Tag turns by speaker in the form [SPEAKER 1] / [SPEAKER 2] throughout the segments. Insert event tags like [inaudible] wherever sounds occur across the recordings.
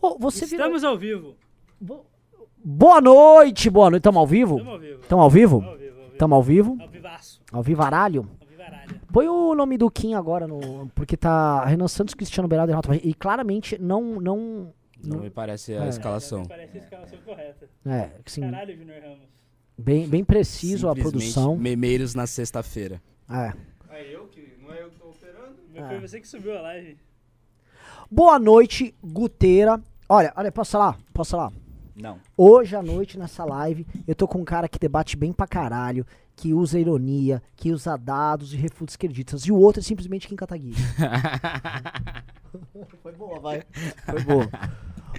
[SPEAKER 1] Pô, você virou-
[SPEAKER 2] Estamos ao vivo.
[SPEAKER 1] Bo- Boa noite, boa noite. Estamos ao vivo?
[SPEAKER 2] Estamos ao vivo.
[SPEAKER 1] Estamos ao vivo?
[SPEAKER 2] Ao vivo, ao vivo.
[SPEAKER 1] Estamos ao vivo?
[SPEAKER 2] Ao vivaço.
[SPEAKER 1] Ao vivaralho?
[SPEAKER 2] Ao vivaralho.
[SPEAKER 1] Põe o nome do Kim agora, no, porque tá Renan Santos, Cristiano Beraldo e Renato Augusto. E claramente não... não
[SPEAKER 3] Não me parece a
[SPEAKER 1] É.
[SPEAKER 3] escalação.
[SPEAKER 2] Parece a escalação correta.
[SPEAKER 1] é, assim,
[SPEAKER 2] Caralho, Junior Ramos.
[SPEAKER 1] bem, bem preciso a
[SPEAKER 3] Simplesmente
[SPEAKER 1] produção.
[SPEAKER 3] Memeiros na sexta-feira.
[SPEAKER 1] É.
[SPEAKER 4] É eu que. Não é eu que tô operando?
[SPEAKER 1] Ah.
[SPEAKER 2] Mas Foi você que subiu a live.
[SPEAKER 1] Boa noite, Guteira. Olha, olha, posso falar? Posso falar?
[SPEAKER 3] Não.
[SPEAKER 1] Hoje à noite, nessa live, eu tô com um cara que debate bem pra caralho, que usa ironia, que usa dados e refuta esquerdistas. E o outro é simplesmente Kim Kataguiri. Foi boa, vai. Foi boa.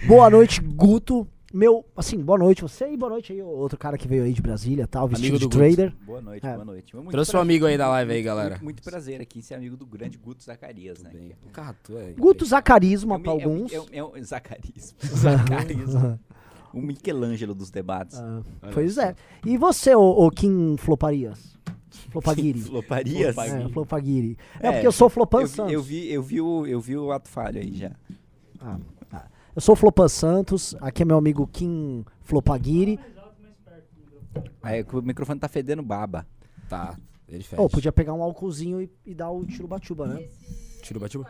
[SPEAKER 1] Boa noite, Guto. Meu, assim, boa noite você e boa noite aí, o outro cara que veio aí de Brasília, tal, vestido
[SPEAKER 3] do
[SPEAKER 1] de
[SPEAKER 3] Guto.
[SPEAKER 1] trader.
[SPEAKER 5] Boa noite,
[SPEAKER 1] É.
[SPEAKER 5] boa noite. Muito
[SPEAKER 3] Trouxe um amigo aí da live aí, galera.
[SPEAKER 5] Muito, muito prazer aqui em ser amigo do grande Guto Zacarias, né?
[SPEAKER 3] Bem. Cara, tu é-
[SPEAKER 1] Guto
[SPEAKER 5] É
[SPEAKER 1] Zacarisma
[SPEAKER 5] um-
[SPEAKER 1] pra
[SPEAKER 5] é um-
[SPEAKER 1] alguns.
[SPEAKER 5] É um, é um-
[SPEAKER 1] [laughs]
[SPEAKER 5] Zacarias. Zacarias. o Michelangelo dos debates. [laughs]
[SPEAKER 1] Ah, pois é. E você, ô, ô Kim Floparias? Flopaguiri.
[SPEAKER 5] Floparias?
[SPEAKER 1] É, Flopaguiri. É,
[SPEAKER 5] É,
[SPEAKER 1] porque eu sou Flopan
[SPEAKER 5] eu, vi-
[SPEAKER 1] Santos.
[SPEAKER 5] eu vi, eu, vi o, eu vi o ato falho aí já.
[SPEAKER 1] Ah, ah. Eu sou o Flopan Santos, aqui é meu amigo Kim Flopaguiri.
[SPEAKER 5] Aí, o microfone tá fedendo baba.
[SPEAKER 3] Tá, ele
[SPEAKER 5] É.
[SPEAKER 3] fecha.
[SPEAKER 1] Ô, podia pegar um álcoolzinho e, e dar o tiro batuba, né?
[SPEAKER 3] Tira o batido.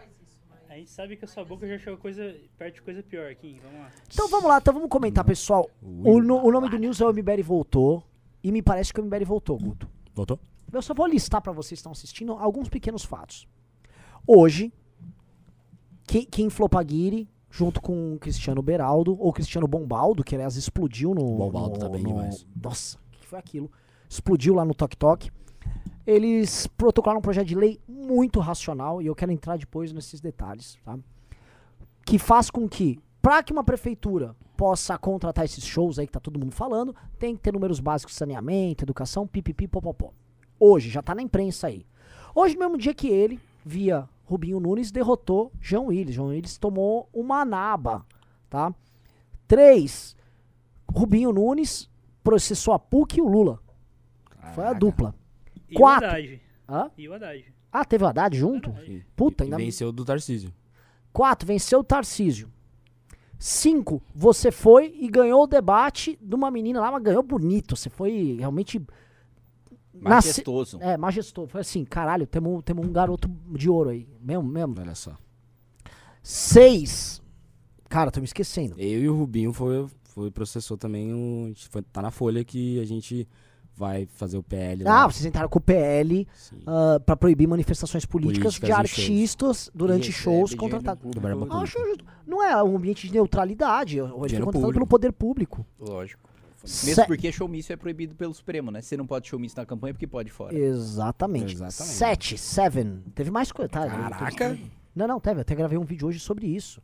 [SPEAKER 2] A gente sabe que a sua boca já chegou coisa, perto de coisa pior, Kim. Vamos lá.
[SPEAKER 1] Então vamos lá, então vamos comentar,
[SPEAKER 5] Hum.
[SPEAKER 1] pessoal. O, no- o nome do News é o MBR Voltou. E me parece que o MBR voltou, Guto.
[SPEAKER 3] Voltou?
[SPEAKER 1] Eu só vou listar pra vocês que estão assistindo alguns pequenos fatos. Hoje, Ki- Kim Flopaguiri, junto com o Cristiano Beraldo, ou Cristiano Bombaldo, que aliás explodiu no.
[SPEAKER 3] Bombaldo
[SPEAKER 1] no-
[SPEAKER 3] tá bem
[SPEAKER 1] no-
[SPEAKER 3] demais.
[SPEAKER 1] Nossa, o que foi aquilo? Explodiu lá no Tok Tok. Eles protocolaram um projeto de lei muito racional, e eu quero entrar depois nesses detalhes, tá? que faz com que, para que uma prefeitura possa contratar esses shows aí que tá todo mundo falando, tem que ter números básicos, saneamento, educação, pipipi, popopó. Hoje, já tá na imprensa aí. Hoje, no mesmo um dia que ele, via Rubinho Nunes, derrotou João Willis. João Willis tomou uma naba, tá? Três, Rubinho Nunes processou a PUC e o Lula. Foi a
[SPEAKER 3] Caraca.
[SPEAKER 1] dupla.
[SPEAKER 2] E
[SPEAKER 1] Quatro.
[SPEAKER 2] o Haddad.
[SPEAKER 1] Hã?
[SPEAKER 2] E o Haddad.
[SPEAKER 1] Ah, teve o Haddad junto?
[SPEAKER 3] E-
[SPEAKER 1] Puta,
[SPEAKER 3] e
[SPEAKER 1] ainda
[SPEAKER 3] Venceu do Tarcísio.
[SPEAKER 1] 4. Venceu o Tarcísio. 5. Você foi e ganhou o debate de uma menina lá, mas ganhou bonito. Você foi realmente. Nasce-
[SPEAKER 5] Majestoso.
[SPEAKER 1] É, majestoso. Foi assim, caralho, temos um, temos um garoto de ouro aí. Mesmo, mesmo.
[SPEAKER 3] Olha só.
[SPEAKER 1] 6. Cara, tô me esquecendo.
[SPEAKER 3] Eu e o Rubinho foi, foi processou também. O, a gente foi- tá na folha que a gente vai fazer o PL.
[SPEAKER 1] Ah,
[SPEAKER 3] lá.
[SPEAKER 1] vocês entraram com o PL
[SPEAKER 3] Sim.
[SPEAKER 1] ah, pra proibir manifestações políticas,
[SPEAKER 3] Políticas
[SPEAKER 1] de
[SPEAKER 3] em shows.
[SPEAKER 1] artistas durante
[SPEAKER 5] Recebe
[SPEAKER 1] shows
[SPEAKER 5] dinheiro
[SPEAKER 1] contratados.
[SPEAKER 5] público.
[SPEAKER 3] Trabalha pra-
[SPEAKER 1] Acho justo. Não é um ambiente de neutralidade. Ele foi
[SPEAKER 3] Dinheiro
[SPEAKER 1] contratado
[SPEAKER 3] público.
[SPEAKER 1] pelo poder público.
[SPEAKER 5] Lógico.
[SPEAKER 1] Se-
[SPEAKER 5] Mesmo porque showmício é proibido pelo Supremo, né? Você não pode showmício na campanha porque pode fora.
[SPEAKER 1] Exatamente.
[SPEAKER 3] Exatamente.
[SPEAKER 1] Sete, seven. Teve mais coisa, tá?
[SPEAKER 3] Caraca!
[SPEAKER 1] Não, não, teve. Eu até gravei um vídeo hoje sobre isso.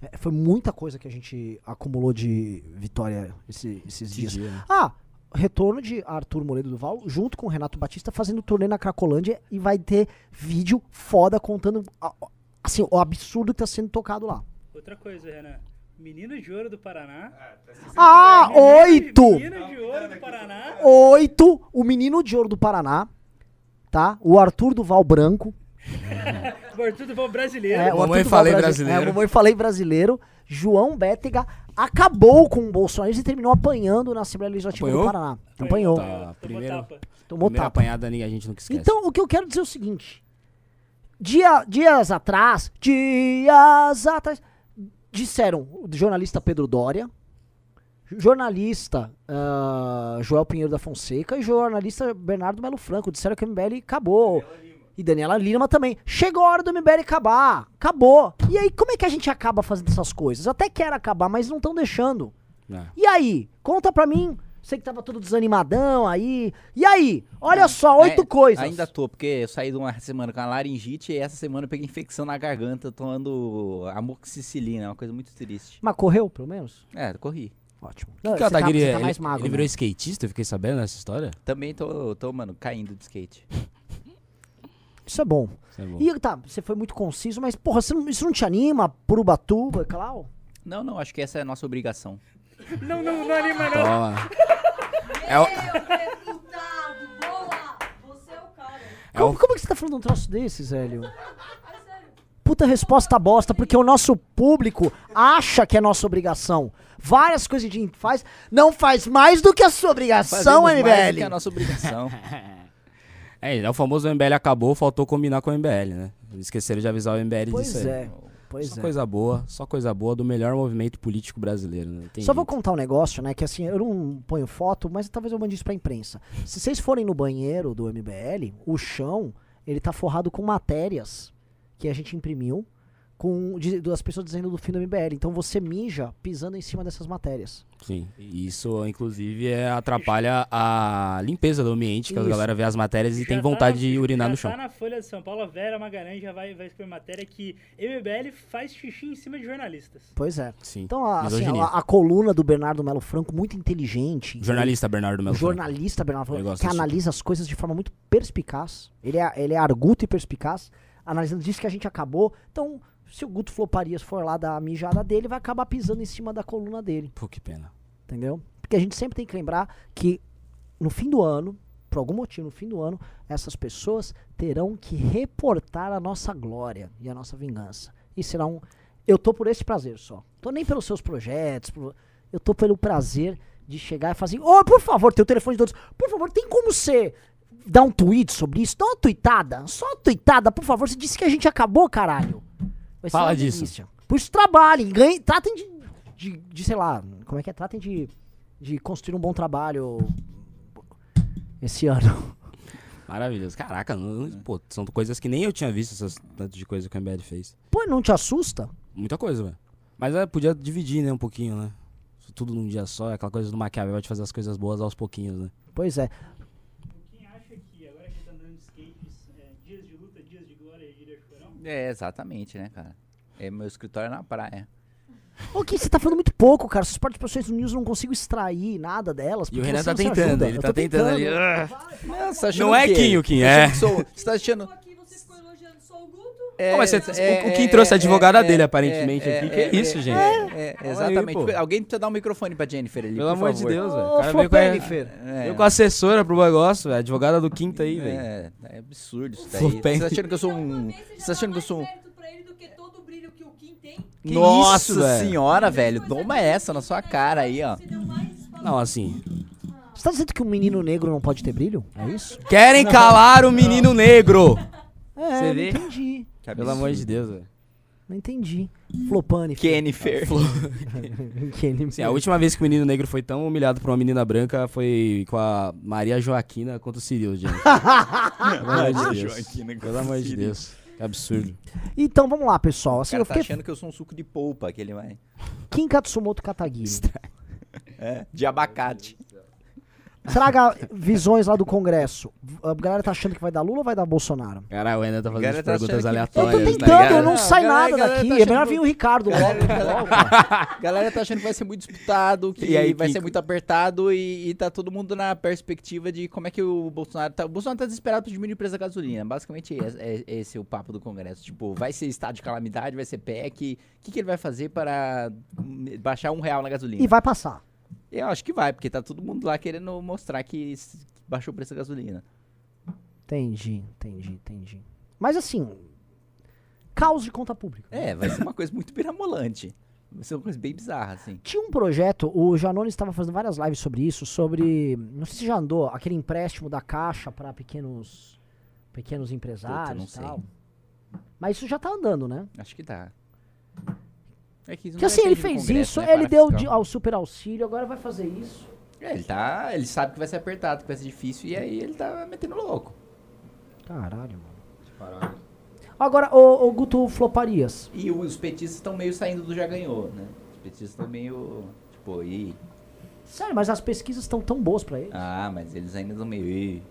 [SPEAKER 1] É, foi muita coisa que a gente acumulou de vitória esse- esses
[SPEAKER 3] Esse
[SPEAKER 1] dias.
[SPEAKER 3] dia, né?
[SPEAKER 1] Ah, retorno de Arthur Moledo Duval junto com o Renato Batista fazendo turnê na Cracolândia e vai ter vídeo foda contando a- assim, o absurdo que tá sendo tocado lá.
[SPEAKER 2] Outra coisa, Renan. Menino de ouro do Paraná.
[SPEAKER 4] Ah, tá se
[SPEAKER 1] Ah, oito!
[SPEAKER 2] Menino de ouro do Paraná.
[SPEAKER 1] Oito, o menino de ouro do Paraná, tá? O Arthur Duval Branco.
[SPEAKER 2] Bortudo bom brasileiro.
[SPEAKER 1] É, o Arthur
[SPEAKER 3] Mamãe
[SPEAKER 1] Duval
[SPEAKER 3] falei
[SPEAKER 1] Brasi-
[SPEAKER 3] brasileiro.
[SPEAKER 1] É, mamãe falei brasileiro. João Bétega acabou com o Bolsonaro e terminou apanhando na Assembleia Legislativa
[SPEAKER 3] Apanhou?
[SPEAKER 1] do Paraná. É, Apanhou.
[SPEAKER 3] Tá,
[SPEAKER 2] Tomou
[SPEAKER 3] primeiro-
[SPEAKER 2] tapa.
[SPEAKER 1] Tomou
[SPEAKER 3] Primeira
[SPEAKER 1] tapa.
[SPEAKER 3] apanhada ali, a gente nunca esquece.
[SPEAKER 1] Então, o que eu quero dizer é o seguinte. Dia- dias atrás, dias atrás, disseram o jornalista Pedro Doria, jornalista ah, Joel Pinheiro da Fonseca e jornalista Bernardo Melo Franco. Disseram que o MBL acabou. E Daniela Lima também. Chegou a hora do MBL acabar. Acabou. E aí, como é que a gente acaba fazendo essas coisas? Eu até quero acabar, mas não estão deixando.
[SPEAKER 3] É.
[SPEAKER 1] E aí? Conta pra mim. Sei que tava todo desanimadão aí. E aí? Olha só, oito
[SPEAKER 5] É,
[SPEAKER 1] coisas.
[SPEAKER 5] Ainda tô, porque eu saí de uma semana com a laringite e essa semana eu peguei infecção na garganta tomando amoxicilina, é uma coisa muito triste.
[SPEAKER 1] Mas correu, pelo menos?
[SPEAKER 5] É, corri.
[SPEAKER 1] Ótimo.
[SPEAKER 3] O que o Ataguiri
[SPEAKER 1] você
[SPEAKER 3] é?
[SPEAKER 1] tá mais
[SPEAKER 3] Ele-
[SPEAKER 1] magro.
[SPEAKER 3] Ele
[SPEAKER 1] né?
[SPEAKER 3] virou skatista, eu fiquei sabendo essa história.
[SPEAKER 5] Também tô, tô, mano, caindo de skate.
[SPEAKER 1] Isso é bom.
[SPEAKER 3] Isso é bom.
[SPEAKER 1] E tá, você foi muito conciso, mas porra, você não- isso não te anima? Por Ubatuba, Clau?
[SPEAKER 5] Não, não, acho que essa é a nossa obrigação.
[SPEAKER 2] Não, não, não anima não.
[SPEAKER 3] Toma. É o,
[SPEAKER 6] Deputado, boa! Você é o cara.
[SPEAKER 3] é o
[SPEAKER 1] Como, como é que você tá falando de um troço desse, velho?
[SPEAKER 6] É sério.
[SPEAKER 1] puta resposta bosta, porque o nosso público acha que é nossa obrigação. Várias coisas de faz, não faz mais do que a sua obrigação,
[SPEAKER 5] Fazemos mais do que
[SPEAKER 1] MBL.
[SPEAKER 5] é a nossa obrigação. [laughs]
[SPEAKER 3] É, é o famoso MBL acabou, faltou combinar com o MBL, né? Esqueceram de avisar o MBL disso
[SPEAKER 1] Pois
[SPEAKER 3] aí.
[SPEAKER 1] é, pois
[SPEAKER 3] só
[SPEAKER 1] é.
[SPEAKER 3] coisa boa, só coisa boa do melhor movimento político brasileiro, né? Tem
[SPEAKER 1] Só vou
[SPEAKER 3] jeito.
[SPEAKER 1] contar um negócio, né? Que assim, eu não ponho foto, mas talvez eu mande isso pra imprensa. Se vocês forem no banheiro do MBL, o chão, ele tá forrado com matérias que a gente imprimiu com de- das pessoas dizendo do fim do MBL. Então você mija pisando em cima dessas matérias.
[SPEAKER 3] Sim. E Isso, inclusive, é- atrapalha a limpeza do ambiente, que a
[SPEAKER 1] Isso.
[SPEAKER 3] galera vê as matérias e
[SPEAKER 2] Já
[SPEAKER 3] tem
[SPEAKER 2] tá
[SPEAKER 3] vontade
[SPEAKER 2] na-
[SPEAKER 3] de urinar
[SPEAKER 2] já
[SPEAKER 3] no chão.
[SPEAKER 2] Tá na Folha de São Paulo, a Vera Magalhães já vai, vai escrever matéria que MBL faz xixi em cima de jornalistas.
[SPEAKER 1] Pois é.
[SPEAKER 3] Sim.
[SPEAKER 1] Então, a, assim,
[SPEAKER 3] Misoginia.
[SPEAKER 1] a, a coluna do Bernardo Melo Franco, muito inteligente.
[SPEAKER 3] Jornalista Bernardo
[SPEAKER 1] O
[SPEAKER 3] Melo. Franco.
[SPEAKER 1] jornalista Bernardo
[SPEAKER 3] Eu
[SPEAKER 1] Franco,
[SPEAKER 3] gosto
[SPEAKER 1] que
[SPEAKER 3] disso.
[SPEAKER 1] analisa as coisas de forma muito perspicaz. Ele é, ele é arguto e perspicaz, analisando disso que a gente acabou. Então, se o Guto Floparias for lá dar a mijada dele, vai acabar pisando em cima da coluna dele,
[SPEAKER 3] Pô, que pena.
[SPEAKER 1] entendeu? Porque a gente sempre tem que lembrar que no fim do ano, por algum motivo, no fim do ano, essas pessoas terão que reportar a nossa glória e a nossa vingança. E será um. Eu tô por esse prazer só. Tô nem pelos seus projetos. por- Eu tô pelo prazer de chegar e fazer. Ô, por favor, tem o telefone de todos. Por favor, tem como você dar um tweet sobre isso? Dá uma tweetada. Só uma tweetada, por favor. Você disse que a gente acabou, caralho. Vai
[SPEAKER 3] Fala
[SPEAKER 1] uma
[SPEAKER 3] disso.
[SPEAKER 1] delícia. Por isso trabalhem, ganhem, tratem de, de, de, sei lá, como é que é? Tratem de, de construir um bom trabalho esse ano. [laughs]
[SPEAKER 3] Maravilhoso. Caraca, não-
[SPEAKER 1] É.
[SPEAKER 3] pô, são coisas que nem eu tinha visto, essas tanto de coisa que o MBL fez.
[SPEAKER 1] Pô, não te assusta?
[SPEAKER 3] Muita coisa, velho. Mas é, podia dividir, né, um pouquinho, né? Isso Tudo num dia só, é aquela coisa do Maquiavel de fazer as coisas boas aos pouquinhos, né?
[SPEAKER 1] Pois é.
[SPEAKER 2] Quem acha que agora que tá andando de skate, é, dias de luta, dias de glória e de chorão?
[SPEAKER 5] é, exatamente, né, cara? É meu escritório na praia.
[SPEAKER 1] Ô, Kim, você tá falando muito pouco, cara. Essas participações no News eu não consigo extrair nada delas.
[SPEAKER 3] E o
[SPEAKER 1] porque
[SPEAKER 3] Renan
[SPEAKER 1] você
[SPEAKER 3] tá
[SPEAKER 1] não se
[SPEAKER 3] tentando,
[SPEAKER 1] ajuda.
[SPEAKER 3] ele
[SPEAKER 1] Eu
[SPEAKER 3] tá
[SPEAKER 1] tô
[SPEAKER 3] tentando ali. ah.
[SPEAKER 5] Não, você tá achando
[SPEAKER 3] Não é
[SPEAKER 5] o quê?
[SPEAKER 3] Kim, o Kim,
[SPEAKER 5] Você acha
[SPEAKER 3] é.
[SPEAKER 5] que sou- Você tá achando...
[SPEAKER 6] Ficou aqui, você ficou elogiando só o Guto?
[SPEAKER 5] É,
[SPEAKER 3] Não, mas você- tá- o- o Kim trouxe a advogada dele, aparentemente, aqui. Que isso, gente?
[SPEAKER 5] É, é,
[SPEAKER 3] aí,
[SPEAKER 5] exatamente.
[SPEAKER 3] pô.
[SPEAKER 5] Alguém precisa dar um microfone pra Jennifer ali,
[SPEAKER 3] Pelo
[SPEAKER 5] por
[SPEAKER 3] amor de
[SPEAKER 5] favor.
[SPEAKER 3] Deus, velho.
[SPEAKER 1] Ô,
[SPEAKER 3] é O cara veio com a,
[SPEAKER 1] Flopenifer.
[SPEAKER 5] É.
[SPEAKER 3] veio com a assessora pro negócio, velho. Advogada do Kim tá aí, velho.
[SPEAKER 5] É, é absurdo isso
[SPEAKER 3] Pô,
[SPEAKER 5] daí. Você
[SPEAKER 3] bem-
[SPEAKER 5] tá achando que eu
[SPEAKER 6] Então,
[SPEAKER 5] sou um...
[SPEAKER 6] Talvez
[SPEAKER 5] Você
[SPEAKER 6] seja
[SPEAKER 5] tá achando que eu
[SPEAKER 6] mais
[SPEAKER 5] sou um...
[SPEAKER 6] perto pra ele do que todo o brilho que o Kim tem.
[SPEAKER 3] Que
[SPEAKER 5] Nossa
[SPEAKER 3] isso, velho?
[SPEAKER 5] senhora, velho.
[SPEAKER 6] Mas
[SPEAKER 5] Toma
[SPEAKER 6] aqui,
[SPEAKER 5] essa na sua
[SPEAKER 6] né,
[SPEAKER 5] cara aí, ó.
[SPEAKER 6] você deu mais valor.
[SPEAKER 3] Não, assim.
[SPEAKER 1] Você tá dizendo que um menino negro não pode ter brilho? É isso?
[SPEAKER 3] Querem calar o menino negro!
[SPEAKER 1] É,
[SPEAKER 3] Você
[SPEAKER 1] não
[SPEAKER 3] vê?
[SPEAKER 1] entendi.
[SPEAKER 5] Que
[SPEAKER 3] Pelo amor de Deus, velho.
[SPEAKER 1] Não entendi. Flopane. [laughs]
[SPEAKER 5] Jennifer.
[SPEAKER 1] Kenny.
[SPEAKER 3] Sim, a última vez que é o menino negro foi tão humilhado por uma menina branca foi com a Maria Joaquina contra o Cirilo,
[SPEAKER 5] [laughs]
[SPEAKER 3] gente. Pelo amor de Deus. Pelo amor de Deus. Que absurdo.
[SPEAKER 1] Então, vamos lá, pessoal.
[SPEAKER 5] O
[SPEAKER 1] Assim,
[SPEAKER 5] cara
[SPEAKER 1] eu
[SPEAKER 5] tá
[SPEAKER 1] fiquei
[SPEAKER 5] achando que eu sou um suco de polpa, aquele vai.
[SPEAKER 1] Kim Katsumoto Katagiri.
[SPEAKER 5] É, de abacate.
[SPEAKER 1] Traga visões lá do Congresso. A galera tá achando que vai dar Lula ou vai dar Bolsonaro?
[SPEAKER 3] Caralho, o Enem tá fazendo
[SPEAKER 5] Cara,
[SPEAKER 3] as
[SPEAKER 5] tá achando
[SPEAKER 3] perguntas
[SPEAKER 5] que-
[SPEAKER 1] Eu
[SPEAKER 3] aleatórias,
[SPEAKER 1] tô
[SPEAKER 5] Olha,
[SPEAKER 3] tá
[SPEAKER 1] tentando,
[SPEAKER 3] ligado?
[SPEAKER 1] eu não saio
[SPEAKER 5] Galera,
[SPEAKER 1] nada
[SPEAKER 5] galera,
[SPEAKER 1] daqui.
[SPEAKER 5] tá
[SPEAKER 1] É melhor
[SPEAKER 5] achando-
[SPEAKER 1] vir o
[SPEAKER 5] [laughs]
[SPEAKER 1] Ricardo logo.
[SPEAKER 5] A galera tá achando que vai ser muito disputado, que
[SPEAKER 3] E aí,
[SPEAKER 5] vai
[SPEAKER 3] Kiko?
[SPEAKER 5] ser muito apertado e, e tá todo mundo na perspectiva de como é que o Bolsonaro tá. O Bolsonaro tá desesperado pra diminuir o preço da gasolina. Basicamente, é, é- esse é o papo do Congresso. Tipo, vai ser estado de calamidade, vai ser PEC. O que, que ele vai fazer para hum, baixar um real na gasolina?
[SPEAKER 1] E vai passar.
[SPEAKER 5] Eu acho que vai, porque tá todo mundo lá querendo mostrar que s- baixou o preço da gasolina.
[SPEAKER 1] Entendi, entendi, entendi. Mas assim, caos de conta pública.
[SPEAKER 5] É, vai ser uma coisa muito piramolante. Vai ser uma coisa bem bizarra, assim.
[SPEAKER 1] Tinha um projeto, o Janones estava fazendo várias lives sobre isso, sobre, não sei se já andou, aquele empréstimo da Caixa para pequenos pequenos empresários e
[SPEAKER 5] Puta, não
[SPEAKER 1] tal. Mas isso já tá andando, né?
[SPEAKER 5] Acho que dá. É que isso
[SPEAKER 1] Porque
[SPEAKER 5] não
[SPEAKER 1] assim, ele
[SPEAKER 5] depende do
[SPEAKER 1] fez isso,
[SPEAKER 5] Congresso, né,
[SPEAKER 1] ele deu
[SPEAKER 5] fiscal.
[SPEAKER 1] de- ao super auxílio, agora vai fazer isso.
[SPEAKER 5] É, ele tá. Ele sabe que vai ser apertado, que vai ser difícil, e aí ele tá metendo louco.
[SPEAKER 1] Caralho, mano. Agora, o, Guto Floparias.
[SPEAKER 5] E o- os petistas estão meio saindo do já ganhou, né? Os petistas estão meio. Tipo, e.
[SPEAKER 1] Sério, mas as pesquisas estão tão boas pra ele.
[SPEAKER 5] Ah, mas eles ainda estão meio. "Ih".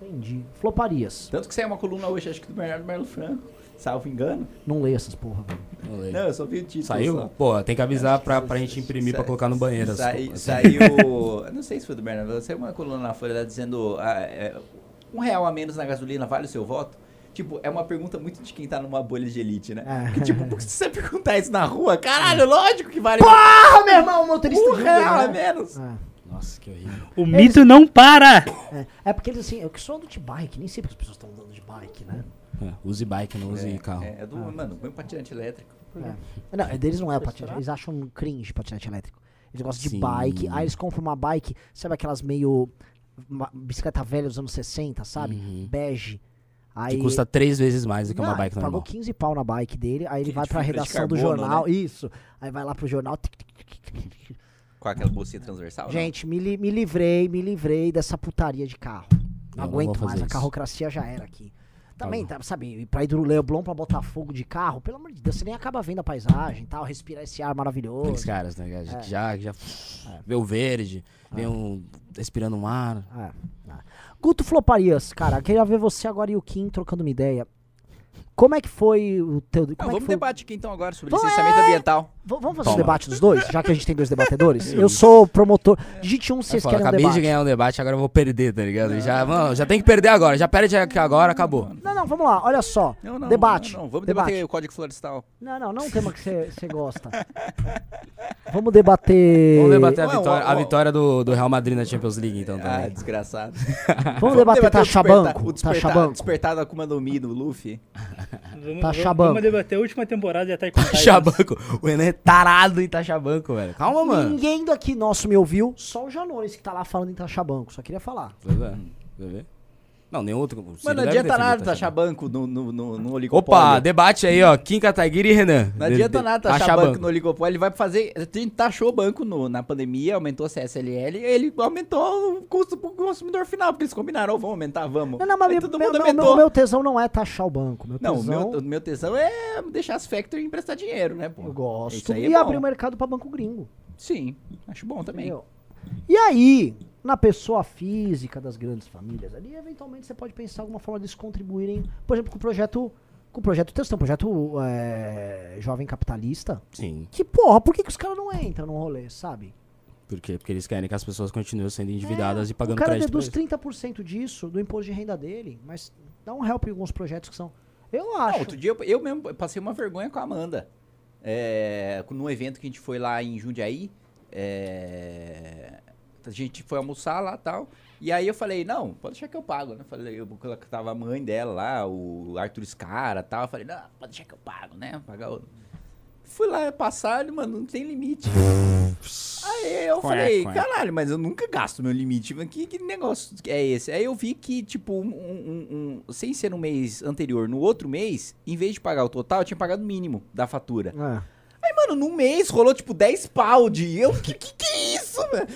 [SPEAKER 1] Entendi. Floparias.
[SPEAKER 5] Tanto que saiu uma coluna hoje, acho que do Bernardo Melo Franco. Salvo engano.
[SPEAKER 1] Não leio essas porra, velho.
[SPEAKER 3] Não leio.
[SPEAKER 5] Não, eu só vi o título. só.
[SPEAKER 3] Saiu? Pô, tem que avisar pra, pra gente imprimir pra colocar no banheiro. as
[SPEAKER 5] Sai-
[SPEAKER 3] coisas. [laughs]
[SPEAKER 5] saiu. eu não sei se foi do Bernardo, saiu uma coluna na Folha lá dizendo ah, é, um real a menos na gasolina vale o seu voto? Tipo, é uma pergunta muito de quem tá numa bolha de elite, né?
[SPEAKER 1] Ah.
[SPEAKER 5] Porque, tipo, porque se você perguntar isso na rua, caralho, lógico que vale
[SPEAKER 1] Ah, meu irmão, o motorista
[SPEAKER 5] um
[SPEAKER 1] de Uber,
[SPEAKER 5] real a
[SPEAKER 1] né?
[SPEAKER 5] menos.
[SPEAKER 1] Ah,
[SPEAKER 3] Nossa, Nossa, que horrível.
[SPEAKER 2] O mito não para!
[SPEAKER 1] É, é porque eles assim, eu que sou andando de bike, nem sei porque as pessoas estão andando de bike, né?
[SPEAKER 3] É, use bike, não use carro.
[SPEAKER 5] É, é
[SPEAKER 1] Ah.
[SPEAKER 5] do, mano, põe um patinante elétrico.
[SPEAKER 1] É. Não, é deles não é o patinete. Eles acham um cringe patinete elétrico. Eles gostam de
[SPEAKER 3] Sim.
[SPEAKER 1] bike, aí eles compram uma bike, sabe aquelas meio. uma bicicleta velha dos anos 60, sabe?
[SPEAKER 3] Uhum.
[SPEAKER 1] Bege. Aí,
[SPEAKER 3] Que custa três vezes mais do que é uma
[SPEAKER 1] Ah,
[SPEAKER 3] bike
[SPEAKER 1] ele Pagou
[SPEAKER 3] normal.
[SPEAKER 1] 15 pau na bike dele, aí ele
[SPEAKER 5] Que
[SPEAKER 1] vai pra
[SPEAKER 5] fibra de
[SPEAKER 1] redação do
[SPEAKER 5] carbono, né?
[SPEAKER 1] jornal. Isso. Aí vai lá pro jornal. tic, tic, tic, tic, tic, tic.
[SPEAKER 5] Com aquela bolsinha transversal.
[SPEAKER 1] Gente, me, li- me livrei, me livrei dessa putaria de carro. Não,
[SPEAKER 3] Eu não vou
[SPEAKER 1] aguento
[SPEAKER 3] fazer
[SPEAKER 1] mais, a
[SPEAKER 3] isso.
[SPEAKER 1] carrocracia já era aqui. Também, tá, sabe, pra ir do Leblon pra Botafogo de carro, pelo amor de Deus, você nem acaba vendo a paisagem e tal, respirar esse ar
[SPEAKER 3] Aqueles
[SPEAKER 1] maravilhoso.
[SPEAKER 3] caras, né?
[SPEAKER 5] é.
[SPEAKER 3] que Já, já vê o verde, vê um. respirando um ar.
[SPEAKER 1] É, é. Guto Floparias, cara, queria ver você agora e o Kim trocando uma ideia. Como é que foi o teu. como
[SPEAKER 5] Não,
[SPEAKER 1] é que
[SPEAKER 5] vamos
[SPEAKER 1] foi- é.
[SPEAKER 5] debater aqui então agora sobre
[SPEAKER 1] Vamos-
[SPEAKER 5] licenciamento ambiental.
[SPEAKER 1] V- vamos fazer o
[SPEAKER 3] Toma.
[SPEAKER 1] debate dos dois, já que a gente tem dois
[SPEAKER 3] [laughs]
[SPEAKER 1] debatedores? Eu sou promotor. Digite um se
[SPEAKER 3] Eu
[SPEAKER 1] vocês
[SPEAKER 3] falo,
[SPEAKER 1] querem um
[SPEAKER 3] acabei
[SPEAKER 1] debate.
[SPEAKER 3] de ganhar um debate, agora eu vou perder, tá ligado? Já, mano, já tem que perder agora. Já perde aqui agora, acabou.
[SPEAKER 1] Não, não, vamos lá, olha só.
[SPEAKER 5] Não, não.
[SPEAKER 1] debate.
[SPEAKER 5] Não, não, vamos
[SPEAKER 1] debate.
[SPEAKER 5] debater o Código Florestal.
[SPEAKER 1] Não, não, não um tema que você gosta. vamos debater.
[SPEAKER 3] Vamos debater a
[SPEAKER 5] Ué,
[SPEAKER 3] vitória,
[SPEAKER 5] ué,
[SPEAKER 3] a
[SPEAKER 5] ué.
[SPEAKER 3] vitória do, do Real Madrid na Champions League, então,
[SPEAKER 5] Ah,
[SPEAKER 3] também.
[SPEAKER 5] desgraçado.
[SPEAKER 1] Vamos debater
[SPEAKER 5] o despertar-
[SPEAKER 1] Tachabanco.
[SPEAKER 5] O despertar, o
[SPEAKER 1] Tachabanco.
[SPEAKER 5] despertar da Akuma no Mi do Luffy.
[SPEAKER 1] Tá
[SPEAKER 2] Vamos, vamos-
[SPEAKER 1] chabanco.
[SPEAKER 2] vamos debater a última temporada de
[SPEAKER 3] [laughs]
[SPEAKER 2] Attack on
[SPEAKER 3] Tá
[SPEAKER 2] Titan.
[SPEAKER 3] Tachabanco. O Enem é tarado em Tachabanco, velho. Calma, mano.
[SPEAKER 1] Ninguém daqui nosso me ouviu, só o Janones que tá lá falando em Tachabanco. Só queria falar.
[SPEAKER 3] Pois é, quer ver? Não, nenhum outro. o Ciro
[SPEAKER 5] Mano, não
[SPEAKER 3] deve
[SPEAKER 5] adianta
[SPEAKER 3] defender
[SPEAKER 5] nada
[SPEAKER 3] o
[SPEAKER 5] taxar banco no, no, no, no oligopólio.
[SPEAKER 3] Opa, debate aí, ó. Kim Kataguiri e Renan.
[SPEAKER 5] Não
[SPEAKER 3] De-
[SPEAKER 5] adianta
[SPEAKER 3] de-
[SPEAKER 5] nada taxar
[SPEAKER 3] taxar
[SPEAKER 5] banco, no oligopólio. Ele vai fazer. A gente taxou o banco no- na pandemia, aumentou a CSLL, ele aumentou o custo pro consumidor final, porque eles combinaram, "Ó, vamos aumentar, vamos.
[SPEAKER 1] Não, não, mas
[SPEAKER 5] Aí
[SPEAKER 1] meu,
[SPEAKER 5] todo
[SPEAKER 1] meu-
[SPEAKER 5] é mundo
[SPEAKER 1] meu-
[SPEAKER 5] aumentou.
[SPEAKER 1] meu tesão não é taxar o banco. Meu
[SPEAKER 5] não, o
[SPEAKER 1] tesão,
[SPEAKER 5] meu, o meu tesão é deixar as factory emprestar dinheiro, né, pô?
[SPEAKER 1] eu gosto.
[SPEAKER 5] Isso aí é
[SPEAKER 1] E
[SPEAKER 5] bom.
[SPEAKER 1] abrir o mercado pra banco gringo.
[SPEAKER 5] Sim, acho bom também.
[SPEAKER 1] Entendeu? E aí, na pessoa física das grandes famílias ali, eventualmente você pode pensar alguma forma deles contribuírem, por exemplo, com o projeto. Com o projeto Testão, projeto é, Jovem Capitalista.
[SPEAKER 3] Sim.
[SPEAKER 1] Que porra, por que, que os caras não entram no rolê, sabe?
[SPEAKER 3] Por quê? Porque eles querem que as pessoas continuem sendo
[SPEAKER 5] É,
[SPEAKER 3] endividadas e
[SPEAKER 1] O
[SPEAKER 3] pagando
[SPEAKER 1] cara
[SPEAKER 3] crédito. pra
[SPEAKER 1] deduz
[SPEAKER 3] eles.
[SPEAKER 1] 30% disso do imposto de renda dele, mas dá um help em alguns projetos que são. Eu
[SPEAKER 5] Não,
[SPEAKER 1] acho.
[SPEAKER 5] outro dia eu, eu mesmo passei uma vergonha com a Amanda. É, com- num evento que a gente foi lá em Jundiaí. é, a gente foi almoçar lá e tal. E aí eu falei, não, pode deixar que eu pago, né? Falei, eu coloquei- tava a mãe dela lá, o Arthur Scara e tal. Eu falei, não, pode deixar que eu pago, né? Pagar o. Fui lá passar, ele, mano, não tem limite. Aí eu falei, caralho, mas eu nunca gasto meu limite. mas Que, que negócio é esse? Aí eu vi que, tipo, um, um- um- sem ser no mês anterior, no outro mês, em vez de pagar o total, eu tinha pagado o mínimo da fatura.
[SPEAKER 1] É.
[SPEAKER 5] Aí, mano, num mês rolou, tipo, 10 pau de. Eu, que, que que é isso, velho?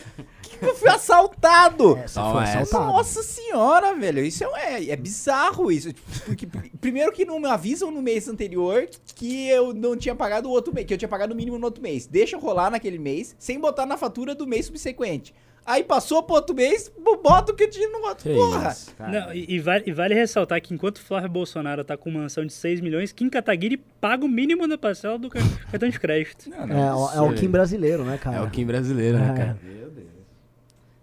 [SPEAKER 5] Que que eu fui assaltado?
[SPEAKER 1] É, você
[SPEAKER 3] Não,
[SPEAKER 1] foi
[SPEAKER 3] é.
[SPEAKER 5] Então
[SPEAKER 1] assaltado.
[SPEAKER 5] Nossa senhora, velho, isso é, um- é, é bizarro isso. Tipo, Porque, pr- primeiro que não me avisam no mês anterior que eu não tinha pagado o outro mês, que eu tinha pagado o mínimo no outro mês. Deixa rolar naquele mês, sem botar na fatura do mês subsequente. Aí passou pro outro mês, bo- bota o que eu tinha no outro.
[SPEAKER 3] Que
[SPEAKER 5] Porra!
[SPEAKER 3] isso, cara.
[SPEAKER 2] Não, e, e vale, e vale ressaltar que enquanto Flávio Bolsonaro tá com mansão de 6 milhões, Kim Kataguiri paga o mínimo da parcela do car- [laughs] cartão de crédito.
[SPEAKER 5] Não,
[SPEAKER 1] É, o- é o Kim brasileiro, né, cara?
[SPEAKER 3] É o Kim brasileiro,
[SPEAKER 1] É.
[SPEAKER 3] né, cara? Meu Deus.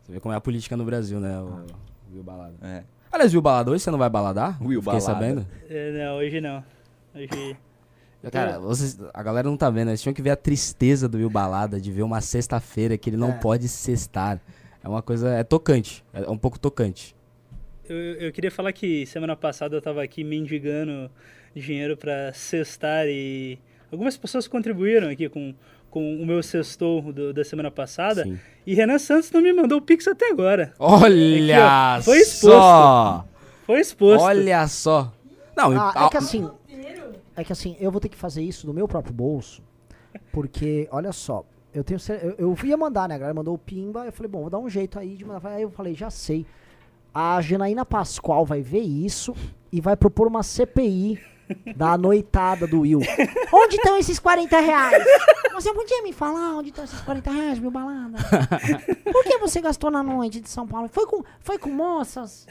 [SPEAKER 3] Você vê como é a política no Brasil, né? O, o Will Balada.
[SPEAKER 5] É.
[SPEAKER 3] Aliás, Will Balada, hoje você não vai baladar?
[SPEAKER 5] Will
[SPEAKER 3] Fiquei
[SPEAKER 5] Balada.
[SPEAKER 3] sabendo.
[SPEAKER 2] É, não, hoje não. Hoje.
[SPEAKER 3] Cara, vocês- a galera não tá vendo, eles tinham que ver a tristeza do Will Balada de ver uma sexta-feira que ele
[SPEAKER 1] É.
[SPEAKER 3] não pode sextar. É uma coisa. É tocante. É um pouco tocante.
[SPEAKER 2] Eu, eu queria falar que semana passada eu tava aqui mendigando dinheiro pra cestar e algumas pessoas contribuíram aqui com, com o meu sextou do- da semana passada.
[SPEAKER 1] É
[SPEAKER 3] Sim.
[SPEAKER 2] E Renan Santos não me mandou o Pix até agora.
[SPEAKER 3] Olha
[SPEAKER 2] Aqui, ó, foi exposto.
[SPEAKER 3] só!
[SPEAKER 2] Foi exposto.
[SPEAKER 3] Olha só! Não,
[SPEAKER 1] Ah, é
[SPEAKER 3] a-
[SPEAKER 1] que assim,
[SPEAKER 6] Inteiro.
[SPEAKER 1] É que assim, eu vou ter que fazer isso do meu próprio bolso, porque, olha só, eu tenho cer- eu, eu ia mandar, né? A galera mandou o pimba, eu falei, bom, vou dar um jeito aí de mandar. Aí eu falei, já sei. A Janaína Pascoal vai ver isso e vai propor uma CPI da noitada do
[SPEAKER 3] [laughs]
[SPEAKER 1] Will. onde estão esses 40 reais? Você podia me falar onde estão esses 40 reais, meu
[SPEAKER 3] [laughs]
[SPEAKER 1] balada? Por que você gastou na noite de São Paulo? Foi com, foi com moças?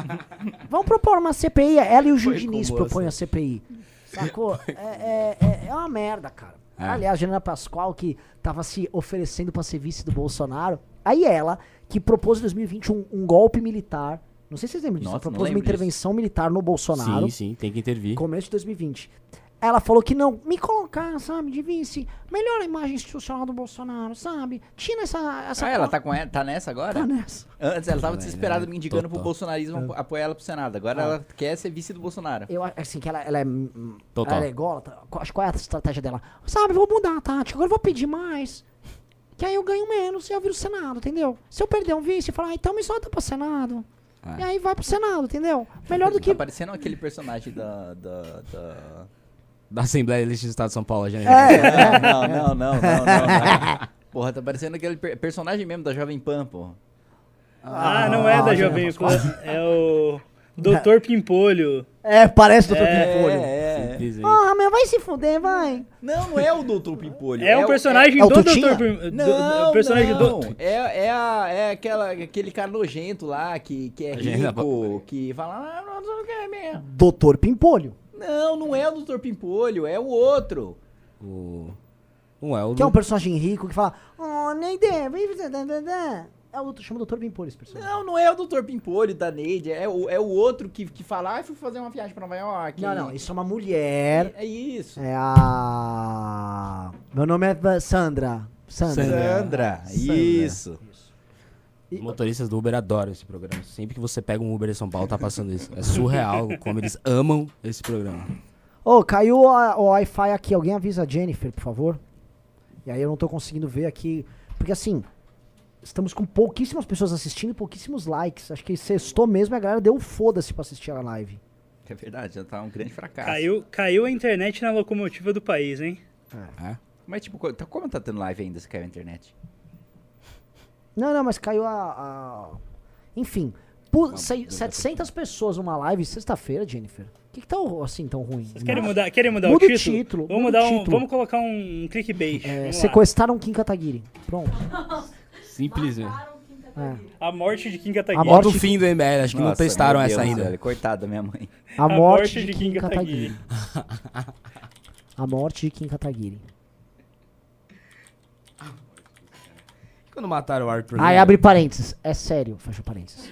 [SPEAKER 1] [laughs] Vamos propor uma CPI. Ela e o Gil
[SPEAKER 3] Foi com
[SPEAKER 1] Diniz
[SPEAKER 3] moça.
[SPEAKER 1] propõem a CPI. Sacou? É, é, é- é uma merda, cara.
[SPEAKER 3] É.
[SPEAKER 1] Aliás, a Jana Pascoal, que tava se oferecendo pra ser vice do Bolsonaro. Aí ela, que propôs em 2020 um, um golpe militar. Não sei se vocês lembram disso.
[SPEAKER 5] Nossa,
[SPEAKER 1] ela
[SPEAKER 5] não
[SPEAKER 1] propôs uma
[SPEAKER 5] lembro disso.
[SPEAKER 1] intervenção militar no Bolsonaro.
[SPEAKER 3] Sim, sim, tem que intervir.
[SPEAKER 1] Começo de 2020. Ela falou que não. Me colocar, sabe, de vice. Melhor a imagem institucional do Bolsonaro, sabe? Tira essa. essa
[SPEAKER 5] Ah, ela tá, com e- tá É. nessa agora?
[SPEAKER 1] Tá nessa.
[SPEAKER 5] Antes ela tava
[SPEAKER 3] Caralho,
[SPEAKER 5] desesperada me indicando pro
[SPEAKER 3] Totó.
[SPEAKER 5] bolsonarismo apo- apoiar ela pro Senado. Agora ela quer ser vice do Bolsonaro.
[SPEAKER 1] Eu acho assim que ela, ela é. hum,
[SPEAKER 3] Total.
[SPEAKER 1] Ela é ególatra. Qu- Acho que qual é a estratégia dela? Sabe, vou mudar a tática, agora eu vou pedir mais. Que aí eu ganho menos e eu viro Senado, entendeu? Se eu perder um vice, eu falo, ah, então me solta pro Senado.
[SPEAKER 3] Ah.
[SPEAKER 1] E aí vai pro Senado, entendeu? Melhor do que.
[SPEAKER 5] Tá parecendo aquele personagem da. da, da...
[SPEAKER 3] Da Assembleia Legislativa do Estado de São Paulo, já.
[SPEAKER 1] É.
[SPEAKER 5] Não, não, não, não, não, [laughs] não. Porra, tá parecendo aquele per- personagem mesmo da Jovem Pan, porra.
[SPEAKER 2] Ah, não é da Jovem Pan. É o Doutor Pimpolho.
[SPEAKER 1] É, parece Dr.
[SPEAKER 5] é, é.
[SPEAKER 3] Simples, hein?
[SPEAKER 1] Porra, Ah, meu, vai se fuder, vai.
[SPEAKER 5] Não, não é o Doutor Pimpolho.
[SPEAKER 2] É um
[SPEAKER 5] o-
[SPEAKER 2] personagem
[SPEAKER 1] é o
[SPEAKER 2] do
[SPEAKER 1] Tutinha?
[SPEAKER 2] Doutor Pimpolho.
[SPEAKER 5] Não,
[SPEAKER 2] do- do- personagem
[SPEAKER 5] não.
[SPEAKER 2] do.
[SPEAKER 5] É, é, a- é aquela, aquele cara nojento lá que, que é
[SPEAKER 3] Gente, dá pra-
[SPEAKER 5] rico, que fala, ah, não, não quer mesmo.
[SPEAKER 1] Doutor Pimpolho.
[SPEAKER 5] Não, não é o Doutor Pimpolho, é o outro.
[SPEAKER 3] O... Um é o...
[SPEAKER 1] Que é um personagem rico que fala, oh, nem ideia, vem fazer. dã, dã, dã." É o outro, chama Doutor Pimpolho esse personagem.
[SPEAKER 5] Não, não é o Doutor Pimpolho da Neide, é o, é o outro que, que fala, ah, fui fazer uma viagem pra Nova York.
[SPEAKER 1] Não, não, isso é uma mulher.
[SPEAKER 5] É isso.
[SPEAKER 1] É a. Meu nome é Va- Sandra. Sandra.
[SPEAKER 5] Sandra,
[SPEAKER 2] né?
[SPEAKER 5] isso.
[SPEAKER 1] E-
[SPEAKER 3] Os motoristas do Uber adoram esse programa. Sempre que você pega um Uber em São Paulo, tá passando isso. É
[SPEAKER 5] [laughs]
[SPEAKER 3] surreal como eles amam esse programa.
[SPEAKER 1] Ô, caiu a- o Wi-Fi aqui. Alguém avisa a Jennifer, por favor? E aí eu não tô conseguindo ver aqui. Porque assim, estamos com pouquíssimas pessoas assistindo e pouquíssimos likes. Acho que sextou mesmo e a galera deu um foda-se pra assistir a live.
[SPEAKER 5] É verdade, já tá um grande fracasso.
[SPEAKER 2] Caiu, caiu a internet na locomotiva do país, hein?
[SPEAKER 5] Mas tipo, co- tá- como tá tendo live ainda se caiu a internet?
[SPEAKER 1] Não, não, mas caiu a. a- Enfim. Pu- sei-
[SPEAKER 3] deu pra
[SPEAKER 1] 700 pessoas numa live sexta-feira, Jennifer. O que, que tá o- assim tão ruim?
[SPEAKER 2] Vocês querem mudar, querem mudar
[SPEAKER 1] Muda
[SPEAKER 2] o
[SPEAKER 1] o
[SPEAKER 2] título?
[SPEAKER 1] título,
[SPEAKER 2] Vamos,
[SPEAKER 1] muda o
[SPEAKER 2] dar um,
[SPEAKER 1] título.
[SPEAKER 2] vamos colocar um clickbait.
[SPEAKER 1] É,
[SPEAKER 2] Vamos lá.
[SPEAKER 1] sequestraram Kim Kataguiri. Pronto.
[SPEAKER 3] Simples,
[SPEAKER 5] né?
[SPEAKER 3] velho.
[SPEAKER 6] Mataram quem tá ali.
[SPEAKER 2] A morte de Kim
[SPEAKER 1] A
[SPEAKER 2] Kataguiri.
[SPEAKER 1] morte-
[SPEAKER 3] Bota o fim do MBL, acho que não
[SPEAKER 5] Nossa,
[SPEAKER 3] testaram
[SPEAKER 5] meu
[SPEAKER 3] essa
[SPEAKER 5] Deus,
[SPEAKER 3] ainda.
[SPEAKER 5] velho, Coitado da minha mãe.
[SPEAKER 1] A, morte, de, Kim Kataguiri. [laughs] A morte de Kim Kataguiri.
[SPEAKER 3] Quando mataram o Arthur
[SPEAKER 1] Aí
[SPEAKER 3] Lira,
[SPEAKER 1] abre parênteses. É sério, fecha parênteses.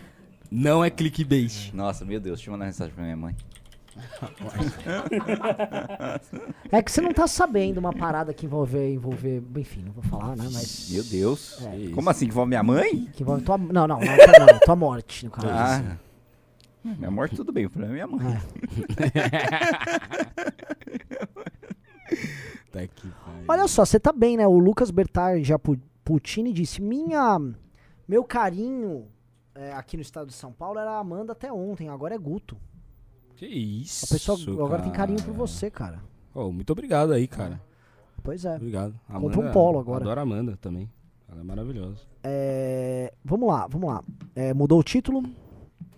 [SPEAKER 3] não é clickbait.
[SPEAKER 5] Nossa, meu Deus, deixa eu mandar mensagem pra minha mãe.
[SPEAKER 1] É que você não tá sabendo uma parada que envolver, envolver. Enfim, não vou falar, né? Mas.
[SPEAKER 5] Meu Deus.
[SPEAKER 3] Que
[SPEAKER 5] Como assim que envolve minha mãe?
[SPEAKER 1] Que envolve tua. Não, não, não, tua, mãe, tua morte, no caso.
[SPEAKER 5] Ah. Minha morte, tudo bem, o problema é minha
[SPEAKER 3] Ah,
[SPEAKER 5] mãe.
[SPEAKER 3] tá
[SPEAKER 5] assim?
[SPEAKER 3] isso? Tá aqui, pai.
[SPEAKER 1] Olha só, você tá bem, né? O Lucas Bertar Japu- Puccini disse: Minha, meu carinho é, aqui no estado de São Paulo era Amanda até ontem, agora é Guto.
[SPEAKER 3] Que isso,
[SPEAKER 1] A pessoa agora tem carinho por
[SPEAKER 3] cara.
[SPEAKER 1] você, cara.
[SPEAKER 3] Ô, muito obrigado aí, cara.
[SPEAKER 1] Pois é.
[SPEAKER 3] Obrigado.
[SPEAKER 1] Compra um polo agora.
[SPEAKER 3] Adoro a Amanda também. Ela é maravilhosa.
[SPEAKER 1] É, vamos lá, vamos lá. É, mudou o título.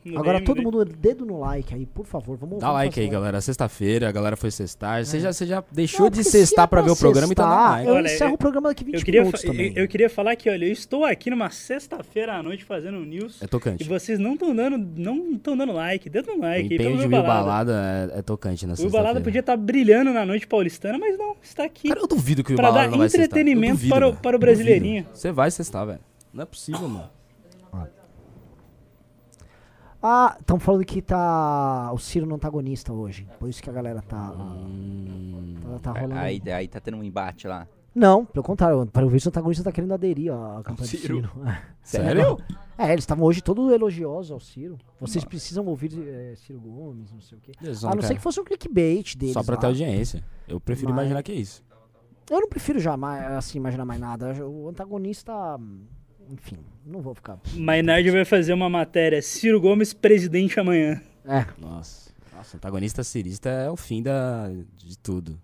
[SPEAKER 2] Mudei,
[SPEAKER 1] agora todo
[SPEAKER 2] mudei.
[SPEAKER 1] mundo, dedo no like aí, por favor. Vamos
[SPEAKER 3] Dá
[SPEAKER 1] vamos
[SPEAKER 3] like
[SPEAKER 1] fazer
[SPEAKER 3] aí,
[SPEAKER 1] like.
[SPEAKER 3] galera. Sexta-feira, a galera foi sextar. Você já, você já deixou
[SPEAKER 1] Não,
[SPEAKER 3] de
[SPEAKER 1] porque se é
[SPEAKER 3] sextar pra ver o programa e tá dando
[SPEAKER 1] sextar,
[SPEAKER 3] like.
[SPEAKER 1] Eu
[SPEAKER 2] Olha,
[SPEAKER 1] encerro
[SPEAKER 2] eu-
[SPEAKER 1] o programa daqui 20
[SPEAKER 2] Eu queria,
[SPEAKER 1] minutos
[SPEAKER 2] fa-
[SPEAKER 1] também. né?
[SPEAKER 2] eu, eu queria falar que, olha, eu estou aqui numa sexta-feira à noite fazendo news.
[SPEAKER 3] É
[SPEAKER 2] E
[SPEAKER 3] tocante.
[SPEAKER 2] vocês não estão dando, não tão dando like, dando um
[SPEAKER 3] O
[SPEAKER 2] like. aí,
[SPEAKER 3] empenho
[SPEAKER 2] pelo
[SPEAKER 3] de
[SPEAKER 2] Will
[SPEAKER 3] Will Balada é, é tocante na
[SPEAKER 2] O Will
[SPEAKER 3] sexta-feira.
[SPEAKER 2] Balada podia estar brilhando na noite paulistana, mas não, está aqui.
[SPEAKER 3] Cara, eu duvido que o Will
[SPEAKER 2] Pra
[SPEAKER 3] Balada
[SPEAKER 2] dar
[SPEAKER 3] não vai sextar. Eu
[SPEAKER 2] entretenimento
[SPEAKER 3] duvido,
[SPEAKER 2] para o-
[SPEAKER 3] velho.
[SPEAKER 2] para o brasileirinho.
[SPEAKER 3] Duvido. Você vai sextar, velho. Não é possível, mano.
[SPEAKER 1] Ah, estão falando que tá. O Ciro no antagonista hoje. Por isso que a galera tá.
[SPEAKER 3] Hum.
[SPEAKER 1] tá, tá rolando.
[SPEAKER 5] Aí, aí tá tendo um
[SPEAKER 3] [laughs]
[SPEAKER 5] embate lá.
[SPEAKER 1] Não, pelo contrário, para o visto, o antagonista tá querendo aderir à campanha do Ciro. [laughs]
[SPEAKER 3] Sério?
[SPEAKER 1] É, eles estavam hoje todo elogiosos ao Ciro. Vocês precisam ouvir eh, Ciro Gomes, não sei o quê.
[SPEAKER 3] Lesão,
[SPEAKER 1] a não ser
[SPEAKER 3] cara.
[SPEAKER 1] que fosse um clickbait deles.
[SPEAKER 3] Só pra
[SPEAKER 1] lá.
[SPEAKER 3] ter audiência. Eu prefiro
[SPEAKER 1] Mas-
[SPEAKER 3] imaginar que é isso.
[SPEAKER 1] Eu não prefiro jamais, assim, imaginar mais nada. O antagonista. hum, Enfim, não vou ficar.
[SPEAKER 2] Mainardi vai fazer uma matéria. Ciro Gomes, presidente amanhã.
[SPEAKER 1] É.
[SPEAKER 3] Nossa. Nossa, antagonista cirista é o fim da... de tudo.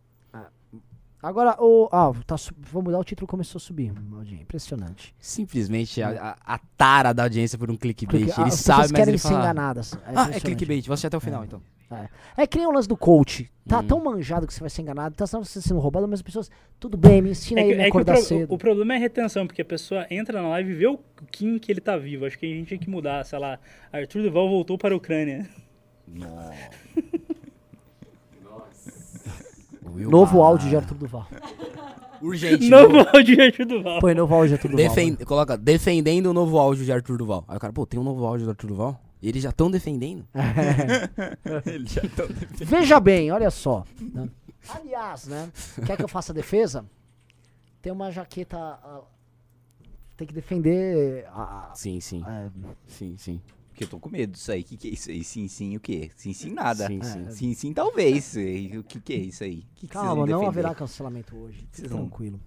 [SPEAKER 1] Agora, o. Ah, tá, su- vou mudar o título, começou a subir. Maldinho, impressionante.
[SPEAKER 3] Simplesmente a, a- a tara da audiência por um clickbait.
[SPEAKER 1] Clique- ah,
[SPEAKER 3] ele
[SPEAKER 1] as
[SPEAKER 3] sabe,
[SPEAKER 1] pessoas
[SPEAKER 3] mas
[SPEAKER 1] querem
[SPEAKER 3] ele
[SPEAKER 1] ser
[SPEAKER 3] fala...
[SPEAKER 1] enganadas. É
[SPEAKER 3] ah, é
[SPEAKER 1] impressionante.
[SPEAKER 3] clickbait. Vou assistir até o final, então.
[SPEAKER 1] É que nem o lance do coach. Tá
[SPEAKER 3] Hum.
[SPEAKER 1] tão manjado que você vai ser enganado, tá sendo- sendo roubado, mas as pessoas. Tudo bem, me ensina
[SPEAKER 2] É
[SPEAKER 1] aí
[SPEAKER 2] que-
[SPEAKER 1] a me
[SPEAKER 2] é que o,
[SPEAKER 1] acordar
[SPEAKER 2] pro-
[SPEAKER 1] cedo.
[SPEAKER 2] o problema é a retenção, porque a pessoa entra na live e vê o Kim que ele tá vivo. Acho que a gente tinha que mudar, sei lá. Arthur Duval voltou para a Ucrânia.
[SPEAKER 3] Will
[SPEAKER 1] Novo
[SPEAKER 3] Balada.
[SPEAKER 1] áudio de Arthur Duval.
[SPEAKER 2] [laughs]
[SPEAKER 3] Urgente.
[SPEAKER 2] Novo áudio de Arthur Duval.
[SPEAKER 1] Põe novo áudio de
[SPEAKER 3] [laughs]
[SPEAKER 1] Arthur Duval.
[SPEAKER 3] Defen- Coloca, defendendo o novo áudio de Arthur Duval. Aí o cara, pô, tem um novo áudio do Arthur Duval? E eles já
[SPEAKER 1] Ah.
[SPEAKER 3] estão defendendo?
[SPEAKER 1] Veja bem, olha só. né? Aliás, né? Quer que eu faça a defesa? Tem uma jaqueta. ah, tem que defender. a- a-
[SPEAKER 3] Sim, sim.
[SPEAKER 1] é,
[SPEAKER 3] Sim, sim.
[SPEAKER 5] Porque eu tô com medo disso aí. O que, que é isso aí? Sim, sim, o quê? Sim, sim, nada.
[SPEAKER 3] Sim,
[SPEAKER 5] Sim,
[SPEAKER 3] sim.
[SPEAKER 5] sim, talvez. E O que, que é isso aí? O Que que vocês
[SPEAKER 1] calma,
[SPEAKER 5] vão
[SPEAKER 1] não
[SPEAKER 5] defender?
[SPEAKER 1] haverá cancelamento hoje. Fique
[SPEAKER 5] Vocês vão-
[SPEAKER 1] tranquilo.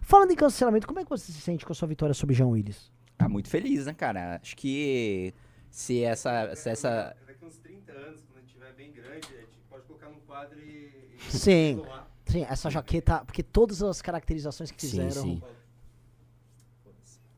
[SPEAKER 1] Falando em cancelamento, como é que você se sente com a sua vitória sobre Jean Willis?
[SPEAKER 5] Ah, muito feliz, né, cara? Acho que se essa. Se
[SPEAKER 7] Tá.
[SPEAKER 5] essa...
[SPEAKER 4] Daqui uns 30 anos, quando a gente tiver bem grande, a gente pode colocar num quadro e. e
[SPEAKER 1] Sim.
[SPEAKER 4] isolar.
[SPEAKER 1] Sim, essa jaqueta. Porque todas as caracterizações que
[SPEAKER 3] Sim,
[SPEAKER 1] fizeram.
[SPEAKER 3] sim. um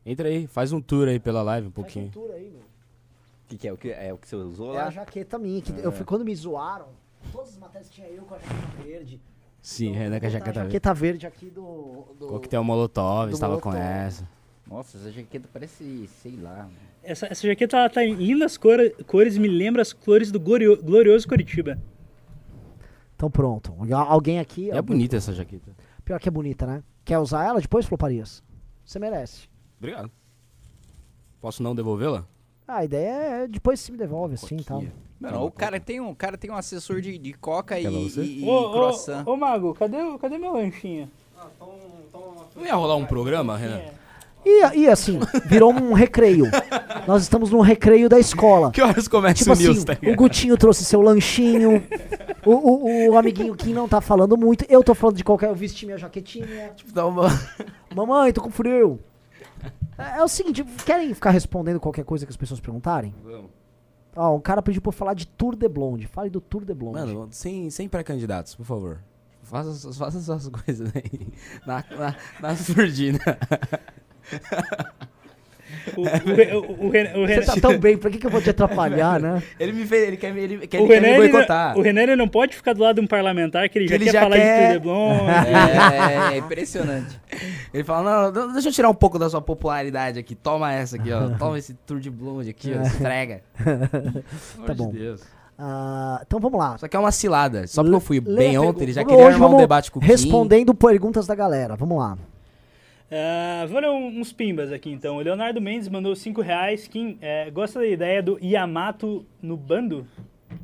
[SPEAKER 3] Entra aí, faz um tour aí pela live um
[SPEAKER 1] Faz um
[SPEAKER 3] pouquinho.
[SPEAKER 1] tour aí, meu.
[SPEAKER 5] O que, que é? O que, é o que você usou
[SPEAKER 1] É a
[SPEAKER 5] lá?
[SPEAKER 1] jaqueta minha. Que
[SPEAKER 3] É.
[SPEAKER 1] eu fui- quando me zoaram, todas as matérias tinha eu com a jaqueta verde.
[SPEAKER 3] Sim,
[SPEAKER 1] Então,
[SPEAKER 3] Renan com a
[SPEAKER 1] vou botar
[SPEAKER 3] jaqueta é? verde.
[SPEAKER 1] jaqueta verde aqui do. do...
[SPEAKER 3] Coquetel Molotov,
[SPEAKER 1] do
[SPEAKER 3] estava com
[SPEAKER 1] Molotov.
[SPEAKER 3] essa.
[SPEAKER 5] Nossa, essa jaqueta parece, sei lá.
[SPEAKER 2] Essa, essa jaqueta ela tá em lindas cor- cores, me lembra as cores do glorio- glorioso Curitiba.
[SPEAKER 1] Então pronto. Alguém aqui.
[SPEAKER 3] É bonita essa jaqueta.
[SPEAKER 1] Pior que é bonita, né? Quer usar ela depois, Floparias? Você merece.
[SPEAKER 3] Obrigado. Posso não devolvê-la?
[SPEAKER 1] Ah, a ideia é depois se me devolve, assim e tal.
[SPEAKER 3] Coquinha.
[SPEAKER 5] Mano, o cara tem um, o cara tem um assessor de, de coca e,
[SPEAKER 3] Quer lá você?
[SPEAKER 5] e, e
[SPEAKER 2] ô,
[SPEAKER 5] croissant.
[SPEAKER 2] ô, Mago, cadê, o- cadê meu lanchinho?
[SPEAKER 4] Ah, toma, toma uma
[SPEAKER 3] Não ia rolar um programa,
[SPEAKER 1] é.
[SPEAKER 3] Renan?
[SPEAKER 1] E, e assim, virou um recreio. Nós estamos num recreio da escola.
[SPEAKER 3] Que horas começa
[SPEAKER 1] Tipo
[SPEAKER 3] o
[SPEAKER 1] assim,
[SPEAKER 3] news, tá
[SPEAKER 1] o
[SPEAKER 3] ligado?
[SPEAKER 1] Gutinho trouxe seu lanchinho. O, o, o amiguinho que não tá falando muito. Eu tô falando de qualquer. Eu vesti minha jaquetinha.
[SPEAKER 3] Dá uma-
[SPEAKER 1] Mamãe, tô com frio. É, é o seguinte, querem ficar respondendo qualquer coisa que as pessoas perguntarem? Ó, um cara pediu pra eu falar de Tour de Blonde. Fale do Tour de Blonde.
[SPEAKER 3] Mano, sem, sem pré-candidatos, por favor. Faça, suas- faça suas [laughs] coisas aí. Na, na, na surdina.
[SPEAKER 2] O, o, o, o, Ren- o
[SPEAKER 1] Você
[SPEAKER 2] Renan,
[SPEAKER 1] tá tão bem, pra que, que eu vou te atrapalhar, né?
[SPEAKER 3] Ele me fez, ele quer, me- ele quer,
[SPEAKER 2] o
[SPEAKER 3] ele quer
[SPEAKER 2] Renan,
[SPEAKER 3] me
[SPEAKER 2] ele
[SPEAKER 3] boicotar.
[SPEAKER 2] não, é- o Renan, ele não pode ficar do lado de um parlamentar que ele já
[SPEAKER 3] Ele
[SPEAKER 2] quer
[SPEAKER 3] já
[SPEAKER 2] falar
[SPEAKER 3] quer-
[SPEAKER 2] de tudo, é
[SPEAKER 3] [laughs]
[SPEAKER 2] bom.
[SPEAKER 5] É, é impressionante.
[SPEAKER 3] Ele fala, não, não, deixa eu tirar um pouco da sua popularidade aqui. Toma essa aqui, ó. Toma esse tour de blonde aqui, ó. Entrega.
[SPEAKER 1] Tá bom.
[SPEAKER 3] De Deus.
[SPEAKER 1] [laughs] Ah, então vamos lá.
[SPEAKER 3] Isso aqui é uma cilada. Só porque eu fui
[SPEAKER 1] Le-
[SPEAKER 3] bem
[SPEAKER 1] pergun-
[SPEAKER 3] ontem, ele já
[SPEAKER 1] Vamos-
[SPEAKER 3] queria
[SPEAKER 1] hoje
[SPEAKER 3] armar um
[SPEAKER 1] vamos
[SPEAKER 3] debate com o Kim.
[SPEAKER 1] Respondendo perguntas da galera, vamos lá.
[SPEAKER 2] Ah, vou ler um- uns pimbas aqui então. O Leonardo Mendes mandou 5 reais. Kim, é, gosta da ideia do Yamato no bando?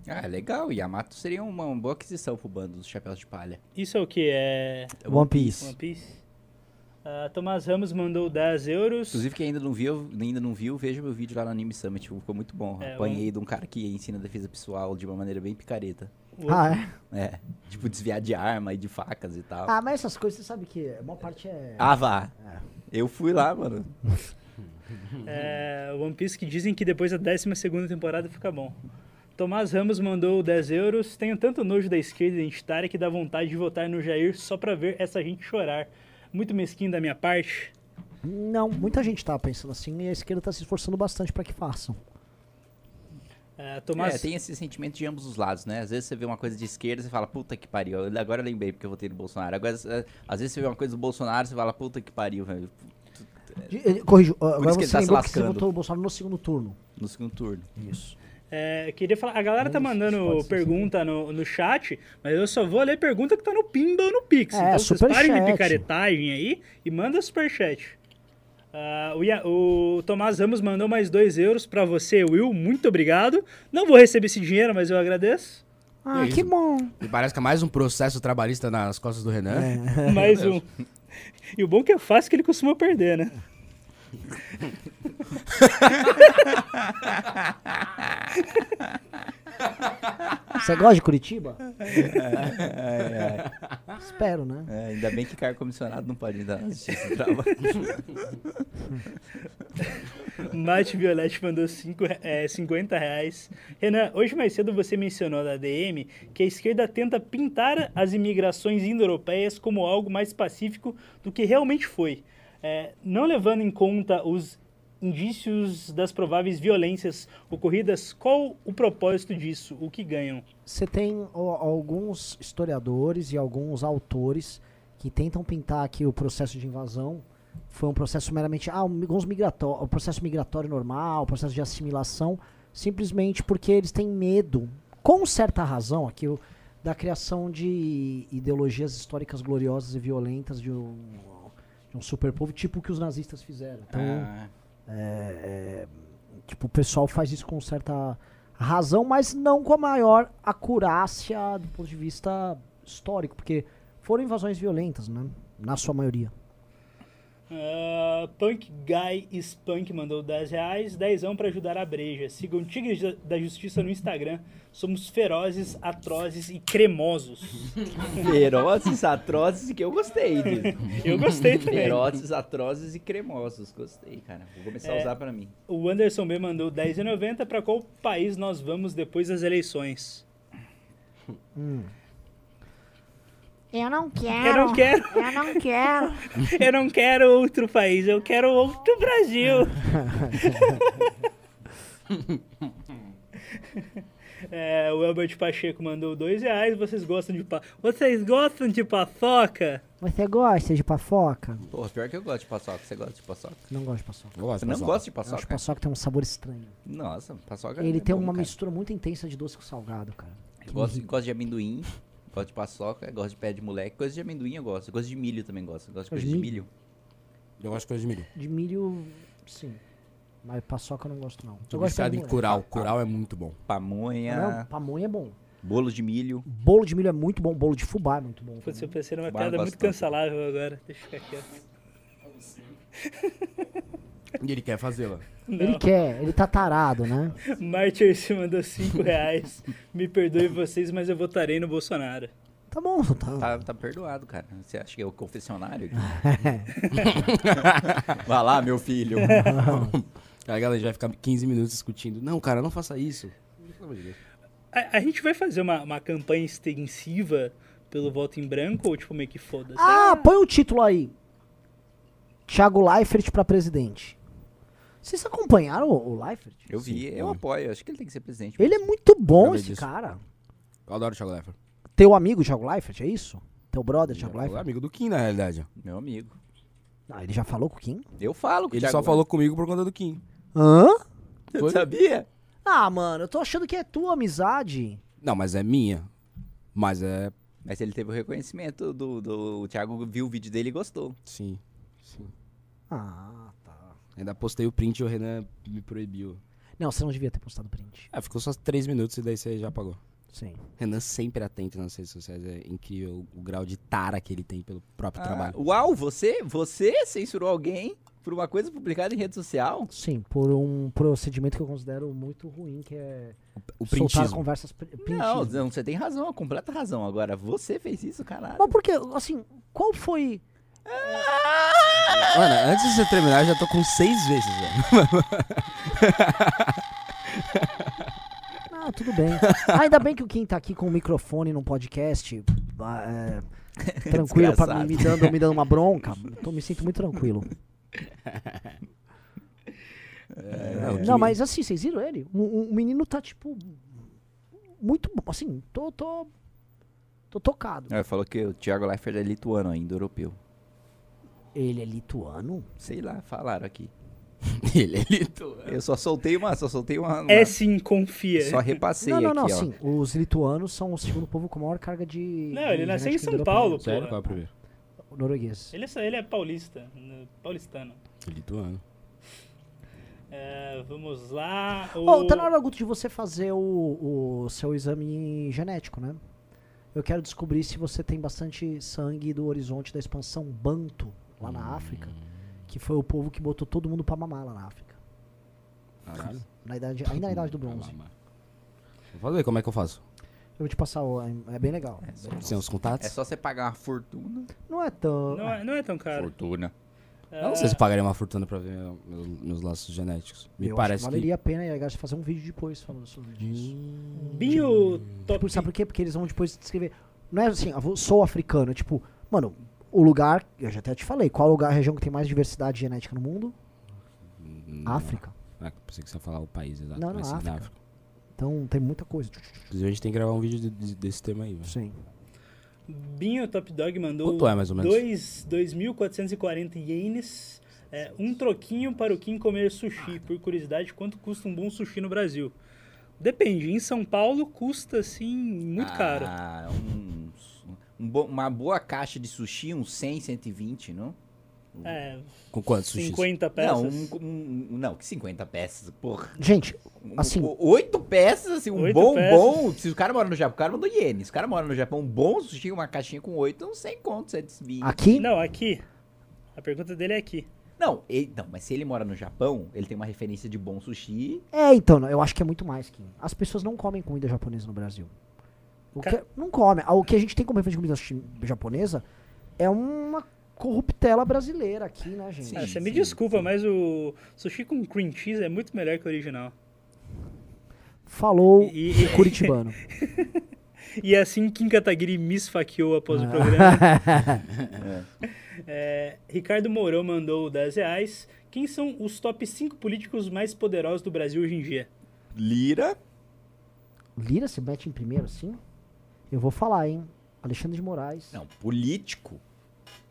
[SPEAKER 5] Ah, legal. Yamato seria uma, uma boa aquisição pro bando dos chapéus de palha.
[SPEAKER 2] Isso é o que? É
[SPEAKER 1] One
[SPEAKER 2] One
[SPEAKER 1] Piece.
[SPEAKER 2] Piece? Ah, Tomás Ramos mandou 10 euros.
[SPEAKER 5] Inclusive, quem ainda não viu, ainda não viu, veja meu vídeo lá no Anime Summit, ficou muito bom.
[SPEAKER 2] É,
[SPEAKER 5] Apanhei de um cara que ensina defesa pessoal de uma maneira bem picareta.
[SPEAKER 2] O-
[SPEAKER 1] Ah, é?
[SPEAKER 5] É, tipo desviar de arma e de facas e tal.
[SPEAKER 1] ah, mas essas coisas você sabe que a maior parte é.
[SPEAKER 5] Ah, vá. Eu fui lá, mano.
[SPEAKER 2] É, One Piece que dizem que depois da 12 temporada fica bom. Tomás Ramos mandou 10 euros. Tenho tanto nojo da esquerda identitária que dá vontade de votar no Jair só pra ver essa gente chorar. Muito mesquinho da minha parte.
[SPEAKER 1] Não, muita gente tá pensando assim e a esquerda tá se esforçando bastante pra que façam.
[SPEAKER 2] É, Tomás,
[SPEAKER 5] É, tem esse sentimento de ambos os lados, né? Às vezes você vê uma coisa de esquerda e você fala, puta que pariu. Eu- Agora eu lembrei porque eu votei no Bolsonaro. Agora, é, às vezes você vê uma coisa do Bolsonaro e você fala, puta que pariu, velho.
[SPEAKER 3] É.
[SPEAKER 1] De- eh, Corrijo, agora
[SPEAKER 5] isso
[SPEAKER 1] você
[SPEAKER 5] que ele tá se
[SPEAKER 1] lembrou que você
[SPEAKER 5] lascando.
[SPEAKER 1] votou o Bolsonaro no segundo turno.
[SPEAKER 5] No segundo turno.
[SPEAKER 1] Isso.
[SPEAKER 2] é, queria falar. A galera tá
[SPEAKER 1] Hum, isso
[SPEAKER 2] mandando
[SPEAKER 1] pode ser
[SPEAKER 2] pergunta no, no chat, mas eu só vou ler pergunta que tá no Pimba ou no Pix.
[SPEAKER 1] É,
[SPEAKER 2] então vocês parem de
[SPEAKER 1] superchat.
[SPEAKER 2] picaretagem aí e manda superchat. Ah, o, Ia- o Tomás Ramos mandou mais 2 euros pra você, Will. Muito obrigado. Não vou receber esse dinheiro, mas
[SPEAKER 1] [laughs]
[SPEAKER 2] eu agradeço.
[SPEAKER 1] Ah,
[SPEAKER 3] isso.
[SPEAKER 1] que bom.
[SPEAKER 3] E parece que é mais um processo trabalhista nas costas do Renan.
[SPEAKER 2] Mais um. E o bom que eu faço é que ele costuma perder, né?
[SPEAKER 1] Você gosta de
[SPEAKER 3] [laughs]
[SPEAKER 1] Curitiba?
[SPEAKER 3] É,
[SPEAKER 1] Espero, né?
[SPEAKER 5] É, ainda bem que cargo comissionado não pode dar na justiça
[SPEAKER 1] [laughs]
[SPEAKER 5] do trabalho.
[SPEAKER 2] [laughs] Mate Violete mandou cinco, re- é, 50 reais. Renan, hoje mais cedo você mencionou da DM que a esquerda tenta pintar as imigrações indo-europeias como algo mais pacífico do que realmente foi, É, não levando em conta os indícios das prováveis violências ocorridas. Qual o propósito disso? O que ganham?
[SPEAKER 1] Você tem ó, alguns historiadores e alguns autores que tentam pintar que o processo de invasão foi um processo meramente ah, um- alguns migratório, o processo migratório normal, o processo de assimilação, simplesmente porque eles têm medo, com certa razão, aqui eu- da criação de ideologias históricas gloriosas e violentas de um, de um superpovo, tipo o que os nazistas fizeram. Então,
[SPEAKER 5] Ah.
[SPEAKER 1] é, é, tipo, o pessoal faz isso com certa razão, mas não com a maior acurácia do ponto de vista histórico, porque foram invasões violentas, né? Na sua maioria.
[SPEAKER 2] Ah, Punk Guy Spunk mandou 10 reais, 10 pra ajudar a breja. Sigam Tigres da- da Justiça no Instagram. Somos ferozes, atrozes e cremosos.
[SPEAKER 5] Ferozes, atrozes, que eu gostei disso.
[SPEAKER 2] Eu gostei também.
[SPEAKER 5] Ferozes, atrozes e cremosos. Gostei, cara. Vou começar
[SPEAKER 1] É.
[SPEAKER 5] a usar pra mim.
[SPEAKER 2] O Anderson B mandou 10,90 pra qual país nós vamos depois das eleições?
[SPEAKER 8] Eu não quero.
[SPEAKER 2] Eu não quero,
[SPEAKER 8] Eu não [laughs] quero.
[SPEAKER 2] [laughs] eu não quero outro país, eu quero outro Brasil. É, o Albert Pacheco mandou dois reais. Vocês gostam de pa... vocês gostam de paçoca?
[SPEAKER 1] Você gosta de paçoca?
[SPEAKER 5] Pô, pior que eu gosto de paçoca. Você gosta de paçoca?
[SPEAKER 1] Não gosto de paçoca.
[SPEAKER 3] Eu gosto
[SPEAKER 5] Você
[SPEAKER 3] de
[SPEAKER 5] não
[SPEAKER 3] paçoca.
[SPEAKER 5] gosta de
[SPEAKER 1] Eu acho
[SPEAKER 5] paçoca?
[SPEAKER 1] paçoca tem um sabor estranho.
[SPEAKER 5] Nossa, paçoca.
[SPEAKER 1] Ele
[SPEAKER 5] é
[SPEAKER 1] tem
[SPEAKER 5] bom,
[SPEAKER 1] uma
[SPEAKER 5] cara.
[SPEAKER 1] mistura muito intensa de doce com salgado, cara.
[SPEAKER 5] Eu Gosto, gosto de amendoim. Gosto de paçoca, gosto de pé de moleque, coisa de amendoim eu gosto. Gosto de milho também gosto. Gosto
[SPEAKER 1] Gosto
[SPEAKER 5] de coisa
[SPEAKER 1] de
[SPEAKER 5] de milho.
[SPEAKER 3] Eu gosto de coisa de milho.
[SPEAKER 1] De milho, sim. Mas paçoca eu não gosto, não. Eu
[SPEAKER 3] Tô
[SPEAKER 1] gosto
[SPEAKER 3] viciado
[SPEAKER 1] de
[SPEAKER 3] em
[SPEAKER 1] pamonha.
[SPEAKER 3] curau. Curau é muito bom.
[SPEAKER 1] Não,
[SPEAKER 5] Pamonha,
[SPEAKER 1] pamonha é bom.
[SPEAKER 5] bolo de milho.
[SPEAKER 1] Bolo de milho é muito bom, bolo de fubá é muito bom.
[SPEAKER 2] Putz, eu
[SPEAKER 1] também.
[SPEAKER 2] pensei numa
[SPEAKER 5] Barra
[SPEAKER 2] piada muito
[SPEAKER 5] bastante.
[SPEAKER 2] cancelável agora. Deixa eu ficar quieto.
[SPEAKER 3] E ele quer fazê-la.
[SPEAKER 1] Ele quer, ele tá tarado, né?
[SPEAKER 2] Martyr se mandou 5 reais. Me perdoe vocês, mas eu votarei no Bolsonaro.
[SPEAKER 1] Tá bom, tá.
[SPEAKER 5] Tá, tá perdoado, cara. Você acha que é o confessionário?
[SPEAKER 1] Ah,
[SPEAKER 5] aqui? Vai lá,
[SPEAKER 3] [laughs]
[SPEAKER 5] meu filho.
[SPEAKER 3] Aí a galera já vai ficar 15 minutos discutindo. Não, cara, não faça isso. Pelo amor de Deus.
[SPEAKER 2] A, a gente vai fazer uma, uma campanha extensiva pelo voto em branco ou tipo meio que foda-se?
[SPEAKER 1] Ah, põe o título aí. Thiago Leifert pra presidente. Vocês acompanharam o, o Leifert?
[SPEAKER 5] Eu vi,
[SPEAKER 3] Sim,
[SPEAKER 5] eu
[SPEAKER 3] foi.
[SPEAKER 5] apoio. Acho que ele tem que ser presidente.
[SPEAKER 1] Ele é muito bom
[SPEAKER 3] Lembrei
[SPEAKER 1] esse
[SPEAKER 3] disso.
[SPEAKER 1] cara.
[SPEAKER 3] Eu adoro o Thiago Leifert.
[SPEAKER 1] Teu amigo Thiago Leifert, é isso? Teu brother Thiago
[SPEAKER 3] Ele é
[SPEAKER 1] Leifert?
[SPEAKER 3] amigo do Kim, na realidade.
[SPEAKER 5] Meu amigo.
[SPEAKER 1] Ah, ele já falou com o Kim?
[SPEAKER 5] Eu falo com o
[SPEAKER 3] Ele
[SPEAKER 5] Thiago é.
[SPEAKER 3] só falou comigo por conta do Kim.
[SPEAKER 1] Hã?
[SPEAKER 5] [laughs] Leifert. Você sabia?
[SPEAKER 1] Ah, mano, eu tô achando que é tua amizade.
[SPEAKER 3] Não, mas é minha. Mas é.
[SPEAKER 5] Mas ele teve o reconhecimento do, do... O Thiago viu o vídeo dele e gostou.
[SPEAKER 3] Sim. Sim.
[SPEAKER 1] Ah, tá.
[SPEAKER 3] Ainda postei o print e o Renan me proibiu.
[SPEAKER 1] Não, você não devia ter postado print.
[SPEAKER 3] Ah, ficou só 3 minutos e daí você já apagou.
[SPEAKER 1] Sim.
[SPEAKER 3] Renan sempre atento nas redes sociais. É incrível o, o grau de tara que ele tem pelo próprio
[SPEAKER 5] Ah,
[SPEAKER 3] trabalho.
[SPEAKER 5] uau, você, você censurou alguém por uma coisa publicada em rede social?
[SPEAKER 1] Sim, por um procedimento que eu considero muito ruim, que é
[SPEAKER 3] O
[SPEAKER 1] soltar
[SPEAKER 3] printismo.
[SPEAKER 1] conversas pri- printismo.
[SPEAKER 5] Não, não, você tem razão, completa razão. Agora, você fez isso, caralho.
[SPEAKER 1] Mas porque, assim, qual foi...
[SPEAKER 3] Mano, antes de você terminar, eu já tô com seis vezes, velho. [laughs]
[SPEAKER 1] Ah, tudo bem. Ainda bem que o Kim tá aqui com o microfone num podcast, ah,
[SPEAKER 5] [laughs]
[SPEAKER 1] é, tranquilo, pra mim, me, dando, me dando uma bronca. Então me sinto muito tranquilo.
[SPEAKER 5] É,
[SPEAKER 3] Não, o Kim-
[SPEAKER 1] Não, mas assim, vocês viram ele? O, o- o menino tá, tipo, muito, bom, assim, tô, tô, tô tocado.
[SPEAKER 5] Ele É, falou que o Thiago Leifert é lituano ainda, europeu.
[SPEAKER 1] Ele é lituano?
[SPEAKER 5] Sei lá, falaram aqui.
[SPEAKER 3] Ele é lituano.
[SPEAKER 5] Eu só soltei uma, só soltei uma. uma-
[SPEAKER 2] É sim, confia.
[SPEAKER 5] Só repassei
[SPEAKER 1] não, não, não,
[SPEAKER 5] aqui, ó.
[SPEAKER 1] sim. Os lituanos são o segundo povo com a maior carga de...
[SPEAKER 2] Não, ele
[SPEAKER 1] de
[SPEAKER 2] nasceu em
[SPEAKER 1] genética
[SPEAKER 2] São
[SPEAKER 1] europeia.
[SPEAKER 2] Paulo, pô.
[SPEAKER 3] Sério? Qual é o primeiro?
[SPEAKER 1] Norueguês.
[SPEAKER 2] Ele é, só- ele é paulista, né, paulistano.
[SPEAKER 3] Lituano.
[SPEAKER 2] É, vamos lá. O...
[SPEAKER 1] Ô, tá na hora, Guto, de você fazer o, o seu exame genético, né? Eu quero descobrir se você tem bastante sangue do horizonte da expansão Banto, lá na África, que foi o povo que botou todo mundo pra mamar lá na África.
[SPEAKER 3] Caralho.
[SPEAKER 1] Na idade, ainda na idade do bronze.
[SPEAKER 3] Vou fazer, como é que eu faço?
[SPEAKER 1] Eu vou te passar, o, é bem legal.
[SPEAKER 3] Sem os contatos?
[SPEAKER 5] É só você pagar uma fortuna.
[SPEAKER 1] Não é tão...
[SPEAKER 2] Não é, não é tão caro. É,
[SPEAKER 5] Fortuna.
[SPEAKER 1] É,
[SPEAKER 3] Eu não sei se pagaria uma fortuna pra ver meu- meus, meus laços genéticos. Me
[SPEAKER 1] eu
[SPEAKER 3] parece
[SPEAKER 1] acho que valeria a pena e acho, fazer um vídeo depois falando sobre isso.
[SPEAKER 2] Bio top.
[SPEAKER 1] Tipo, sabe por quê? Porque eles vão depois descrever. Não é assim, ah, vou- sou africano. é Tipo, mano, o lugar. Eu já até te falei, qual é lugar, a região que tem mais diversidade genética no mundo? África.
[SPEAKER 3] Ah, pensei que você ia falar o país, exato.
[SPEAKER 1] Não, não,
[SPEAKER 3] mas sim,
[SPEAKER 1] África.
[SPEAKER 3] na África.
[SPEAKER 1] Então tem muita coisa.
[SPEAKER 3] Inclusive, a gente tem que gravar um vídeo de- de- desse tema aí, velho.
[SPEAKER 1] Sim.
[SPEAKER 2] Binho Top Dog mandou
[SPEAKER 3] Quanto é, mais ou menos?
[SPEAKER 2] dois- 2.440 ienes, é, um troquinho para o Kim comer
[SPEAKER 1] Ah.
[SPEAKER 2] sushi. Por curiosidade, quanto custa um bom sushi no Brasil? Depende, em São Paulo custa assim muito caro.
[SPEAKER 5] Ah, um uns- um bo- uma boa caixa de sushi, uns 100, 120, não?
[SPEAKER 2] É,
[SPEAKER 3] Com quantos sushis?
[SPEAKER 2] 50
[SPEAKER 5] Não,
[SPEAKER 2] peças.
[SPEAKER 5] um, um- não, que 50 peças, porra.
[SPEAKER 1] Gente,
[SPEAKER 5] Um-
[SPEAKER 1] Assim.
[SPEAKER 5] o- Oito peças, assim, um
[SPEAKER 2] Oito
[SPEAKER 5] bom,
[SPEAKER 2] peças.
[SPEAKER 5] bom. Se o cara mora no Japão, o cara mandou ienes. Se o cara mora no Japão, um bom sushi, uma caixinha com oito, não sei é quanto, 120.
[SPEAKER 1] aqui.
[SPEAKER 2] Não, aqui. A pergunta dele é aqui.
[SPEAKER 5] Não, ele, não, mas se ele mora no Japão, ele tem uma referência de bom sushi.
[SPEAKER 1] É, então, eu acho que é muito mais, Kim. As pessoas não comem comida japonesa no Brasil. O
[SPEAKER 2] Ca-
[SPEAKER 1] que, não come. Ah, O que a gente tem como referência de comida chi- japonesa é uma corruptela brasileira aqui, né, gente?
[SPEAKER 5] Sim.
[SPEAKER 2] Ah, você me desculpa, mas o sushi com cream cheese é muito melhor que o original.
[SPEAKER 1] Falou
[SPEAKER 2] E-
[SPEAKER 1] o curitibano.
[SPEAKER 2] E é assim Kim Kataguiri me esfaqueou após
[SPEAKER 5] Ah.
[SPEAKER 2] o programa.
[SPEAKER 5] [laughs]
[SPEAKER 2] É, Ricardo Mourão mandou 10 reais. Quem são os top 5 políticos mais poderosos do Brasil hoje em dia?
[SPEAKER 5] Lira.
[SPEAKER 1] Lira se mete em primeiro, assim? Eu vou falar, hein? Alexandre de Moraes.
[SPEAKER 5] Não, político.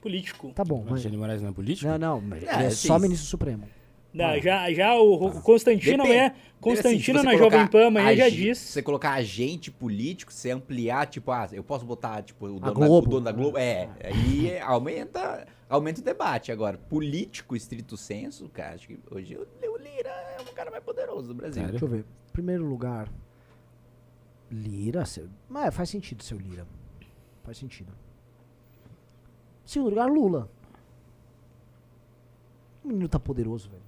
[SPEAKER 2] Político.
[SPEAKER 1] Tá bom, mas...
[SPEAKER 3] Alexandre Moraes não é político?
[SPEAKER 1] Não, não, mas
[SPEAKER 5] É,
[SPEAKER 1] ele é
[SPEAKER 5] assim,
[SPEAKER 1] só ministro supremo.
[SPEAKER 2] Não, já, já o, o Constantino
[SPEAKER 5] ah, Depende.
[SPEAKER 2] amanhã. Constantino
[SPEAKER 5] Assim, se você
[SPEAKER 2] na
[SPEAKER 5] colocar
[SPEAKER 2] Jovem Pan amanhã já
[SPEAKER 5] agi- Se
[SPEAKER 2] disse.
[SPEAKER 5] você colocar agente político, você ampliar, tipo, ah, eu posso botar, tipo, o dono, da-
[SPEAKER 1] Globo. Ah.
[SPEAKER 5] o dono Da, Globo. É, aí aumenta, aumenta o debate. Agora, político, estrito senso, cara, acho que hoje o o Lira é o cara mais poderoso do Brasil.
[SPEAKER 3] Sério?
[SPEAKER 1] Deixa eu ver. Primeiro lugar, Lira. Seu... Mas faz sentido, seu Lira. Faz sentido. Segundo lugar, Lula. O menino tá poderoso, velho.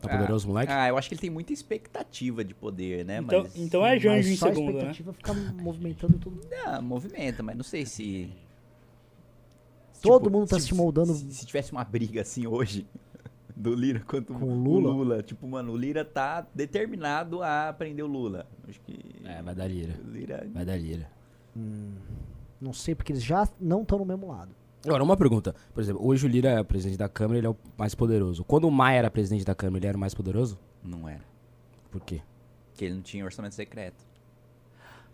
[SPEAKER 3] Tá poderoso, moleque?
[SPEAKER 5] Ah, eu acho que ele tem muita expectativa de poder, né?
[SPEAKER 2] Então,
[SPEAKER 5] mas...
[SPEAKER 2] então é Janjo em
[SPEAKER 1] Mas só a
[SPEAKER 2] segundo, né?
[SPEAKER 1] expectativa fica movimentando todo mundo.
[SPEAKER 5] Ah, movimenta, mas não sei se. se,
[SPEAKER 1] Todo mundo tá se moldando-
[SPEAKER 5] Se, se tivesse uma briga assim hoje, [laughs] do Lira quanto
[SPEAKER 1] Com o Lula?
[SPEAKER 5] Tipo, mano, o Lira tá determinado a prender o Lula. Acho que.
[SPEAKER 3] É, vai dar lira.
[SPEAKER 5] o Lira.
[SPEAKER 3] Vai dar lira.
[SPEAKER 1] Não sei, porque eles já não estão no mesmo lado.
[SPEAKER 3] Agora, uma pergunta. Por exemplo, hoje o Lira é presidente da Câmara, ele é o mais poderoso. Quando o Maia era presidente da Câmara, ele era o mais poderoso?
[SPEAKER 5] Não era.
[SPEAKER 3] Por quê?
[SPEAKER 5] Porque ele não tinha orçamento secreto.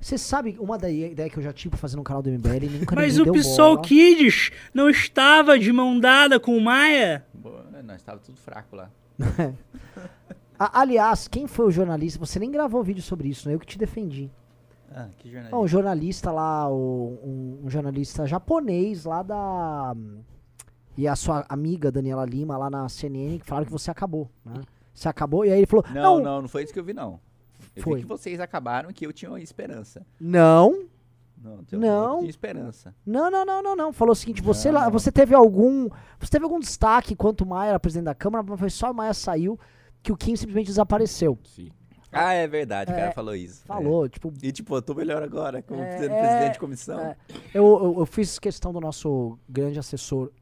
[SPEAKER 1] Você sabe uma da ideia que eu já tive pra fazer no canal do MBL e nunca
[SPEAKER 2] Mas
[SPEAKER 1] ninguém
[SPEAKER 2] o
[SPEAKER 1] deu
[SPEAKER 2] PSOL
[SPEAKER 1] bola.
[SPEAKER 2] Kids não estava de mão dada com o Maia?
[SPEAKER 5] Boa, Nós tava tudo fraco lá.
[SPEAKER 1] A- aliás, quem foi o jornalista? Você nem gravou vídeo sobre isso, né? Eu que te defendi.
[SPEAKER 5] Ah, que jornalista.
[SPEAKER 1] Não, um jornalista lá, o- um, um jornalista japonês lá da. E a sua amiga Daniela Lima lá na CNN que falaram que você acabou, né? Você acabou, e aí ele falou:
[SPEAKER 5] não,
[SPEAKER 1] Não, não,
[SPEAKER 5] não, não foi isso que eu vi, não. Eu
[SPEAKER 1] Foi.
[SPEAKER 5] vi que vocês acabaram e que eu tinha esperança.
[SPEAKER 1] não,
[SPEAKER 5] Não, eu
[SPEAKER 1] Não.
[SPEAKER 5] tinha esperança.
[SPEAKER 1] não, não, não, não, Falou o seguinte: você, lá, você teve algum. Você teve algum destaque enquanto o Maia era presidente da Câmara, mas foi só o Maia saiu que o Kim simplesmente desapareceu.
[SPEAKER 3] Sim.
[SPEAKER 5] Ah, é verdade, o cara falou isso. É.
[SPEAKER 1] Falou, tipo,
[SPEAKER 5] E tipo, eu tô melhor agora, como
[SPEAKER 1] É,
[SPEAKER 5] sendo
[SPEAKER 1] é,
[SPEAKER 5] presidente de comissão.
[SPEAKER 1] é. Eu, eu, eu fiz questão do nosso grande assessor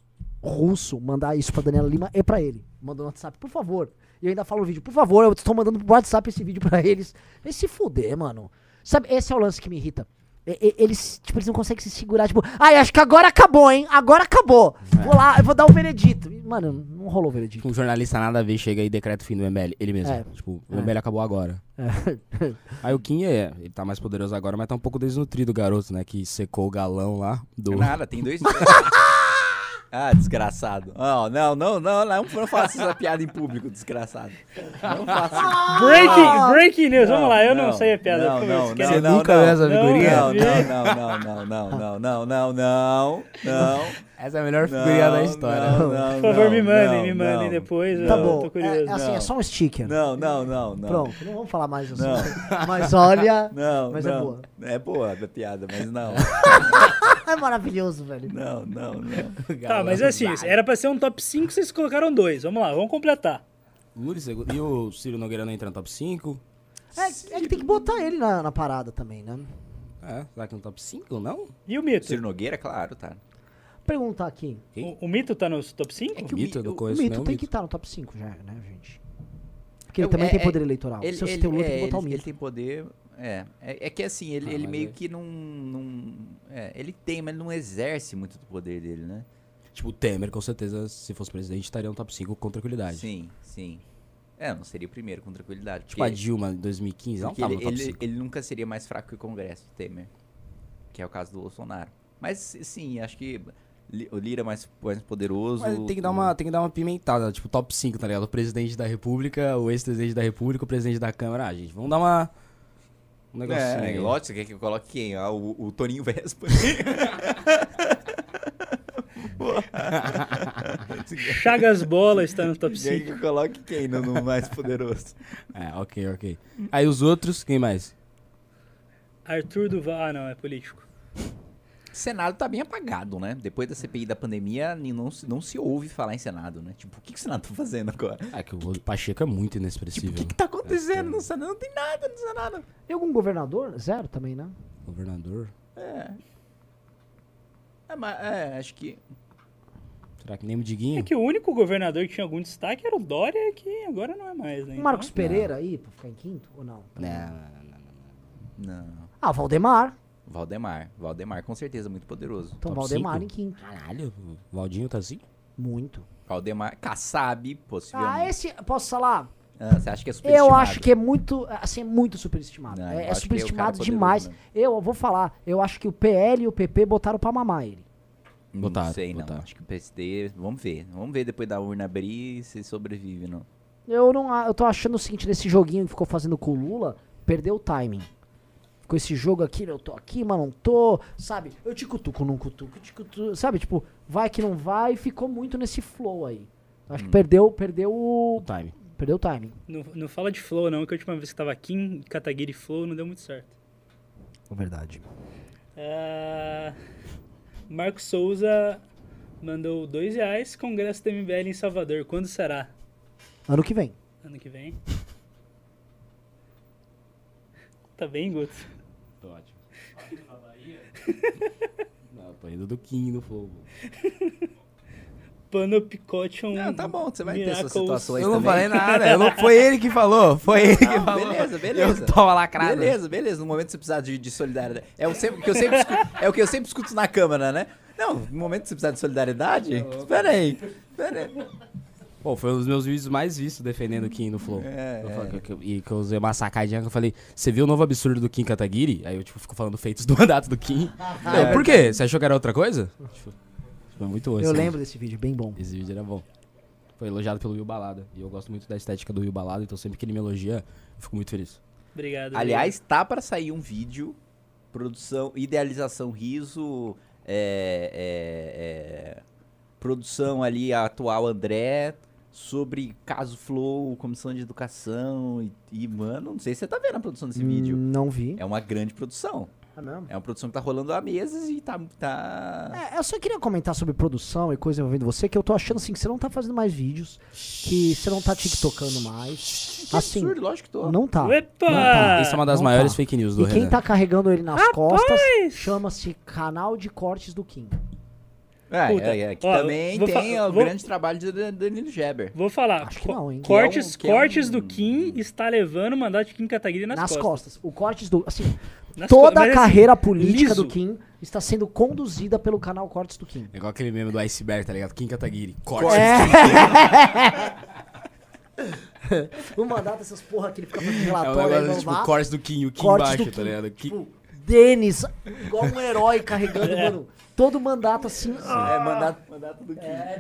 [SPEAKER 1] russo mandar isso pra Daniela Lima e pra ele. Mandou no WhatsApp, por favor. E eu ainda falo no vídeo, por favor, eu estou mandando pro WhatsApp esse vídeo pra eles. Eles se fuder, mano. Sabe, esse é o lance que me irrita. E- e- Eles, tipo, eles não conseguem se segurar, tipo, ai, acho que agora acabou, hein? Agora acabou. Vou lá, eu vou dar o veredito. E, Mano, não rolou o veredito.
[SPEAKER 3] Um jornalista nada a ver chega aí decreta o fim do MBL. Ele mesmo.
[SPEAKER 1] É.
[SPEAKER 3] Tipo, o MBL acabou agora. Aí o Kim é, ele tá mais poderoso agora, mas tá um pouco desnutrido o garoto, né? Que secou o galão lá do.
[SPEAKER 5] Nada, tem dois.
[SPEAKER 1] [laughs]
[SPEAKER 5] ah, desgraçado. Não, não, não, não, não, não faça essa piada em público, desgraçado. Não faça.
[SPEAKER 1] Ah!
[SPEAKER 2] Breaking, breaking news, vamos lá, eu não,
[SPEAKER 5] não,
[SPEAKER 2] sei a piada.
[SPEAKER 5] não,
[SPEAKER 2] Pô,
[SPEAKER 5] não,
[SPEAKER 2] esquece.
[SPEAKER 3] Você
[SPEAKER 5] Não,
[SPEAKER 3] nunca
[SPEAKER 5] não,
[SPEAKER 3] viu essa
[SPEAKER 2] não,
[SPEAKER 3] figurinha?
[SPEAKER 5] Não, não, não, não, não, não, não, não, não, não.
[SPEAKER 3] Essa é a melhor
[SPEAKER 5] não,
[SPEAKER 3] figurinha da história.
[SPEAKER 5] não,
[SPEAKER 3] [laughs]
[SPEAKER 5] não,
[SPEAKER 2] Por favor,
[SPEAKER 5] não,
[SPEAKER 2] me mandem, me
[SPEAKER 5] não,
[SPEAKER 2] mandem
[SPEAKER 5] não.
[SPEAKER 2] depois.
[SPEAKER 1] Tá
[SPEAKER 2] eu
[SPEAKER 1] bom.
[SPEAKER 2] tô
[SPEAKER 1] É,
[SPEAKER 2] curioso.
[SPEAKER 1] assim, é só um sticker.
[SPEAKER 5] Não, não, não, não.
[SPEAKER 1] Pronto, não vamos falar mais assim. [laughs]
[SPEAKER 5] Não.
[SPEAKER 1] Mas olha,
[SPEAKER 5] Não,
[SPEAKER 1] Mas é
[SPEAKER 5] não.
[SPEAKER 1] boa.
[SPEAKER 5] É boa a piada,
[SPEAKER 1] [laughs]
[SPEAKER 5] mas não.
[SPEAKER 1] é maravilhoso, velho.
[SPEAKER 5] Não, não, não.
[SPEAKER 2] Tá, mas assim, era pra ser um top 5, vocês colocaram dois. Vamos lá, vamos completar.
[SPEAKER 3] Lula em segundo. E o Ciro Nogueira não entra no top 5?
[SPEAKER 1] É, é que tem que botar ele na, na parada também, né?
[SPEAKER 3] É, será que no top 5 não?
[SPEAKER 2] E o mito?
[SPEAKER 5] Ciro Nogueira, claro, tá.
[SPEAKER 1] Perguntar aqui.
[SPEAKER 2] O, o mito tá nos top 5?
[SPEAKER 5] que o
[SPEAKER 3] mito, eu
[SPEAKER 5] mi-
[SPEAKER 3] não
[SPEAKER 5] o
[SPEAKER 1] O
[SPEAKER 3] conheço
[SPEAKER 1] mito
[SPEAKER 3] nenhum
[SPEAKER 1] tem
[SPEAKER 3] mito.
[SPEAKER 1] que estar no top 5 já, né, gente? Porque ele
[SPEAKER 5] Eu-
[SPEAKER 1] também
[SPEAKER 5] é-
[SPEAKER 1] tem
[SPEAKER 5] é-
[SPEAKER 1] poder
[SPEAKER 3] Ah,
[SPEAKER 1] eleitoral. Se você tem o Lula, tem que botar o
[SPEAKER 5] ele-
[SPEAKER 1] mito.
[SPEAKER 5] ele tem poder. É, é, é que assim, ele,
[SPEAKER 3] é Ah,
[SPEAKER 5] ele
[SPEAKER 3] mas
[SPEAKER 5] meio
[SPEAKER 3] aí-
[SPEAKER 5] que não. não é, ele tem, mas ele não exerce muito do poder dele, né?
[SPEAKER 3] Tipo, o Temer, com certeza, se fosse presidente, estaria no top 5 com tranquilidade.
[SPEAKER 5] Sim, sim. É, não seria o primeiro, com tranquilidade.
[SPEAKER 3] Tipo, a tá Dilma em 2015, ela não
[SPEAKER 5] porque
[SPEAKER 3] tava no
[SPEAKER 5] ele,
[SPEAKER 3] top
[SPEAKER 5] ele,
[SPEAKER 3] 5.
[SPEAKER 5] ele nunca seria mais fraco que o Congresso, o Temer. Que é o caso do Bolsonaro. Mas sim, acho que li- o Lira é mais, mais poderoso.
[SPEAKER 3] Mas tem que, dar
[SPEAKER 5] o-
[SPEAKER 3] uma, tem que dar uma pimentada, tipo, top 5, tá ligado? O presidente da república, o ex-presidente da república, o presidente da câmara. Ah, gente, vamos dar uma... Um negocinho
[SPEAKER 5] É,
[SPEAKER 3] aí.
[SPEAKER 5] lógico, você quer que eu coloque quem? Ah, o,
[SPEAKER 3] [laughs]
[SPEAKER 5] o [laughs] Toninho Vespa. Porra.
[SPEAKER 2] Chagas Bola está no top
[SPEAKER 5] [laughs]
[SPEAKER 2] 5.
[SPEAKER 5] que coloque quem no, no mais [laughs] poderoso?
[SPEAKER 3] É, ok, ok. Aí os outros, quem mais?
[SPEAKER 2] Arthur Duval. Ah, não, é político.
[SPEAKER 5] Senado tá bem apagado, né? Depois da CPI da pandemia, ni- não se, não se ouve falar em Senado, né? Tipo, o que, que o Senado tá fazendo agora?
[SPEAKER 3] Ah, que o Pacheco é muito
[SPEAKER 5] Tipo, o
[SPEAKER 3] inexpressível.
[SPEAKER 5] que, que tá acontecendo no Senado? Não tem nada no Senado.
[SPEAKER 1] E algum governador? Zero também, né?
[SPEAKER 3] Governador.
[SPEAKER 5] É, mas, é, acho que...
[SPEAKER 3] Será que nem o Diguinho?
[SPEAKER 2] É que o único governador que tinha algum destaque era o Dória, que agora não é mais, né?
[SPEAKER 1] O Marcos
[SPEAKER 2] Então,
[SPEAKER 1] Pereira aí, pra ficar em quinto ou não?
[SPEAKER 3] Não,
[SPEAKER 5] Não.
[SPEAKER 1] Ah, Valdemar.
[SPEAKER 5] Valdemar. Valdemar, com certeza, muito poderoso.
[SPEAKER 1] Então
[SPEAKER 3] Top
[SPEAKER 1] Valdemar
[SPEAKER 3] cinco?
[SPEAKER 1] em quinto.
[SPEAKER 3] Caralho, o Valdinho tá assim?
[SPEAKER 1] Muito.
[SPEAKER 5] Valdemar, Kassab,
[SPEAKER 1] Ah,
[SPEAKER 5] possivelmente.
[SPEAKER 1] esse, posso falar?
[SPEAKER 5] Ah, você acha que é superestimado?
[SPEAKER 1] Eu acho que é muito, assim, é muito superestimado.
[SPEAKER 5] Não, eu
[SPEAKER 1] é é
[SPEAKER 5] acho que é o cara
[SPEAKER 1] superestimado
[SPEAKER 5] poderoso né?
[SPEAKER 1] demais.
[SPEAKER 5] mesmo.
[SPEAKER 1] Eu vou falar, eu acho que o PL e o PP botaram pra mamar ele.
[SPEAKER 3] Botaram,
[SPEAKER 5] não sei,
[SPEAKER 3] botaram.
[SPEAKER 5] não. Acho que o PSD... Vamos ver. Vamos ver depois da urna abrir se sobrevive, não.
[SPEAKER 1] Eu não, a- eu tô achando o seguinte, nesse joguinho que ficou fazendo com o Lula, perdeu o timing. Ficou esse jogo aqui, eu tô aqui, mas não tô, sabe? Eu te cutuco, não cutuco, eu te cutuco, sabe? Tipo, vai que não vai, ficou muito nesse flow aí. Eu
[SPEAKER 5] Hum.
[SPEAKER 1] Acho que perdeu, perdeu o,
[SPEAKER 3] O time.
[SPEAKER 1] perdeu o timing.
[SPEAKER 2] Não, não fala de Flow, não, que a última vez que tava aqui em Kataguiri Flow não deu muito certo.
[SPEAKER 1] Verdade.
[SPEAKER 2] Ah, Marcos Souza mandou dois reais, Congresso do MBL em Salvador. Quando será?
[SPEAKER 1] Ano que vem.
[SPEAKER 2] Ano que vem? Tá bem, Guto?
[SPEAKER 3] Tô ótimo. [laughs] Não, tô indo do Kim no fogo.
[SPEAKER 2] Panopicotion.
[SPEAKER 5] Não, tá bom, você vai ter
[SPEAKER 2] Miracles.
[SPEAKER 5] suas situações
[SPEAKER 3] Eu não
[SPEAKER 5] também. Ah, tá
[SPEAKER 3] falei nada, eu não- foi ele que falou, foi ele que falou.
[SPEAKER 5] Beleza, beleza.
[SPEAKER 3] Eu tava lacrado.
[SPEAKER 5] Beleza, beleza. No momento que você precisar de, de solidariedade. É o, sempre, que eu sempre escu- é o que eu sempre escuto na Câmara, né? Não, no momento que você precisar de solidariedade. Espera aí. Espera aí.
[SPEAKER 3] Pô, foi um dos meus vídeos mais vistos defendendo o Kim no Flow.
[SPEAKER 5] É,
[SPEAKER 3] Eu falei que eu- e que eu usei uma sacadinha que eu falei, você viu o novo absurdo do Kim Kataguiri? Aí eu, tipo, fico falando feitos do [laughs] mandato do Kim.
[SPEAKER 5] Ah, é
[SPEAKER 3] Eu, por quê? Você achou que era outra coisa? Tipo, foi muito bom.
[SPEAKER 1] eu
[SPEAKER 5] é.
[SPEAKER 3] esse
[SPEAKER 1] lembro desse vídeo, bem bom.
[SPEAKER 3] Esse vídeo era bom. Foi elogiado pelo Will Balada. E eu gosto muito da estética do Will Balada, então sempre que ele me elogia, eu fico muito feliz.
[SPEAKER 2] Obrigado.
[SPEAKER 5] Aliás, tá pra sair um vídeo. Produção, idealização, riso. é, é, é, produção ali, a atual André. Sobre caso Flow, comissão de educação. E, e, mano, não sei se você tá vendo a produção desse vídeo.
[SPEAKER 1] Hum, Não vi.
[SPEAKER 5] É uma grande produção.
[SPEAKER 1] Ah, não?
[SPEAKER 5] É uma produção que tá rolando há meses e tá. tá...
[SPEAKER 1] É, eu só queria comentar sobre produção e coisa envolvendo você, que eu tô achando assim que você não tá fazendo mais vídeos, que você não tá tiktokando mais. Assim,
[SPEAKER 5] absurdo, lógico que tô.
[SPEAKER 1] não tá.
[SPEAKER 2] Epa!
[SPEAKER 1] Não
[SPEAKER 3] Isso é uma das
[SPEAKER 1] não
[SPEAKER 3] maiores
[SPEAKER 1] tá.
[SPEAKER 3] fake news do
[SPEAKER 1] E quem
[SPEAKER 3] Renan.
[SPEAKER 1] tá carregando ele nas costas chama-se canal de cortes do Kim.
[SPEAKER 5] É,
[SPEAKER 2] Puta,
[SPEAKER 5] é, é, que
[SPEAKER 2] ó,
[SPEAKER 5] também
[SPEAKER 2] vou fa-
[SPEAKER 5] tem o
[SPEAKER 2] vou-
[SPEAKER 5] grande trabalho de Dan- Danilo Geber.
[SPEAKER 2] Vou falar.
[SPEAKER 1] Acho que
[SPEAKER 2] co-
[SPEAKER 1] não, hein?
[SPEAKER 2] Cortes,
[SPEAKER 5] Que é um- que é um-
[SPEAKER 2] cortes do Kim está levando o mandato de Kim Kataguiri nas,
[SPEAKER 1] Nas, costas. O cortes do. Assim,
[SPEAKER 2] Nas
[SPEAKER 1] toda
[SPEAKER 2] costas,
[SPEAKER 1] a
[SPEAKER 2] mas, é assim,
[SPEAKER 1] carreira política
[SPEAKER 2] liso.
[SPEAKER 1] do Kim está sendo conduzida pelo canal Cortes do Kim.
[SPEAKER 3] É igual aquele meme do iceberg, tá ligado? Kim Kataguiri,
[SPEAKER 1] É,
[SPEAKER 3] corte.
[SPEAKER 1] tá O mandato dessas porra que ele fica fazendo
[SPEAKER 3] É um
[SPEAKER 1] relatório aí,
[SPEAKER 3] negócio
[SPEAKER 1] não
[SPEAKER 3] tipo
[SPEAKER 1] dá.
[SPEAKER 3] corte do Kim, o Kim
[SPEAKER 1] Cortes
[SPEAKER 3] embaixo,
[SPEAKER 1] do
[SPEAKER 3] tá
[SPEAKER 1] Kim.
[SPEAKER 3] ligado? Kim-
[SPEAKER 1] Tipo, Denis, igual um herói carregando, mano. Todo mandato assim. ah,
[SPEAKER 5] É, mandato, mandato do Kim.
[SPEAKER 2] [laughs]
[SPEAKER 1] é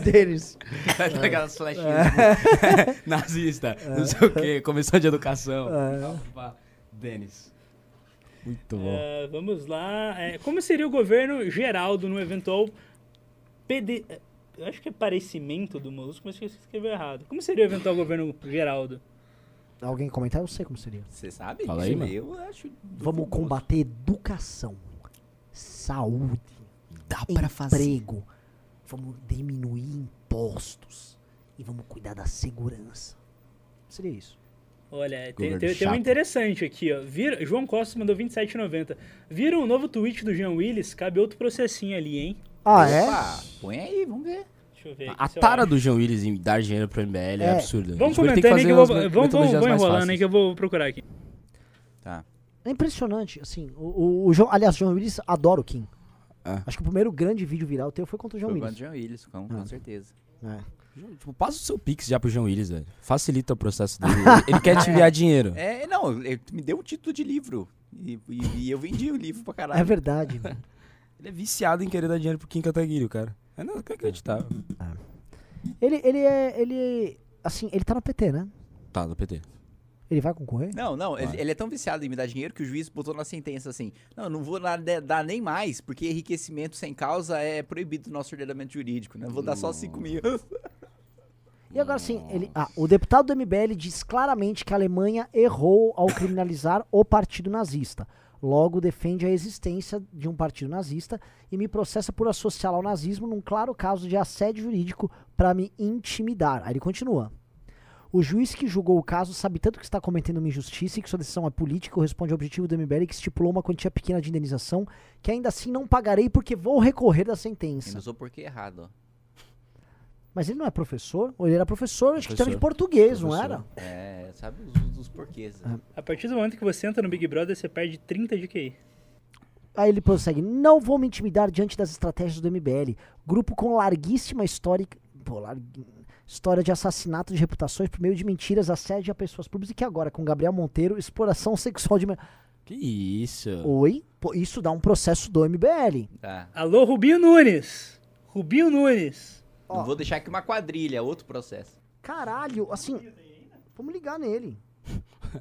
[SPEAKER 1] Denis.
[SPEAKER 2] É.
[SPEAKER 3] Aquelas flechinhas. tipo, [laughs] Nazista, não sei o quê, comissão de educação.
[SPEAKER 2] É.
[SPEAKER 3] Pá, Denis. Muito bom.
[SPEAKER 2] eh, vamos lá. Eh, como seria o governo Geraldo no eventual PD... eh, Eu acho que é parecimento do Molusco, mas acho que você escreveu errado. Como seria o eventual governo Geraldo?
[SPEAKER 1] Alguém comentar? Eu sei como seria.
[SPEAKER 5] Você sabe?
[SPEAKER 3] Fala aí,
[SPEAKER 5] Eu-
[SPEAKER 3] mano.
[SPEAKER 5] Eu acho.
[SPEAKER 1] Vamos combater educação, saúde, Ah,
[SPEAKER 3] Dá
[SPEAKER 1] emprego. Vamos diminuir impostos e vamos cuidar da segurança. Seria isso.
[SPEAKER 2] Olha, tem,
[SPEAKER 3] Governo
[SPEAKER 2] tem, tem um
[SPEAKER 3] chato.
[SPEAKER 2] interessante aqui, ó. Vira- João Costa mandou 27,90. Viram o um novo tweet do Jean Willis? Cabe outro processinho ali, hein?
[SPEAKER 1] Ah,
[SPEAKER 5] Opa, põe aí, vamos ver.
[SPEAKER 2] Deixa eu ver.
[SPEAKER 3] A
[SPEAKER 2] aqui se eu
[SPEAKER 3] tara
[SPEAKER 2] acho.
[SPEAKER 3] do João Willis em dar dinheiro pro MBL é,
[SPEAKER 1] É.
[SPEAKER 3] absurda.
[SPEAKER 2] Vamos
[SPEAKER 3] A gente vai ter
[SPEAKER 2] comentando aí que eu
[SPEAKER 3] umas
[SPEAKER 2] vou,
[SPEAKER 3] met-
[SPEAKER 2] vamos, vamos,
[SPEAKER 3] metodologias
[SPEAKER 2] vamos
[SPEAKER 3] mais
[SPEAKER 2] enrolando
[SPEAKER 3] fáceis.
[SPEAKER 2] aí que eu vou procurar aqui.
[SPEAKER 1] É impressionante, assim. O, o, o João, aliás, o João Willis adora o Kim.
[SPEAKER 3] É.
[SPEAKER 1] Acho que o primeiro grande vídeo viral teu foi contra o João
[SPEAKER 5] Foi o
[SPEAKER 1] Willis. Ah.
[SPEAKER 5] John Willis, com, com certeza.
[SPEAKER 1] É.
[SPEAKER 3] Tipo, passa o seu pix já pro João Willis, velho. Facilita o processo dele. Ele- Ele quer te enviar dinheiro. [laughs]
[SPEAKER 5] É, não, ele me deu um título de livro. E, e- e eu vendi o livro pra
[SPEAKER 1] É
[SPEAKER 5] caralho.
[SPEAKER 1] verdade. né?
[SPEAKER 3] Ele é viciado em querer dar dinheiro pro Kim Kataguiri, o cara. É não, que acreditável.
[SPEAKER 1] ele, ele é. Ele. Assim, ele tá no PT, né?
[SPEAKER 3] Tá, do PT.
[SPEAKER 1] Ele vai concorrer?
[SPEAKER 5] Não, não,
[SPEAKER 1] Ah.
[SPEAKER 5] ele, ele é tão viciado em me dar dinheiro que o juiz botou na sentença assim: não, não vou na- de- dar nem mais, porque enriquecimento sem causa é proibido no nosso ordenamento jurídico, né? Vou dar só 5 mil.
[SPEAKER 1] E agora sim, ele, ah, o deputado do MBL diz claramente que a Alemanha errou ao criminalizar o partido nazista. Logo, defende a existência de um partido nazista e me processa por associar ao nazismo num claro caso de assédio jurídico para me intimidar. Aí ele continua. O juiz que julgou o caso sabe tanto que está cometendo uma injustiça e que sua decisão é política e corresponde ao objetivo do MBL que estipulou uma quantia pequena de indenização que ainda assim não pagarei porque vou recorrer da sentença.
[SPEAKER 5] Ele usou porque errado, ó.
[SPEAKER 1] Mas ele não é professor? Ou ele era professor, acho que também de
[SPEAKER 3] Professor.
[SPEAKER 1] português, não
[SPEAKER 3] Professor.
[SPEAKER 1] era?
[SPEAKER 5] É, sabe os, os- os porquês. né?
[SPEAKER 1] Ah.
[SPEAKER 2] A partir do momento que você entra no Big Brother, você perde 30 de QI.
[SPEAKER 1] Aí ele prossegue: Não vou me intimidar diante das estratégias do MBL. Grupo com larguíssima história. Pô, largui- História de assassinato de reputações por meio de mentiras, assédio a pessoas públicas. E que agora, com Gabriel Monteiro, exploração sexual de. men-
[SPEAKER 3] Que isso?
[SPEAKER 1] Oi? Pô, isso dá um processo do MBL.
[SPEAKER 5] Tá.
[SPEAKER 2] Alô, Rubinho Nunes! Rubinho Nunes!
[SPEAKER 1] Ó.
[SPEAKER 5] Não vou deixar aqui uma quadrilha, outro processo.
[SPEAKER 1] Caralho, assim. Vamos ligar nele.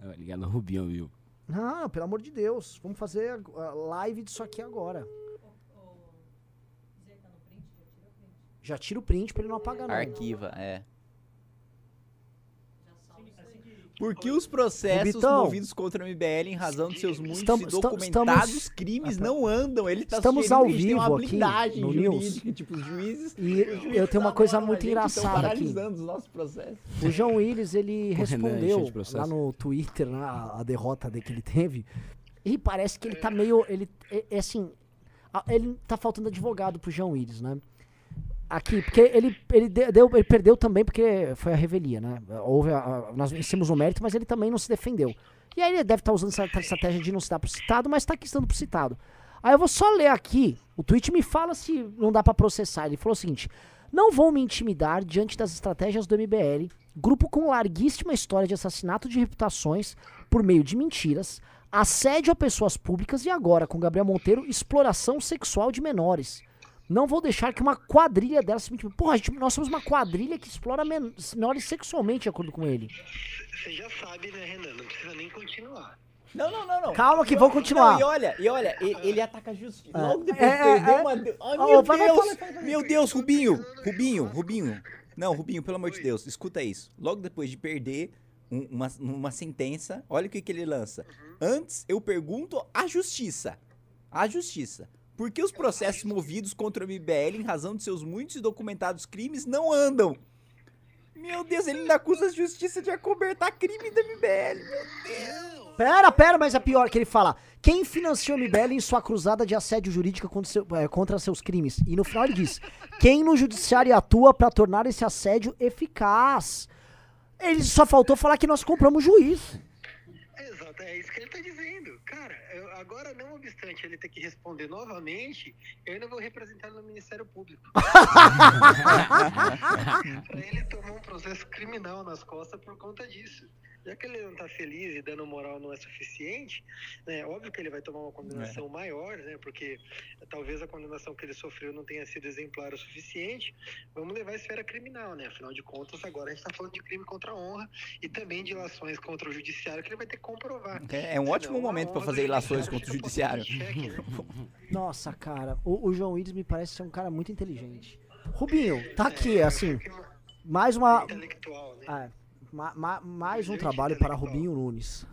[SPEAKER 3] Vai ligar no Rubinho, Tá viu?
[SPEAKER 1] Não, pelo amor de Deus. Vamos fazer a- a live disso aqui agora. Já tira o print pra ele não apagar, não.
[SPEAKER 5] Arquiva, é. Por que os processos
[SPEAKER 1] Vitão.
[SPEAKER 5] movidos contra o MBL em razão de seus muitos
[SPEAKER 1] Estamos-
[SPEAKER 5] e
[SPEAKER 1] esta-
[SPEAKER 5] documentados
[SPEAKER 1] estamos-
[SPEAKER 5] crimes não andam? Ele tá
[SPEAKER 1] Estamos
[SPEAKER 5] sugerindo
[SPEAKER 1] ao
[SPEAKER 5] que a gente tem
[SPEAKER 1] vivo
[SPEAKER 5] uma
[SPEAKER 1] aqui
[SPEAKER 5] blindagem
[SPEAKER 1] no
[SPEAKER 5] jurídica, tipo, os juízes... tá
[SPEAKER 1] E eu tenho uma coisa muito
[SPEAKER 5] um
[SPEAKER 1] engraçada aqui.
[SPEAKER 5] paralisando os nossos processos.
[SPEAKER 1] O João Willis,
[SPEAKER 3] [laughs]
[SPEAKER 1] ele
[SPEAKER 3] O Renan é
[SPEAKER 1] respondeu
[SPEAKER 3] cheio de processo.
[SPEAKER 1] lá no Twitter, né, a, a derrota de- que ele teve. E parece que ele tá meio. Ele, é, é assim. a- ele tá faltando advogado pro João Willis, né? Aqui, porque ele, ele, de- deu, ele perdeu também porque foi a revelia, né? Houve a- a- nós vencemos o mérito, mas ele também não se defendeu. E aí ele deve estar usando essa estratégia de não se dar pro citado, mas tá aqui estando pro citado. Aí eu vou só ler aqui. O tweet me fala se não dá pra processar. Ele falou o seguinte: não vou me intimidar diante das estratégias do MBL, grupo com larguíssima história de assassinato de reputações por meio de mentiras, assédio a pessoas públicas e agora, com Gabriel Monteiro, exploração sexual de menores. Não vou deixar que uma quadrilha dela se intimide. Porra, a gente- nós somos uma quadrilha que explora men- menores sexualmente, de acordo com ele.
[SPEAKER 7] Você já sabe, né, Renan? Não precisa nem continuar.
[SPEAKER 5] Não, não, não, não.
[SPEAKER 1] Calma que vou
[SPEAKER 5] Não,
[SPEAKER 1] continuar.
[SPEAKER 5] e olha, e olha, e- ele, ataca a justiça. Logo depois
[SPEAKER 1] É, é,
[SPEAKER 5] que perdeu
[SPEAKER 1] é.
[SPEAKER 5] uma. de- Ai,
[SPEAKER 1] Ô,
[SPEAKER 5] meu
[SPEAKER 1] vai, vai,
[SPEAKER 5] Deus!
[SPEAKER 1] fala,
[SPEAKER 5] Meu Deus, Rubinho! Rubinho, Rubinho. Não, Rubinho, pelo amor de Deus, escuta isso. Logo depois de perder um- uma, uma sentença, olha o que, que ele lança. Antes, eu pergunto à justiça. À justiça. Por que os processos movidos contra o MBL em razão de seus muitos e documentados crimes não andam? Meu Deus, ele ainda acusa a justiça de acobertar crime do MBL.
[SPEAKER 1] Pera, pera, mas é pior que ele fala. Quem financiou o MBL em sua cruzada de assédio jurídica contra, seu- eh, contra seus crimes? E no final ele diz: quem no judiciário atua pra tornar esse assédio eficaz? Ele só faltou falar que nós compramos juiz.
[SPEAKER 7] Exato, é isso que ele tá dizendo. Cara, eu- agora, não obstante ele ter que responder novamente, eu ainda vou representar no
[SPEAKER 1] [laughs]
[SPEAKER 7] Ministério Público. pra ele tomar um processo criminal nas costas por conta disso. Já que ele não tá feliz e dando moral não é suficiente, né, óbvio que ele vai tomar uma
[SPEAKER 5] É.
[SPEAKER 7] condenação maior, né? Porque talvez a condenação que ele sofreu não tenha sido exemplar o suficiente. Vamos levar a esfera criminal, né? Afinal de contas, agora a gente tá falando de crime contra a honra e também de ilações contra o judiciário que ele vai ter que comprovar.
[SPEAKER 5] É é um ótimo
[SPEAKER 7] Senão, a
[SPEAKER 5] momento pra
[SPEAKER 7] honra do
[SPEAKER 5] fazer ilações contra o
[SPEAKER 7] judiciário
[SPEAKER 5] judiciário.
[SPEAKER 7] fica posta em xeque, né?
[SPEAKER 1] Nossa, cara, o, o João Willis me parece ser um cara muito inteligente. Rubinho, tá aqui,
[SPEAKER 7] É,
[SPEAKER 1] assim, mais uma.
[SPEAKER 7] Intelectual, né?
[SPEAKER 1] ah, ma- ma- mais um trabalho para Rubinho Nunes.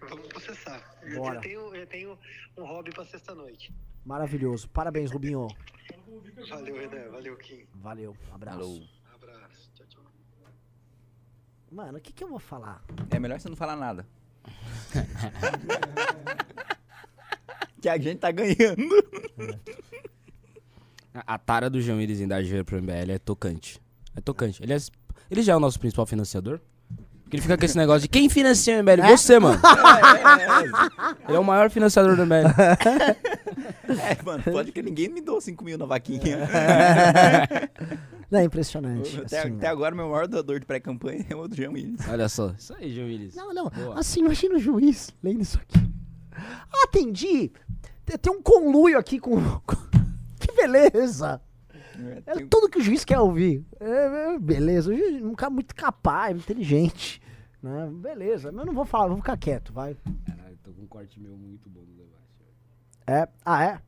[SPEAKER 7] Vamos processar. Eu-
[SPEAKER 1] Bora.
[SPEAKER 7] Eu tenho, eu tenho um hobby pra sexta-noite.
[SPEAKER 1] Maravilhoso. Parabéns, Rubinho.
[SPEAKER 7] Valeu, Renan. Valeu, Kim.
[SPEAKER 1] Valeu, um abraço.
[SPEAKER 7] Abraço. Tchau, tchau.
[SPEAKER 1] Mano, o que, que eu vou falar?
[SPEAKER 5] É melhor você não
[SPEAKER 3] [laughs]
[SPEAKER 5] falar nada. que a gente
[SPEAKER 3] [laughs]
[SPEAKER 5] tá ganhando.
[SPEAKER 3] A a tara do João Willis em dar dinheiro pro MBL é tocante. É tocante. Ele, é- ele já é o nosso principal financiador. Porque ele fica com esse negócio de quem financia o
[SPEAKER 5] É.
[SPEAKER 3] MBL? Você,
[SPEAKER 5] [laughs]
[SPEAKER 3] mano. Ele é o maior financiador do MBL.
[SPEAKER 5] [laughs] É, mano, pode que ninguém me dou 5 mil na vaquinha.
[SPEAKER 1] Não, é impressionante.
[SPEAKER 5] [laughs] até,
[SPEAKER 1] assim,
[SPEAKER 5] até agora, meu maior doador de pré-campanha é o Jean Willis.
[SPEAKER 3] Olha só. Isso aí, João Willis.
[SPEAKER 1] Não, não.
[SPEAKER 3] Boa.
[SPEAKER 1] Assim, imagina o juiz lendo isso aqui. Atendi. Te- Tem um conluio aqui com. [laughs] que beleza! É
[SPEAKER 3] tá
[SPEAKER 5] Tem-
[SPEAKER 1] tudo que o juiz quer ouvir. É, é, beleza. O juiz é um cara muito capaz, inteligente. Né? Beleza, mas eu não vou falar, vou ficar quieto, vai.
[SPEAKER 3] Caralho, tô com um corte meu muito bom no debate.
[SPEAKER 1] É. Ah, é?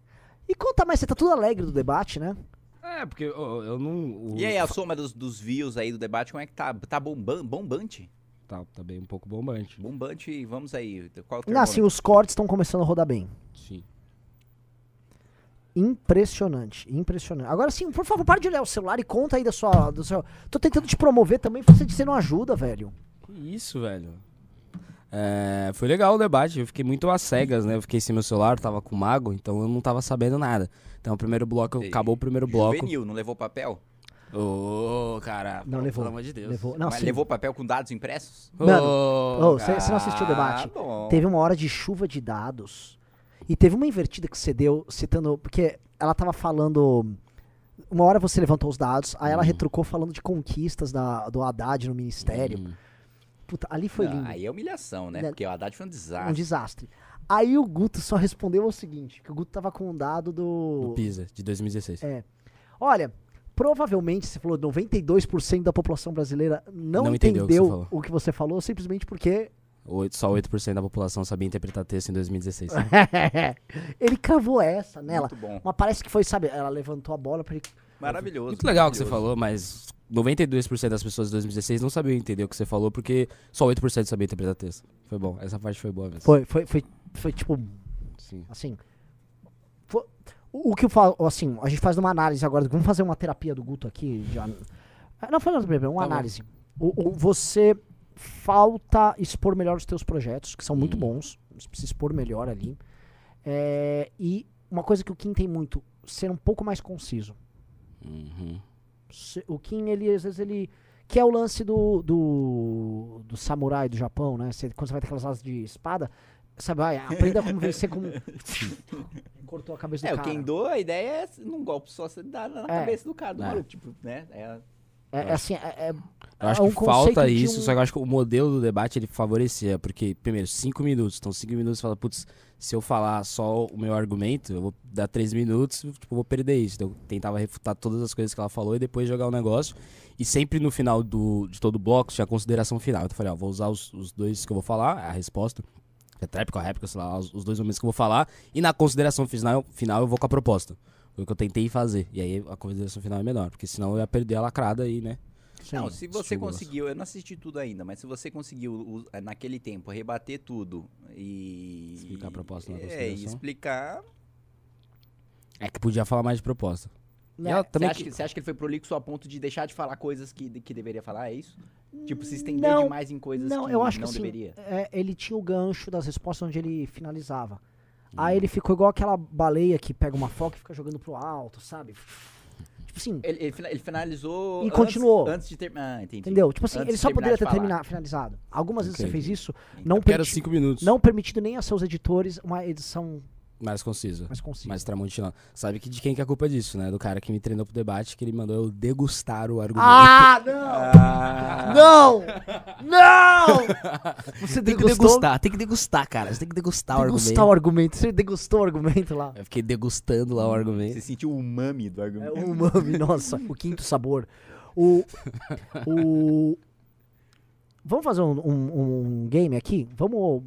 [SPEAKER 1] E conta mais, você tá tudo alegre do debate, né?
[SPEAKER 3] É, porque ô, eu não. o-
[SPEAKER 5] E aí, a soma dos, dos views aí do debate, como é que tá? Tá bomban, bombante?
[SPEAKER 3] Tá, tá bem um pouco bombante.
[SPEAKER 5] Bombante, vamos aí. Qual é o
[SPEAKER 1] Não, assim, os cortes estão começando a rodar bem.
[SPEAKER 3] Sim.
[SPEAKER 1] Impressionante, impressionante. Agora sim, por favor, para de olhar o celular e conta aí da sua. Do seu... Tô tentando te promover também, você, você não ajuda, velho.
[SPEAKER 3] Que isso, velho. É, foi legal o debate, eu fiquei muito às cegas, né? Eu fiquei sem meu celular, tava com o mago, então eu não tava sabendo nada. Então o primeiro bloco,
[SPEAKER 5] E-
[SPEAKER 3] acabou o primeiro bloco.
[SPEAKER 5] Juvenil, não levou papel?
[SPEAKER 3] Ô, cara,
[SPEAKER 1] Não,
[SPEAKER 3] pô,
[SPEAKER 1] levou.
[SPEAKER 3] pelo amor de Deus.
[SPEAKER 1] Levou. Não, assim,
[SPEAKER 5] Mas
[SPEAKER 1] sim.
[SPEAKER 5] levou papel com dados impressos?
[SPEAKER 3] Ô,
[SPEAKER 1] Mano, ô, você você não assistiu o
[SPEAKER 5] Ah,
[SPEAKER 1] debate.
[SPEAKER 5] bom.
[SPEAKER 1] Teve uma hora de chuva de dados. E teve uma invertida que você deu, citando. Porque ela tava falando. Uma hora você levantou os dados, aí ela retrucou falando de conquistas da, do Haddad no ministério.
[SPEAKER 3] Hum.
[SPEAKER 1] Puta, ali foi
[SPEAKER 5] Não,
[SPEAKER 1] lindo.
[SPEAKER 5] Aí é humilhação, né?
[SPEAKER 1] Né?
[SPEAKER 5] Porque o Haddad foi um
[SPEAKER 1] Um
[SPEAKER 5] desastre.
[SPEAKER 1] desastre. Aí o Guto só respondeu o seguinte: que o Guto tava com um dado
[SPEAKER 3] do
[SPEAKER 1] do.
[SPEAKER 3] Pisa, de 2016.
[SPEAKER 1] É. Olha, provavelmente você falou 92% da população brasileira não,
[SPEAKER 3] Não entendeu
[SPEAKER 1] entendeu,
[SPEAKER 3] o que você falou.
[SPEAKER 1] o que você falou, simplesmente porque [laughs]
[SPEAKER 3] Oito- só 8% da população sabia interpretar texto em 2016.
[SPEAKER 1] É. ele cravou essa nela.
[SPEAKER 5] Muito bom.
[SPEAKER 1] Mas parece que foi, sabe, ela levantou a bola pra ele.
[SPEAKER 5] Maravilhoso.
[SPEAKER 3] Muito legal o que você
[SPEAKER 5] maravilhoso.
[SPEAKER 3] falou, mas 92% das pessoas de 2016 não sabiam entender o que você falou porque só 8% sabia interpretar texto. Foi bom, essa parte foi boa mesmo.
[SPEAKER 1] Foi, foi, foi, foi tipo,
[SPEAKER 3] Sim.
[SPEAKER 1] assim. fo- o o que eu falo, assim, a gente faz uma análise agora. Vamos fazer uma terapia do Guto aqui. Já. Ah, Não foi uma terapia, uma
[SPEAKER 3] Tá bom.
[SPEAKER 1] análise. O, o- você falta expor melhor os teus projetos, que são
[SPEAKER 3] Uhum.
[SPEAKER 1] muito bons. Você precisa expor melhor ali. É, e uma coisa que o Kim tem muito, ser um pouco mais conciso.
[SPEAKER 3] Uhum.
[SPEAKER 1] Se- O Kim, ele, às vezes, ele. Que é o lance do, do, do samurai do Japão, né? Você- quando você vai ter aquelas asas de espada, sabe, vai, aprenda como vencer
[SPEAKER 3] [laughs]
[SPEAKER 1] com. Cortou a cabeça
[SPEAKER 5] É,
[SPEAKER 1] do
[SPEAKER 5] o
[SPEAKER 1] cara.
[SPEAKER 5] Kendo, a ideia é num golpe só você dar na cabeça do cara, do
[SPEAKER 3] É.
[SPEAKER 5] maluco. Tipo, né? É,
[SPEAKER 1] É, é assim, é, é-
[SPEAKER 3] Eu acho
[SPEAKER 1] é um
[SPEAKER 3] que falta
[SPEAKER 1] conceito de
[SPEAKER 3] isso,
[SPEAKER 1] um-
[SPEAKER 3] só que eu acho que o modelo do debate ele favorecia, porque, primeiro, cinco minutos. Então, cinco minutos você fala, putz, se eu falar só o meu argumento, eu vou dar três minutos, eu, tipo, eu vou perder isso. Então, eu tentava refutar todas as coisas que ela falou e depois jogar o negócio. E sempre no final do, de todo o bloco tinha a consideração final. Então, eu falei, ó, vou usar os, os dois que eu vou falar, a resposta. A tréplica, a réplica, sei lá, os, os dois momentos que eu vou falar. E na consideração final, final eu vou com a proposta. Foi o que eu tentei fazer. E aí a consideração final é menor, porque senão eu ia perder a lacrada aí, né?
[SPEAKER 5] Não, se você
[SPEAKER 3] estímulos.
[SPEAKER 5] conseguiu, eu não assisti tudo ainda, mas se você conseguiu o- eh, naquele tempo rebater tudo e
[SPEAKER 3] Explicar a proposta na
[SPEAKER 5] é, e
[SPEAKER 3] consideração.
[SPEAKER 5] explicar.
[SPEAKER 3] É que podia falar mais de proposta.
[SPEAKER 1] um,
[SPEAKER 3] E
[SPEAKER 1] né,
[SPEAKER 3] ela
[SPEAKER 5] Né, Você
[SPEAKER 3] também
[SPEAKER 5] acha,
[SPEAKER 3] que- é
[SPEAKER 5] que, você acha que ele foi prolixo a ponto de deixar de falar coisas que, que deveria falar? É isso? Tipo, se estender
[SPEAKER 1] Não,
[SPEAKER 5] demais em coisas
[SPEAKER 1] não,
[SPEAKER 5] que
[SPEAKER 1] eu acho que
[SPEAKER 5] não
[SPEAKER 1] assim,
[SPEAKER 5] deveria?
[SPEAKER 1] é, ele tinha o gancho das respostas onde ele finalizava.
[SPEAKER 3] Hum.
[SPEAKER 1] Aí ele ficou igual aquela baleia que pega uma foca e fica jogando pro alto, sabe? Tipo assim,
[SPEAKER 5] Ele, ele fina- ele finalizou.
[SPEAKER 1] E
[SPEAKER 5] antes-
[SPEAKER 1] continuou.
[SPEAKER 5] Antes de terminar. Ah, entendi.
[SPEAKER 1] entendeu? Tipo assim,
[SPEAKER 5] Antes
[SPEAKER 1] ele
[SPEAKER 5] de
[SPEAKER 1] só
[SPEAKER 5] terminar
[SPEAKER 1] poderia
[SPEAKER 5] de
[SPEAKER 1] ter
[SPEAKER 5] falar.
[SPEAKER 1] terminado, finalizado. Algumas vezes você
[SPEAKER 3] Entendi.
[SPEAKER 1] fez isso, não,
[SPEAKER 3] Porque era
[SPEAKER 1] permiti-
[SPEAKER 3] cinco minutos.
[SPEAKER 1] não permitido nem a seus editores uma edição
[SPEAKER 3] Mais conciso.
[SPEAKER 1] mais concisa.
[SPEAKER 3] Mais tramontina. Sabe que de quem que é a culpa disso, né? Do cara que me treinou pro debate, que ele mandou eu degustar o argumento.
[SPEAKER 1] Ah, não! Ah.
[SPEAKER 3] tá.
[SPEAKER 5] Ah,
[SPEAKER 1] Não! Não!
[SPEAKER 3] [laughs]
[SPEAKER 1] Você
[SPEAKER 3] tem que
[SPEAKER 1] degustou?
[SPEAKER 3] degustar, tem que degustar, cara. Você tem que degustar,
[SPEAKER 1] Degustar o
[SPEAKER 3] o argumento.
[SPEAKER 1] argumento. Você degustou o argumento lá.
[SPEAKER 3] Eu fiquei degustando lá o argumento.
[SPEAKER 5] Você sentiu o umami do
[SPEAKER 1] É
[SPEAKER 5] argumento.
[SPEAKER 1] o
[SPEAKER 3] [laughs]
[SPEAKER 1] umami, nossa, o quinto sabor. O. O. Vamos fazer um, um- um game aqui? Vamos.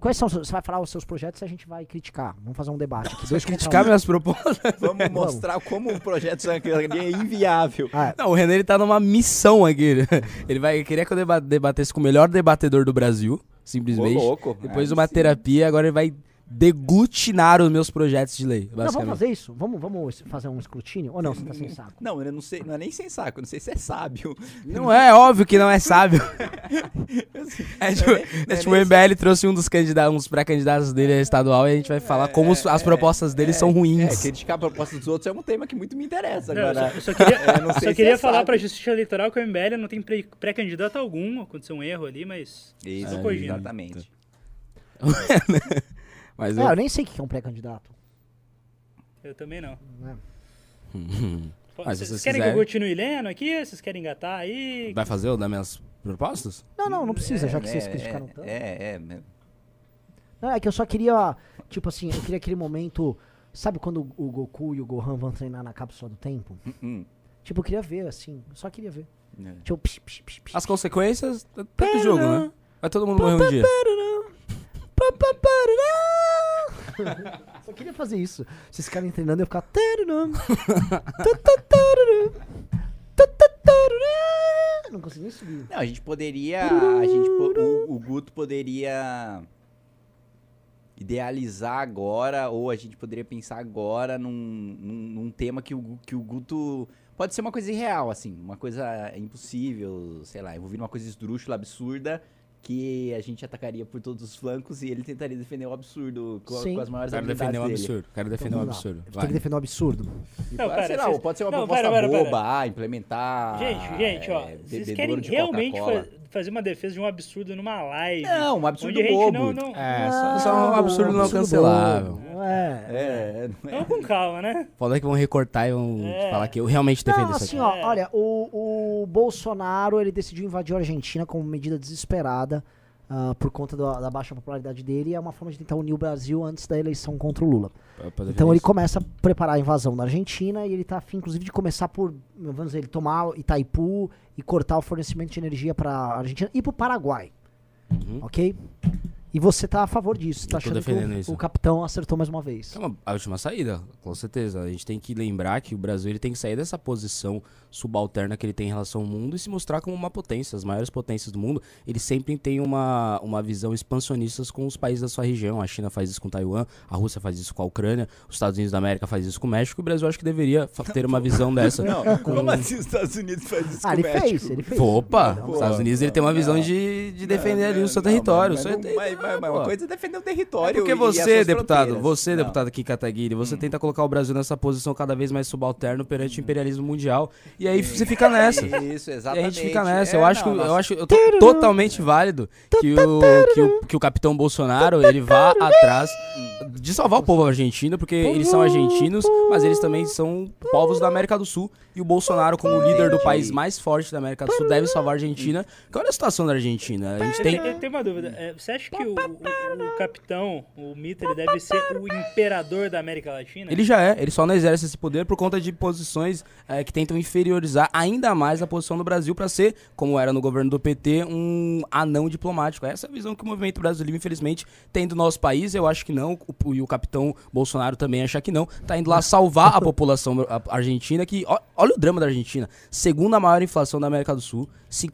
[SPEAKER 1] Quais são. os- Você vai falar os seus projetos e a gente vai criticar. Vamos fazer um debate aqui. Dois
[SPEAKER 5] tá
[SPEAKER 1] contra
[SPEAKER 3] Criticar
[SPEAKER 1] um.
[SPEAKER 3] minhas propostas.
[SPEAKER 5] Vamos mostrar como o projeto Zancanelli é inviável.
[SPEAKER 1] Ah,
[SPEAKER 3] Não, o Renan ele tá numa missão aqui. Ele- Ele vai querer que eu deba- debatesse com o melhor debatedor do Brasil, simplesmente.
[SPEAKER 5] Ô, louco. Ah,
[SPEAKER 3] Depois
[SPEAKER 5] Aí
[SPEAKER 3] uma
[SPEAKER 5] sim.
[SPEAKER 3] terapia, agora ele vai deglutinar os meus projetos de lei,
[SPEAKER 1] Não, vamos
[SPEAKER 3] basicamente.
[SPEAKER 1] fazer isso? Vamos, vamos fazer um escrutínio? Ou não, você tá sem saco?
[SPEAKER 5] Não, eu não sei, não é nem sem saco, eu não sei se é sábio.
[SPEAKER 3] Não é óbvio que não é sábio. [laughs] É tipo,
[SPEAKER 5] Não é nem-
[SPEAKER 3] é tipo,
[SPEAKER 5] não é
[SPEAKER 3] o
[SPEAKER 5] nem
[SPEAKER 3] MBL trouxe um dos candidatos, uns pré-candidatos dele a estadual e a gente vai falar como os- as propostas dele são
[SPEAKER 5] É,
[SPEAKER 3] ruins.
[SPEAKER 5] criticar a proposta dos outros é um tema que muito me interessa
[SPEAKER 2] Não, eu, só,
[SPEAKER 5] agora.
[SPEAKER 2] eu
[SPEAKER 5] [laughs]
[SPEAKER 2] só queria,
[SPEAKER 5] É, não
[SPEAKER 2] só
[SPEAKER 5] sei se
[SPEAKER 2] queria
[SPEAKER 5] é
[SPEAKER 2] falar
[SPEAKER 5] sábio.
[SPEAKER 2] pra Justiça Eleitoral que o MBL não tem pre- pré-candidato algum, aconteceu um erro ali, mas...
[SPEAKER 5] Isso,
[SPEAKER 2] É,
[SPEAKER 5] corrigindo. exatamente.
[SPEAKER 3] Mas
[SPEAKER 1] É, eu
[SPEAKER 3] eu,
[SPEAKER 1] nem sei o que é um pré-candidato.
[SPEAKER 2] Eu também não.
[SPEAKER 5] [laughs]
[SPEAKER 1] né?
[SPEAKER 3] Mas se
[SPEAKER 2] vocês
[SPEAKER 3] vocês
[SPEAKER 2] querem que eu
[SPEAKER 3] quiserem-
[SPEAKER 2] continue lendo aqui? Vocês querem engatar aí?
[SPEAKER 3] vai fazer o das minhas propostas?
[SPEAKER 1] Não, não, não precisa, já que
[SPEAKER 5] É,
[SPEAKER 1] vocês
[SPEAKER 5] é,
[SPEAKER 1] criticaram tanto.
[SPEAKER 5] É, é, é.
[SPEAKER 1] Não, é que eu só queria, tipo assim, eu queria aquele momento. Sabe quando o Goku e o Gohan vão treinar na cápsula do tempo?
[SPEAKER 5] hum.
[SPEAKER 1] Tipo, eu queria ver, assim. eu Só queria ver.
[SPEAKER 5] É.
[SPEAKER 3] Ah.
[SPEAKER 1] Tipo, psh, psh, psh, psh.
[SPEAKER 3] As consequências, tanto jogo, né? Vai todo mundo morrer um dia.
[SPEAKER 1] Só queria fazer isso. Se esse cara treinando, eu ia ficar. "Tarurum, tu, tu, tarurum, tu, tu, tarurum." Não consegui subir.
[SPEAKER 5] Não, a gente poderia. A gente, po- o, o Guto poderia idealizar agora, ou a gente poderia pensar agora num, num, num tema que o, Gu- que o Guto. Pode ser uma coisa irreal, assim, uma coisa impossível, sei lá, envolvendo uma coisa esdrúxula, absurda, que a gente atacaria por todos os flancos e ele tentaria defender o absurdo com, a-
[SPEAKER 1] Sim.
[SPEAKER 5] com as maiores
[SPEAKER 3] Quero
[SPEAKER 5] habilidades
[SPEAKER 3] defender um
[SPEAKER 5] dele.
[SPEAKER 3] absurdo. Quero
[SPEAKER 1] Então,
[SPEAKER 3] defender um
[SPEAKER 1] vamos lá.
[SPEAKER 3] absurdo.
[SPEAKER 1] Tem que
[SPEAKER 3] Vai.
[SPEAKER 1] defender um absurdo.
[SPEAKER 5] E
[SPEAKER 2] Não,
[SPEAKER 5] pode-
[SPEAKER 2] cara,
[SPEAKER 5] sei lá,
[SPEAKER 2] vocês-
[SPEAKER 5] pode ser uma
[SPEAKER 2] Não,
[SPEAKER 5] proposta
[SPEAKER 2] pera, pera, pera.
[SPEAKER 5] boba, ah, implementar.
[SPEAKER 2] Gente, gente, ó.
[SPEAKER 5] é,
[SPEAKER 2] Vocês
[SPEAKER 5] bebedouro
[SPEAKER 2] querem
[SPEAKER 5] de
[SPEAKER 2] realmente
[SPEAKER 5] Coca-Cola.
[SPEAKER 2] fa- fazer uma defesa de um absurdo numa live?
[SPEAKER 5] Não, um absurdo
[SPEAKER 2] onde a gente
[SPEAKER 5] bobo.
[SPEAKER 2] não, não,
[SPEAKER 3] É, só, só um
[SPEAKER 1] Ah,
[SPEAKER 3] absurdo não
[SPEAKER 1] absurdo
[SPEAKER 3] cancelável.
[SPEAKER 1] bom. É.
[SPEAKER 5] É, não é.
[SPEAKER 2] não com calma, né?
[SPEAKER 3] Foda que vão recortar e vão
[SPEAKER 2] É.
[SPEAKER 3] falar que eu realmente defendo
[SPEAKER 1] Não,
[SPEAKER 3] isso
[SPEAKER 1] assim,
[SPEAKER 3] aqui.
[SPEAKER 1] ó,
[SPEAKER 2] É.
[SPEAKER 1] olha, o, o Bolsonaro ele decidiu invadir a Argentina como medida desesperada ah, por conta da, da baixa popularidade dele e é uma forma de tentar unir o Brasil antes da eleição contra o Lula.
[SPEAKER 3] Pra- pra defender
[SPEAKER 1] Então ele
[SPEAKER 3] isso.
[SPEAKER 1] começa a preparar a invasão na Argentina e ele tá afim, inclusive, de começar por, vamos dizer, ele tomar Itaipu e cortar o fornecimento de energia para a Argentina e para o Paraguai.
[SPEAKER 3] Uhum.
[SPEAKER 1] Ok? E você tá a favor disso, você tá
[SPEAKER 3] Eu tô
[SPEAKER 1] achando que
[SPEAKER 3] defendendo
[SPEAKER 1] o-
[SPEAKER 3] isso.
[SPEAKER 1] o, capitão acertou mais uma vez.
[SPEAKER 3] É uma, a última saída, com certeza. A gente tem que lembrar que o Brasil ele tem que sair dessa posição subalterna que ele tem em relação ao mundo e se mostrar como uma potência. As maiores potências do mundo, eles sempre têm uma, uma visão expansionista com os países da sua região. A China faz isso com Taiwan, a Rússia faz isso com a Ucrânia, os Estados Unidos da América faz isso com o México e o Brasil acho que deveria fa- ter uma visão dessa.
[SPEAKER 5] Não, [laughs] como assim os Estados Unidos fazem isso
[SPEAKER 1] Ah,
[SPEAKER 5] com o
[SPEAKER 1] ele fez,
[SPEAKER 5] México?
[SPEAKER 1] ele fez.
[SPEAKER 3] Opa!
[SPEAKER 1] Não,
[SPEAKER 3] os Estados Unidos ele tem uma
[SPEAKER 5] não,
[SPEAKER 3] visão
[SPEAKER 5] não.
[SPEAKER 3] de, de defender ali o seu
[SPEAKER 5] Não,
[SPEAKER 3] território.
[SPEAKER 5] Mas,
[SPEAKER 3] só-
[SPEAKER 5] mas, não- mas- mas- mas uma
[SPEAKER 3] pô.
[SPEAKER 5] coisa é defender o
[SPEAKER 3] É
[SPEAKER 5] território.
[SPEAKER 3] porque
[SPEAKER 5] e- e as
[SPEAKER 3] você,
[SPEAKER 5] suas
[SPEAKER 3] deputado,
[SPEAKER 5] fronteiras. né? Hum.
[SPEAKER 3] você,
[SPEAKER 5] Não.
[SPEAKER 3] deputado Kim Kataguiri, você tenta colocar o Brasil nessa posição cada vez mais subalterno perante o
[SPEAKER 5] Hum.
[SPEAKER 3] imperialismo mundial. E aí você fica
[SPEAKER 5] [laughs]
[SPEAKER 3] nessa. E
[SPEAKER 5] É, Isso,
[SPEAKER 3] aí
[SPEAKER 5] exatamente.
[SPEAKER 3] a gente fica nessa.
[SPEAKER 5] É,
[SPEAKER 3] Eu acho que
[SPEAKER 5] não,
[SPEAKER 3] eu
[SPEAKER 5] nós-
[SPEAKER 3] acho eu tô totalmente válido que o, que o que o capitão Bolsonaro ele vá atrás de salvar o povo argentino, porque eles são argentinos, mas eles também são povos da América do Sul. E o Bolsonaro, como líder do país mais forte da América do Sul, deve salvar a Argentina. Qual é a situação da Argentina? A gente tem
[SPEAKER 2] Eu tenho uma dúvida. É, Você acha que o, o- o capitão, o Mitra, ele deve ser o imperador da América Latina?
[SPEAKER 3] Ele já é, ele só não exerce esse poder por conta de posições eh, que tentam inferiorizar ainda mais a posição do Brasil pra ser, como era no governo do PT, um anão diplomático. Essa é a visão que o movimento brasileiro, infelizmente, tem do nosso país. Eu acho que não, o- e o capitão Bolsonaro também acha que não. Tá indo lá salvar a população a- argentina, que ó- olha o drama da Argentina. Segunda maior inflação da América do Sul,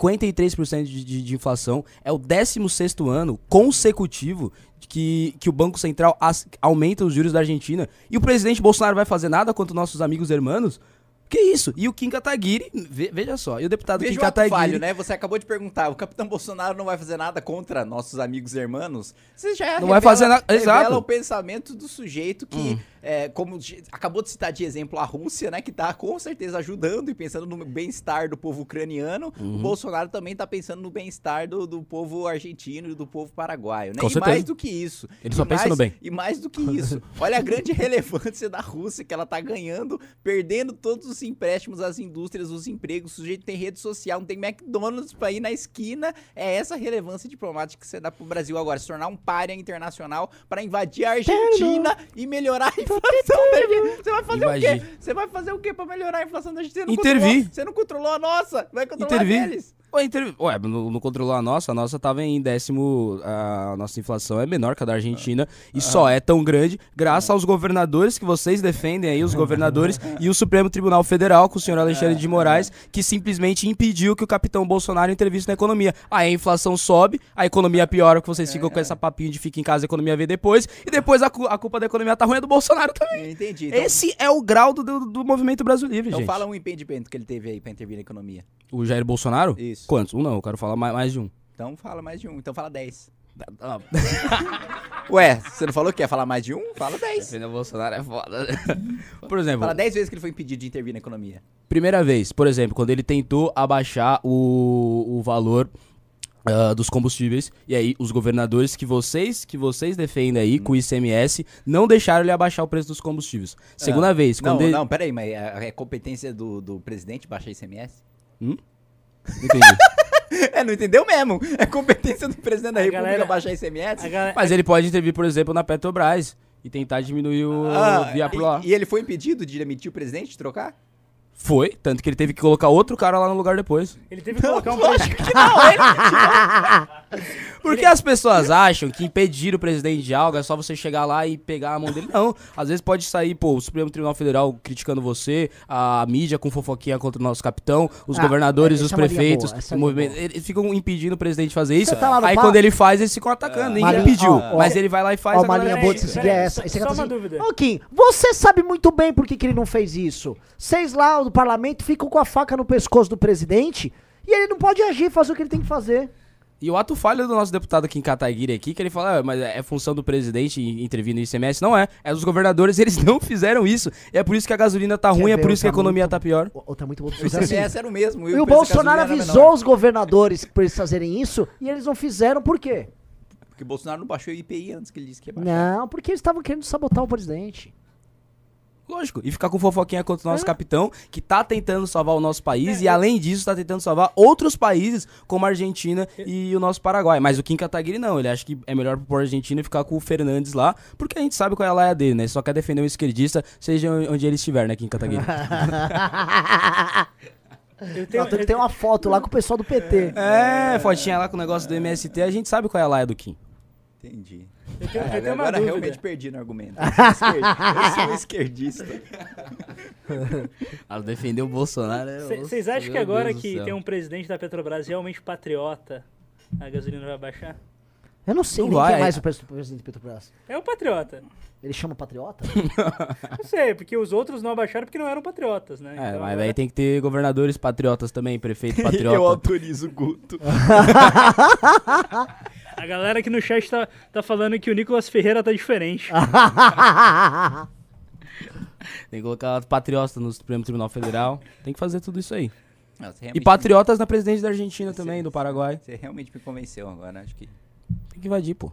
[SPEAKER 3] 53% de, de, de inflação, é o 16º ano consecutivo que, que o Banco Central as- aumenta os juros da Argentina e o presidente Bolsonaro vai fazer nada contra nossos amigos hermanos? Que isso? E o Kim Kataguiri, ve- veja só, e o deputado
[SPEAKER 5] Veja
[SPEAKER 3] Kim
[SPEAKER 5] o ato
[SPEAKER 3] Kataguiri...
[SPEAKER 5] falho, né? Você acabou de perguntar, o capitão Bolsonaro não vai fazer nada contra nossos amigos irmãos? Você já
[SPEAKER 3] Não vai fazer nada-
[SPEAKER 5] revela
[SPEAKER 3] exato. Hum.
[SPEAKER 5] o pensamento do sujeito que, é, como de- acabou de citar de exemplo a Rússia, né? Que tá com certeza ajudando e pensando no bem-estar do povo ucraniano. O
[SPEAKER 3] Uhum.
[SPEAKER 5] Bolsonaro também tá pensando no bem-estar do, do povo argentino e do povo paraguaio, né?
[SPEAKER 3] Com
[SPEAKER 5] e
[SPEAKER 3] certeza.
[SPEAKER 5] mais do que isso.
[SPEAKER 3] Ele
[SPEAKER 5] e
[SPEAKER 3] só pensa
[SPEAKER 5] mais-
[SPEAKER 3] no bem.
[SPEAKER 5] E mais do que isso, olha a grande [laughs] relevância da Rússia que ela tá ganhando perdendo todos os empréstimos às indústrias, os empregos, o sujeito tem rede social, não tem McDonald's pra ir na esquina. É essa relevância diplomática que você dá pro Brasil agora, se tornar um párea internacional pra invadir a Argentina e melhorar a inflação da Argentina. Você vai fazer o quê?
[SPEAKER 3] Invadir.
[SPEAKER 5] Você vai fazer o quê pra melhorar a inflação da Argentina? Você não
[SPEAKER 3] Intervir.
[SPEAKER 5] controlou- Você não controlou a nossa, vai controlar
[SPEAKER 3] Intervir.
[SPEAKER 5] a deles.
[SPEAKER 3] Ué, inter... Ué não, não controlou a nossa, a nossa tava em décimo. A nossa inflação é menor que a da Argentina e só é tão grande graças aos governadores que vocês defendem
[SPEAKER 5] [laughs]
[SPEAKER 3] aí, os governadores e o Supremo Tribunal Federal com o senhor Alexandre
[SPEAKER 5] É.
[SPEAKER 3] de Moraes, que simplesmente impediu que o capitão Bolsonaro intervisse na economia. Aí a inflação sobe, a economia piora, que vocês ficam
[SPEAKER 5] É.
[SPEAKER 3] com essa papinha de fica em casa, a economia vê depois, e depois a, cu- a culpa da economia tá ruim é do Bolsonaro também.
[SPEAKER 5] Entendi. Então,
[SPEAKER 3] Esse é o grau do, do, do movimento Brasil Livre,
[SPEAKER 5] então
[SPEAKER 3] gente.
[SPEAKER 5] fala um impedimento que ele teve aí pra intervir na economia.
[SPEAKER 3] O Jair Bolsonaro?
[SPEAKER 5] Isso.
[SPEAKER 3] Quantos? Um não, eu quero falar mais, mais de um.
[SPEAKER 5] Então fala mais de um, então fala 10.
[SPEAKER 3] Ah,
[SPEAKER 5] [laughs] Ué, você não falou que ia falar mais de um? Fala 10.
[SPEAKER 3] Defender o Bolsonaro é foda. [laughs] Por exemplo,
[SPEAKER 5] Fala 10 vezes que ele foi impedido de intervir na economia.
[SPEAKER 3] primeira vez, por exemplo, quando ele tentou abaixar o, o valor ah, dos combustíveis, e aí os governadores que vocês que vocês defendem aí com o ICMS não deixaram ele abaixar o preço dos combustíveis. Segunda vez,
[SPEAKER 5] Não,
[SPEAKER 3] quando ele...
[SPEAKER 5] não, peraí, mas é é competência do, do presidente baixar ICMS?
[SPEAKER 3] [laughs] Entendi.
[SPEAKER 5] [laughs] É, não entendeu mesmo. É competência do presidente da
[SPEAKER 2] A
[SPEAKER 5] República
[SPEAKER 2] galera-
[SPEAKER 5] baixar ICMS?
[SPEAKER 2] A galera-
[SPEAKER 3] Mas ele pode intervir, por exemplo, na Petrobras e tentar diminuir o
[SPEAKER 5] Ah,
[SPEAKER 3] via pro lá.
[SPEAKER 5] e, e ele foi impedido de demitir o presidente, de trocar?
[SPEAKER 3] Foi, tanto que ele teve que colocar outro cara lá no lugar depois.
[SPEAKER 2] Ele teve que colocar um presidente.
[SPEAKER 3] Porque as pessoas acham que impedir o presidente de algo é só você chegar lá e pegar a mão dele. Não. Às vezes pode sair, pô, o Supremo Tribunal Federal criticando você, a mídia com fofoquinha contra o nosso capitão, os
[SPEAKER 1] Ah,
[SPEAKER 3] governadores,
[SPEAKER 1] essa
[SPEAKER 3] os
[SPEAKER 1] é uma linha
[SPEAKER 3] prefeitos,
[SPEAKER 1] boa, essa é
[SPEAKER 3] o
[SPEAKER 1] uma
[SPEAKER 3] movimento.
[SPEAKER 1] boa.
[SPEAKER 3] Eles ficam impedindo o presidente de fazer isso.
[SPEAKER 1] tá lá no
[SPEAKER 3] aí
[SPEAKER 1] palco?
[SPEAKER 3] quando ele faz, eles ficam atacando.
[SPEAKER 1] Mas-
[SPEAKER 3] Ninguém impediu.
[SPEAKER 1] ó, ó.
[SPEAKER 3] mas ele vai lá e faz.
[SPEAKER 1] Ó,
[SPEAKER 3] a
[SPEAKER 1] uma
[SPEAKER 3] galera
[SPEAKER 1] linha
[SPEAKER 2] é
[SPEAKER 1] boa de
[SPEAKER 2] isso,
[SPEAKER 1] se
[SPEAKER 2] é
[SPEAKER 1] seguir é
[SPEAKER 2] isso.
[SPEAKER 1] essa. Esse
[SPEAKER 2] Só
[SPEAKER 1] cara tá
[SPEAKER 2] uma
[SPEAKER 1] assim,
[SPEAKER 2] dúvida.
[SPEAKER 1] Ô, Kim, você sabe muito bem por que, que ele não fez isso. Vocês lá do parlamento ficam com a faca no pescoço do presidente e ele não pode agir, fazer o que ele tem que fazer.
[SPEAKER 3] E o ato falho do nosso deputado aqui em Cataguiri aqui, que ele fala, "Ah, mas é função do presidente intervir no ICMS. Não é. É dos governadores, [laughs] eles não fizeram isso. E é por isso que a gasolina tá
[SPEAKER 1] Quer
[SPEAKER 3] ruim, é
[SPEAKER 1] ver,
[SPEAKER 3] por isso que a
[SPEAKER 1] tá
[SPEAKER 3] economia
[SPEAKER 1] muito-
[SPEAKER 3] tá pior.
[SPEAKER 1] O- Outra muito boa pra
[SPEAKER 5] O
[SPEAKER 1] fazer
[SPEAKER 3] é
[SPEAKER 1] assim.
[SPEAKER 5] ICMS era o mesmo.
[SPEAKER 1] E o
[SPEAKER 5] preço da
[SPEAKER 1] Bolsonaro
[SPEAKER 5] gasolina era
[SPEAKER 1] avisou
[SPEAKER 5] menor.
[SPEAKER 1] os governadores pra eles fazerem isso e eles não fizeram por quê?
[SPEAKER 5] Porque o Bolsonaro não baixou o IPI antes que ele disse que ia baixar.
[SPEAKER 1] Não, porque eles estavam querendo sabotar o presidente.
[SPEAKER 3] Lógico. E ficar com fofoquinha contra
[SPEAKER 2] É.
[SPEAKER 3] o nosso capitão, que tá tentando salvar o nosso país. e além disso, tá tentando salvar outros países, como a Argentina
[SPEAKER 2] É.
[SPEAKER 3] e o nosso Paraguai. Mas o Kim Kataguiri não. Ele acha que é melhor pro Argentina e ficar com o Fernandes lá, porque a gente sabe qual é a laia dele, né? Ele só quer defender um esquerdista, seja onde ele estiver, né, Kim
[SPEAKER 2] [laughs]
[SPEAKER 3] Kataguiri?
[SPEAKER 2] Eu tenho,
[SPEAKER 1] Não, tem, tem uma foto lá com o pessoal do PT.
[SPEAKER 3] É, fotinha lá com o negócio do MST, a gente sabe qual é a laia do Kim.
[SPEAKER 5] Entendi.
[SPEAKER 2] eu tenho- eu
[SPEAKER 5] Caralho,
[SPEAKER 2] tenho uma
[SPEAKER 5] agora
[SPEAKER 2] dúvida.
[SPEAKER 5] realmente perdi no argumento. Eu sou esquer- Eu sou um esquerdista.
[SPEAKER 1] [laughs]
[SPEAKER 3] Ah, defender o Bolsonaro. é-
[SPEAKER 2] Vocês
[SPEAKER 3] Nossa,
[SPEAKER 2] acham que
[SPEAKER 3] meu
[SPEAKER 2] agora
[SPEAKER 3] Deus do
[SPEAKER 2] que
[SPEAKER 3] céu.
[SPEAKER 2] tem um presidente da Petrobras realmente patriota, a gasolina vai baixar?
[SPEAKER 1] Eu não sei
[SPEAKER 3] Não
[SPEAKER 1] nem
[SPEAKER 3] vai.
[SPEAKER 1] quem é mais o pres- presidente do Petrobras.
[SPEAKER 2] É o patriota.
[SPEAKER 1] Ele chama
[SPEAKER 3] [laughs]
[SPEAKER 1] patriota?
[SPEAKER 2] Não sei, porque os outros não abaixaram porque não eram patriotas, né?
[SPEAKER 3] É,
[SPEAKER 2] Então
[SPEAKER 3] mas
[SPEAKER 2] agora-
[SPEAKER 3] aí tem que ter governadores patriotas também, [laughs] prefeito patriota.
[SPEAKER 5] Eu autorizo
[SPEAKER 3] [laughs]
[SPEAKER 5] o Guto.
[SPEAKER 2] A galera aqui no chat tá, tá falando que o Nicolas Ferreira tá diferente.
[SPEAKER 3] Ah. Tem que colocar patriotas no Supremo Tribunal Federal. Tem que fazer tudo isso aí.
[SPEAKER 5] Não, você
[SPEAKER 3] E
[SPEAKER 5] realmente-
[SPEAKER 3] patriotas na presidência da Argentina também, do Paraguai.
[SPEAKER 5] Você realmente me convenceu agora, acho que.
[SPEAKER 3] Tem que invadir, pô.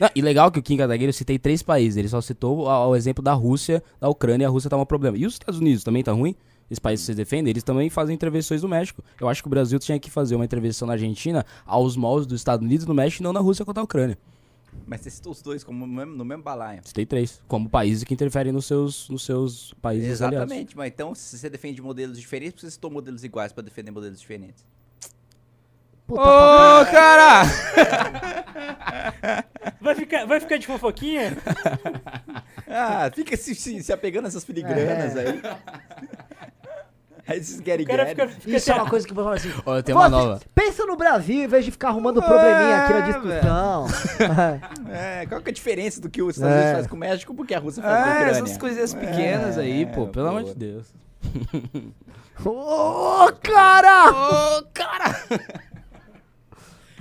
[SPEAKER 3] Não, e legal que o Kim Kataguiri, eu citei três países. Ele só citou a- o exemplo da Rússia, da Ucrânia, e a Rússia tá um problema. E os Estados Unidos também tá ruim? Esses países que vocês defendem, eles também fazem intervenções no México. Eu acho que o Brasil tinha que fazer uma intervenção na Argentina aos moldes dos Estados Unidos no México e não na Rússia contra a Ucrânia.
[SPEAKER 5] Mas você citou os dois como no mesmo, no mesmo balaio.
[SPEAKER 3] Citei três. Como países que interferem nos seus, nos seus países aliados.
[SPEAKER 5] Exatamente, mas então se você defende modelos diferentes, por que você citou modelos iguais pra defender modelos diferentes?
[SPEAKER 1] Puta, tá
[SPEAKER 3] Ô, cara!
[SPEAKER 2] Vai ficar, vai ficar de
[SPEAKER 3] [laughs]
[SPEAKER 2] fofoquinha?
[SPEAKER 5] Ah, fica se, se, se apegando a essas filigranas aí. Aí vocês querem
[SPEAKER 2] O cara fica, fica
[SPEAKER 1] Isso é
[SPEAKER 2] assim,
[SPEAKER 1] uma coisa que eu vou falar assim.
[SPEAKER 3] Ó, eu tenho uma
[SPEAKER 1] "Pô,
[SPEAKER 3] nova.
[SPEAKER 1] Pensa no Brasil em vez de ficar arrumando probleminha aqui na
[SPEAKER 5] É,
[SPEAKER 1] discussão.
[SPEAKER 5] É, qual que é a diferença do que os Estados Unidos faz com o México porque a Rússia faz com a
[SPEAKER 3] É,
[SPEAKER 5] Ucrânia?
[SPEAKER 3] essas coisinhas pequenas aí,
[SPEAKER 5] É,
[SPEAKER 3] pô, pelo
[SPEAKER 5] pô.
[SPEAKER 3] amor de Deus.
[SPEAKER 1] [laughs] Ô, cara!
[SPEAKER 3] Ô, cara!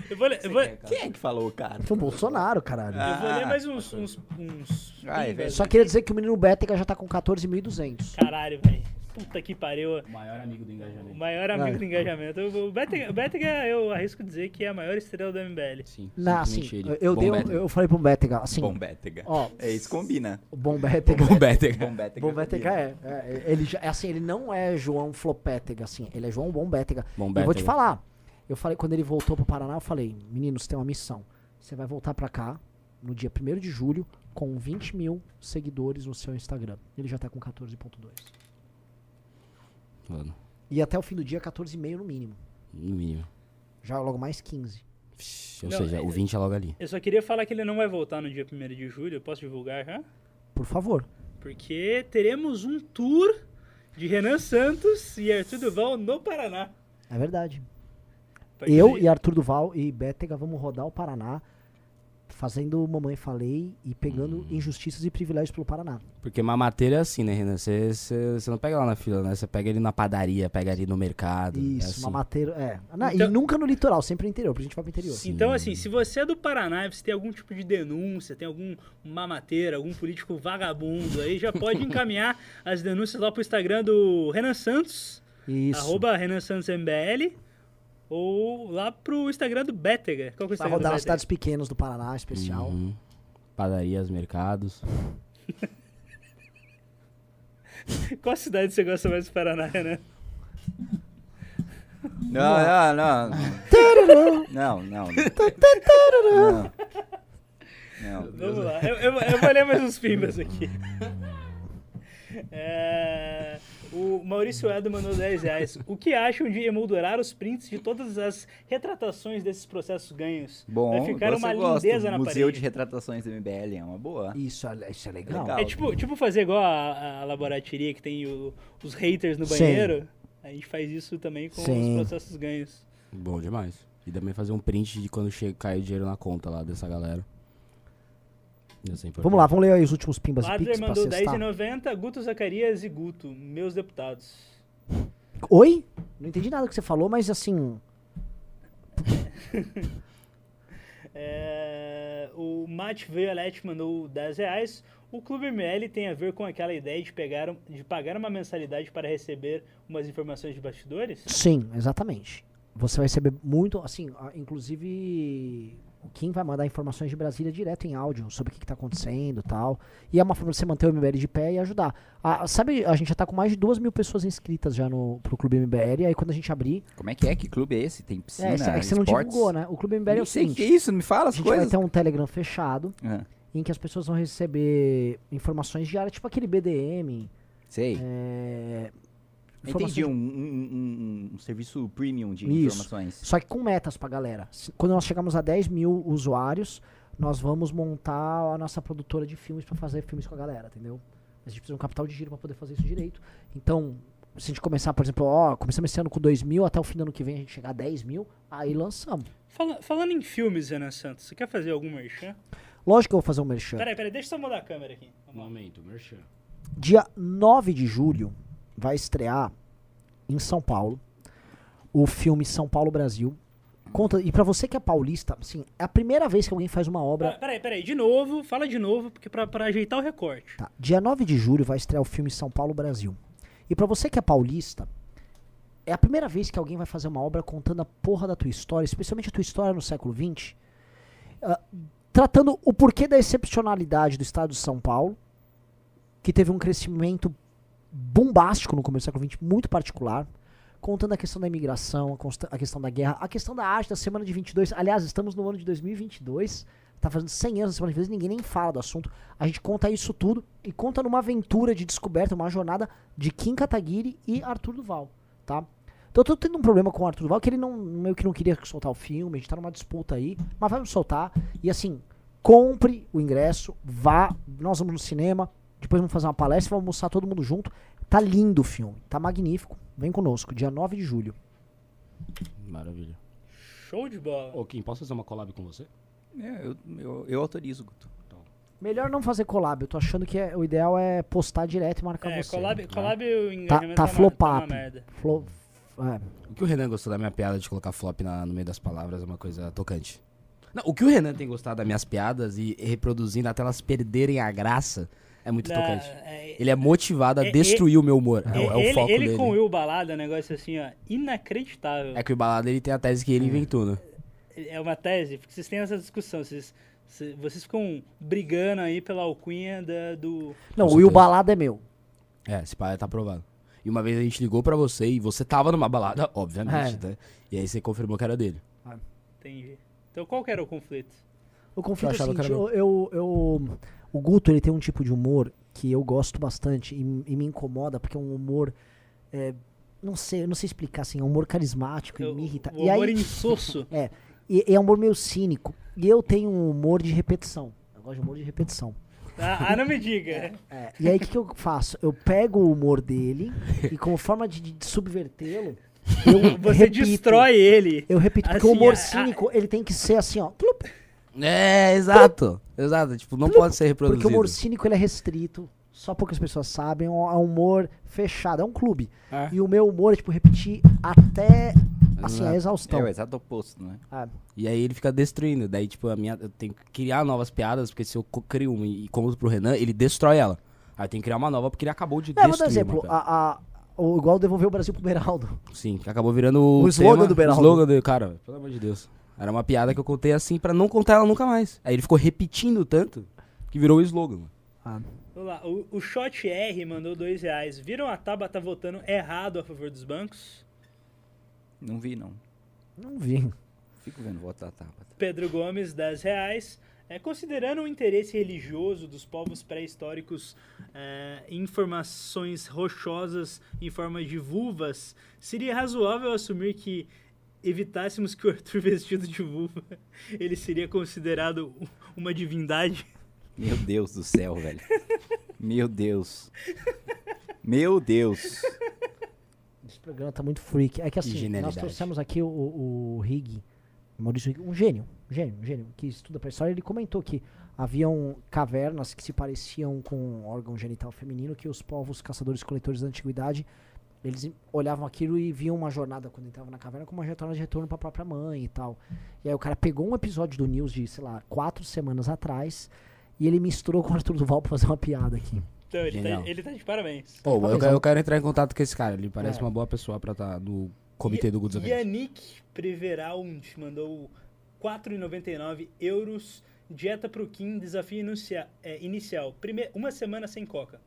[SPEAKER 2] eu vou, ler- eu vou-
[SPEAKER 5] Quem é que falou, cara?
[SPEAKER 1] Foi o Bolsonaro, caralho.
[SPEAKER 2] eu vou
[SPEAKER 3] Ah.
[SPEAKER 2] ler mais uns. uns, uns-
[SPEAKER 5] Ah, é verdade.
[SPEAKER 1] Só queria dizer que o menino Bétega já tá com 14.200.
[SPEAKER 2] Caralho, velho. Puta que pariu.
[SPEAKER 3] O maior amigo do
[SPEAKER 2] O
[SPEAKER 3] engajamento.
[SPEAKER 2] maior amigo do engajamento. O o Betega, o Betega, eu arrisco dizer que é a maior estrela do MBL.
[SPEAKER 3] Sim,
[SPEAKER 1] Não, assim,
[SPEAKER 3] simplesmente
[SPEAKER 1] eu-
[SPEAKER 3] ele.
[SPEAKER 1] eu,
[SPEAKER 3] Bom
[SPEAKER 1] dei, um-
[SPEAKER 3] Bétega.
[SPEAKER 1] eu falei pro Bétega, assim,
[SPEAKER 5] Bom Bétega.
[SPEAKER 1] ó,
[SPEAKER 5] É isso, combina.
[SPEAKER 1] o Bom Bétega.
[SPEAKER 3] Bom Bétega.
[SPEAKER 5] Bom Bétega.
[SPEAKER 1] Bom Bétega
[SPEAKER 5] combina.
[SPEAKER 1] é,
[SPEAKER 3] né?
[SPEAKER 1] é, Ele já- é assim, ele não é João Flopétega, assim. Ele é João Bom Bétega.
[SPEAKER 3] Bom
[SPEAKER 1] Eu vou te
[SPEAKER 3] Bétega.
[SPEAKER 1] falar. Eu falei, quando ele voltou pro Paraná, eu falei, meninos, tem uma missão. Você vai voltar pra cá no dia 1 de julho com 20 mil seguidores no seu Instagram. Ele já tá com 14.2.
[SPEAKER 3] Mano,
[SPEAKER 1] E até o fim do dia, 14,5 no mínimo.
[SPEAKER 3] no mínimo.
[SPEAKER 1] Já logo mais 15.
[SPEAKER 3] Vixe, Ou
[SPEAKER 2] Não,
[SPEAKER 3] seja, o 20 é logo ali.
[SPEAKER 2] Eu só queria falar que ele não vai voltar no dia 1 de julho. Eu posso divulgar já?
[SPEAKER 1] Por favor.
[SPEAKER 2] Porque teremos um tour de Renan Santos e Arthur Duval no Paraná.
[SPEAKER 1] É verdade.
[SPEAKER 2] A partir
[SPEAKER 1] Eu
[SPEAKER 2] de-
[SPEAKER 1] e Arthur Duval e Bétega vamos rodar o Paraná fazendo Mamãe Falei e pegando
[SPEAKER 3] Hum.
[SPEAKER 1] injustiças e privilégios pelo Paraná.
[SPEAKER 3] Porque mamateira é assim, né, Renan? Você você não pega lá na fila, né? Você pega ele na padaria, pega ele no mercado.
[SPEAKER 1] Isso,
[SPEAKER 3] é assim.
[SPEAKER 1] mamateiro. É. Não,
[SPEAKER 2] Então-
[SPEAKER 1] E nunca no litoral, sempre no interior, porque a gente vai pro interior.
[SPEAKER 2] Então, assim, se você é do Paraná e você tem algum tipo de denúncia, tem algum mamateira, algum político vagabundo aí, já pode encaminhar as denúncias lá pro Instagram do Renan Santos,
[SPEAKER 1] Isso.
[SPEAKER 2] arroba Renan Santos MBL, ou lá pro Instagram do Bétega. Qual que é o
[SPEAKER 1] Vai
[SPEAKER 2] Instagram do
[SPEAKER 1] rodar nas
[SPEAKER 2] Bétega?
[SPEAKER 1] cidades pequenas do Paraná, especial.
[SPEAKER 3] Uhum. Padarias, mercados.
[SPEAKER 2] Qual cidade você gosta mais do Paraná, Renan?
[SPEAKER 5] Não, não, não. Não, não. Não. Não.
[SPEAKER 2] Vamos lá.
[SPEAKER 1] [laughs]
[SPEAKER 2] Eu, eu- eu vou ler mais uns pimbas aqui. É, O Maurício Edo mandou 10 reais. O que acham de emoldurar os prints de todas as retratações desses processos ganhos?
[SPEAKER 5] Bom,
[SPEAKER 2] Vai ficar
[SPEAKER 5] gosto,
[SPEAKER 2] uma
[SPEAKER 5] eu gosto.
[SPEAKER 2] lindeza na
[SPEAKER 5] Museu
[SPEAKER 2] parede.
[SPEAKER 5] de retratações do MBL é uma boa.
[SPEAKER 1] Isso, é- isso é legal.
[SPEAKER 5] Legal.
[SPEAKER 2] É tipo, tipo fazer igual a, a laboratoria que tem o- os haters no
[SPEAKER 1] Sim.
[SPEAKER 2] banheiro. A gente faz isso também com
[SPEAKER 1] Sim.
[SPEAKER 2] os processos ganhos.
[SPEAKER 3] Bom demais. E também fazer um print de quando chega, cai o dinheiro na conta lá dessa galera. Isso é importante.
[SPEAKER 1] Vamos lá, vamos ler aí os últimos pimbas e
[SPEAKER 2] Adler
[SPEAKER 1] pix pra
[SPEAKER 2] mandou
[SPEAKER 1] cestar.
[SPEAKER 2] 10,90, Guto Zacarias e Guto, meus deputados.
[SPEAKER 1] Oi? Não entendi nada que você falou, mas assim...
[SPEAKER 2] É, o Matt Violet mandou 10 reais. O Clube ML tem a ver com aquela ideia de, pegar, um- de pagar uma mensalidade para receber umas informações de bastidores?
[SPEAKER 1] Sim, exatamente. Você vai receber muito, assim, a- inclusive o Kim vai mandar informações de Brasília direto em áudio sobre o que, que tá acontecendo e tal. E é uma forma de você manter o MBL de pé e ajudar. A- sabe, a gente já tá com mais de duas mil pessoas inscritas já no, pro Clube MBL. E aí quando a gente abrir.
[SPEAKER 5] Como é que é? Que clube é esse? Tem piscina,
[SPEAKER 1] é, é que você não
[SPEAKER 5] esportes?
[SPEAKER 1] divulgou, né? O Clube MBL é
[SPEAKER 5] Não
[SPEAKER 1] o
[SPEAKER 5] sei o que
[SPEAKER 1] seguinte:
[SPEAKER 5] é isso, me fala
[SPEAKER 1] a
[SPEAKER 5] as
[SPEAKER 1] gente vai um-
[SPEAKER 5] coisas.
[SPEAKER 1] ter um Telegram fechado
[SPEAKER 5] Ah,
[SPEAKER 1] em que as pessoas vão receber informações diárias, tipo aquele BDM.
[SPEAKER 5] sei.
[SPEAKER 1] É, informações
[SPEAKER 5] Entendi, um, um- um- um serviço premium de
[SPEAKER 1] Isso.
[SPEAKER 5] informações.
[SPEAKER 1] Só que com metas pra galera. Se- Quando nós chegarmos a 10 mil usuários, nós vamos montar a nossa produtora de filmes pra fazer filmes com a galera, entendeu? A gente precisa de um capital de giro pra poder fazer isso direito. Então, se a gente começar, por exemplo, ó, começamos esse ano com 2 mil, até o fim do ano que vem a gente chegar a 10 mil, aí lançamos.
[SPEAKER 2] Fala- falando em filmes, Renan Santos, você quer fazer algum merchan?
[SPEAKER 1] Lógico que eu vou fazer um merchan.
[SPEAKER 2] Peraí, peraí, deixa eu só mudar a câmera aqui. Vamos lá.
[SPEAKER 3] Momento, merchan.
[SPEAKER 1] Dia 9 de julho vai estrear em São Paulo o filme São Paulo Brasil. Conta, e pra você que é paulista, assim, é a primeira vez que alguém faz uma obra
[SPEAKER 2] Ah, Peraí, peraí, de novo, fala de novo, porque pra, pra ajeitar o recorte.
[SPEAKER 1] Tá. Dia 9 de julho vai estrear o filme São Paulo Brasil. E pra você que é paulista, é a primeira vez que alguém vai fazer uma obra contando a porra da tua história, especialmente a tua história no século XX, ah, tratando o porquê da excepcionalidade do estado de São Paulo, que teve um crescimento bombástico no começo do século XX, muito particular, contando a questão da imigração, a, consta- a questão da guerra, a questão da arte da semana de 22. Aliás, estamos no ano de 2022, tá fazendo 100 anos da semana de 22, ninguém nem fala do assunto. A gente conta isso tudo e conta numa aventura de descoberta, uma jornada de Kim Kataguiri e Arthur Duval, tá? Então eu tô tendo um problema com o Arthur Duval, que ele não, meio que não queria soltar o filme, a gente tá numa disputa aí, mas vai me soltar. E assim, compre o ingresso, vá, nós vamos no cinema, depois vamos fazer uma palestra, vamos almoçar todo mundo junto. Tá lindo o filme, tá magnífico. Vem conosco, dia 9 de julho.
[SPEAKER 3] Maravilha.
[SPEAKER 2] Show de bola.
[SPEAKER 3] Ô, Kim, posso fazer uma collab com você?
[SPEAKER 5] É, eu, eu, eu autorizo, Guto.
[SPEAKER 1] Melhor não fazer collab, eu tô achando que é- o ideal é postar direto e marcar
[SPEAKER 2] É,
[SPEAKER 1] você.
[SPEAKER 2] collab,
[SPEAKER 3] né?
[SPEAKER 2] collab o
[SPEAKER 1] Tá,
[SPEAKER 2] engajamento
[SPEAKER 1] tá
[SPEAKER 2] uma-
[SPEAKER 1] flopado.
[SPEAKER 2] uma merda.
[SPEAKER 1] Flo- é,
[SPEAKER 3] O que o Renan gostou da minha piada de colocar flop na- no meio das palavras é uma coisa tocante. Não, o que o Renan tem gostado das minhas piadas e reproduzindo até elas perderem a graça é muito
[SPEAKER 2] Não,
[SPEAKER 3] tocante.
[SPEAKER 2] é-
[SPEAKER 3] Ele é motivado a
[SPEAKER 2] É,
[SPEAKER 3] destruir o meu humor. É, o- é
[SPEAKER 2] ele,
[SPEAKER 3] o foco
[SPEAKER 2] ele
[SPEAKER 3] dele.
[SPEAKER 2] com o Will Balada é um negócio assim, ó, inacreditável.
[SPEAKER 3] É que o Balada ele tem a tese que ele inventou, né?
[SPEAKER 2] É uma tese, porque vocês têm essa discussão, vocês, cê- vocês ficam brigando aí pela alcunha da- do...
[SPEAKER 1] Não,
[SPEAKER 3] Com
[SPEAKER 1] o Will
[SPEAKER 3] certeza.
[SPEAKER 1] Balada é meu.
[SPEAKER 3] É, esse pai tá aprovado. E uma vez a gente ligou pra você e você tava numa balada, obviamente, né? E aí você confirmou que era dele.
[SPEAKER 2] Entendi. Então qual que era o conflito?
[SPEAKER 1] O conflito
[SPEAKER 3] Eu
[SPEAKER 1] é o
[SPEAKER 3] achava que
[SPEAKER 1] seguinte,
[SPEAKER 3] era
[SPEAKER 1] eu, eu, eu- o Guto ele tem um tipo de humor que eu gosto bastante e, e me incomoda, porque é um humor, é, não sei, eu não sei explicar, assim, é um humor carismático e
[SPEAKER 2] Eu-
[SPEAKER 1] me irrita.
[SPEAKER 2] O
[SPEAKER 1] E,
[SPEAKER 2] humor
[SPEAKER 1] aí, [laughs]
[SPEAKER 2] insosso.
[SPEAKER 1] e- e é um humor meio cínico, e eu tenho um humor de repetição, eu gosto de humor de repetição.
[SPEAKER 2] ah, ah, não me diga.
[SPEAKER 1] É, e aí o que, que eu faço? Eu pego o humor dele e como forma de, de subvertê-lo, eu
[SPEAKER 2] Você
[SPEAKER 1] repito.
[SPEAKER 2] destrói ele.
[SPEAKER 1] Eu repito, porque o
[SPEAKER 2] Assim,
[SPEAKER 1] humor
[SPEAKER 2] a- a-
[SPEAKER 1] cínico, ele tem que ser assim, ó, plup,
[SPEAKER 3] É, exato. Exato. Tipo, não pode ser
[SPEAKER 1] Porque
[SPEAKER 3] reproduzido.
[SPEAKER 1] o humor cínico ele é restrito, só poucas pessoas sabem, é um humor fechado, é um clube.
[SPEAKER 3] É.
[SPEAKER 1] E o meu humor é, tipo, repetir até, assim, a
[SPEAKER 3] Exato.
[SPEAKER 5] É o
[SPEAKER 1] exaustão.
[SPEAKER 5] exato oposto, né?
[SPEAKER 1] Ah,
[SPEAKER 3] E aí ele fica destruindo. Daí, tipo, a minha. Eu tenho que criar novas piadas, porque se eu co- crio uma e conto pro Renan, ele destrói ela. Aí tem que criar uma nova, porque ele acabou de
[SPEAKER 1] é, vou
[SPEAKER 3] destruir.
[SPEAKER 1] dar exemplo,
[SPEAKER 3] uma piada.
[SPEAKER 1] a, a, o igual devolver o Brasil pro Beraldo.
[SPEAKER 3] Sim, que acabou virando o,
[SPEAKER 1] O slogan
[SPEAKER 3] tema,
[SPEAKER 1] do Beraldo.
[SPEAKER 3] O slogan do cara, pelo amor de Deus. Era uma piada que eu contei assim pra não contar ela nunca mais. Aí ele ficou repetindo tanto que virou o slogan. mano.
[SPEAKER 2] Vamos lá, o, o Shot R mandou dois reais. Viram a Tabata votando errado a favor dos bancos?
[SPEAKER 5] Não vi, não.
[SPEAKER 1] Não vi.
[SPEAKER 5] Fico vendo voto da Tabata.
[SPEAKER 2] Pedro Gomes, 10 reais. É, considerando o interesse religioso dos povos pré-históricos é, em formações rochosas em forma de vulvas, seria razoável assumir que evitássemos que o Arthur [laughs] vestido de vulva ele seria considerado u- uma divindade?
[SPEAKER 5] Meu Deus do céu, velho. Meu Deus. Meu Deus.
[SPEAKER 1] Esse programa tá muito freak. É que assim, nós
[SPEAKER 3] Genialidade.
[SPEAKER 1] trouxemos aqui o, o, o Higg, o Maurício Higg, um gênio, um gênio, um gênio, que estuda pra história. Ele comentou que haviam cavernas que se pareciam com um órgão genital feminino, que os povos caçadores-coletores da antiguidade, eles olhavam aquilo e viam uma jornada quando entravam na caverna como uma jornada de retorno pra própria mãe e tal. E aí o cara pegou um episódio do News de, sei lá, quatro semanas atrás e ele misturou com o Arthur Duval pra fazer uma piada aqui.
[SPEAKER 2] Então, ele tá,
[SPEAKER 3] Genial.
[SPEAKER 2] ele tá de parabéns.
[SPEAKER 3] Pô, eu,
[SPEAKER 1] Talvez
[SPEAKER 3] quero-
[SPEAKER 1] não.
[SPEAKER 3] eu quero entrar em contato com esse cara. Ele parece
[SPEAKER 1] É.
[SPEAKER 3] uma boa pessoa pra estar no comitê do
[SPEAKER 2] é-
[SPEAKER 3] Goods Events.
[SPEAKER 2] Yannick Preveraund mandou 4,99 euros. Dieta pro Kim, desafio inicia- é, inicial. Prime- uma semana sem coca.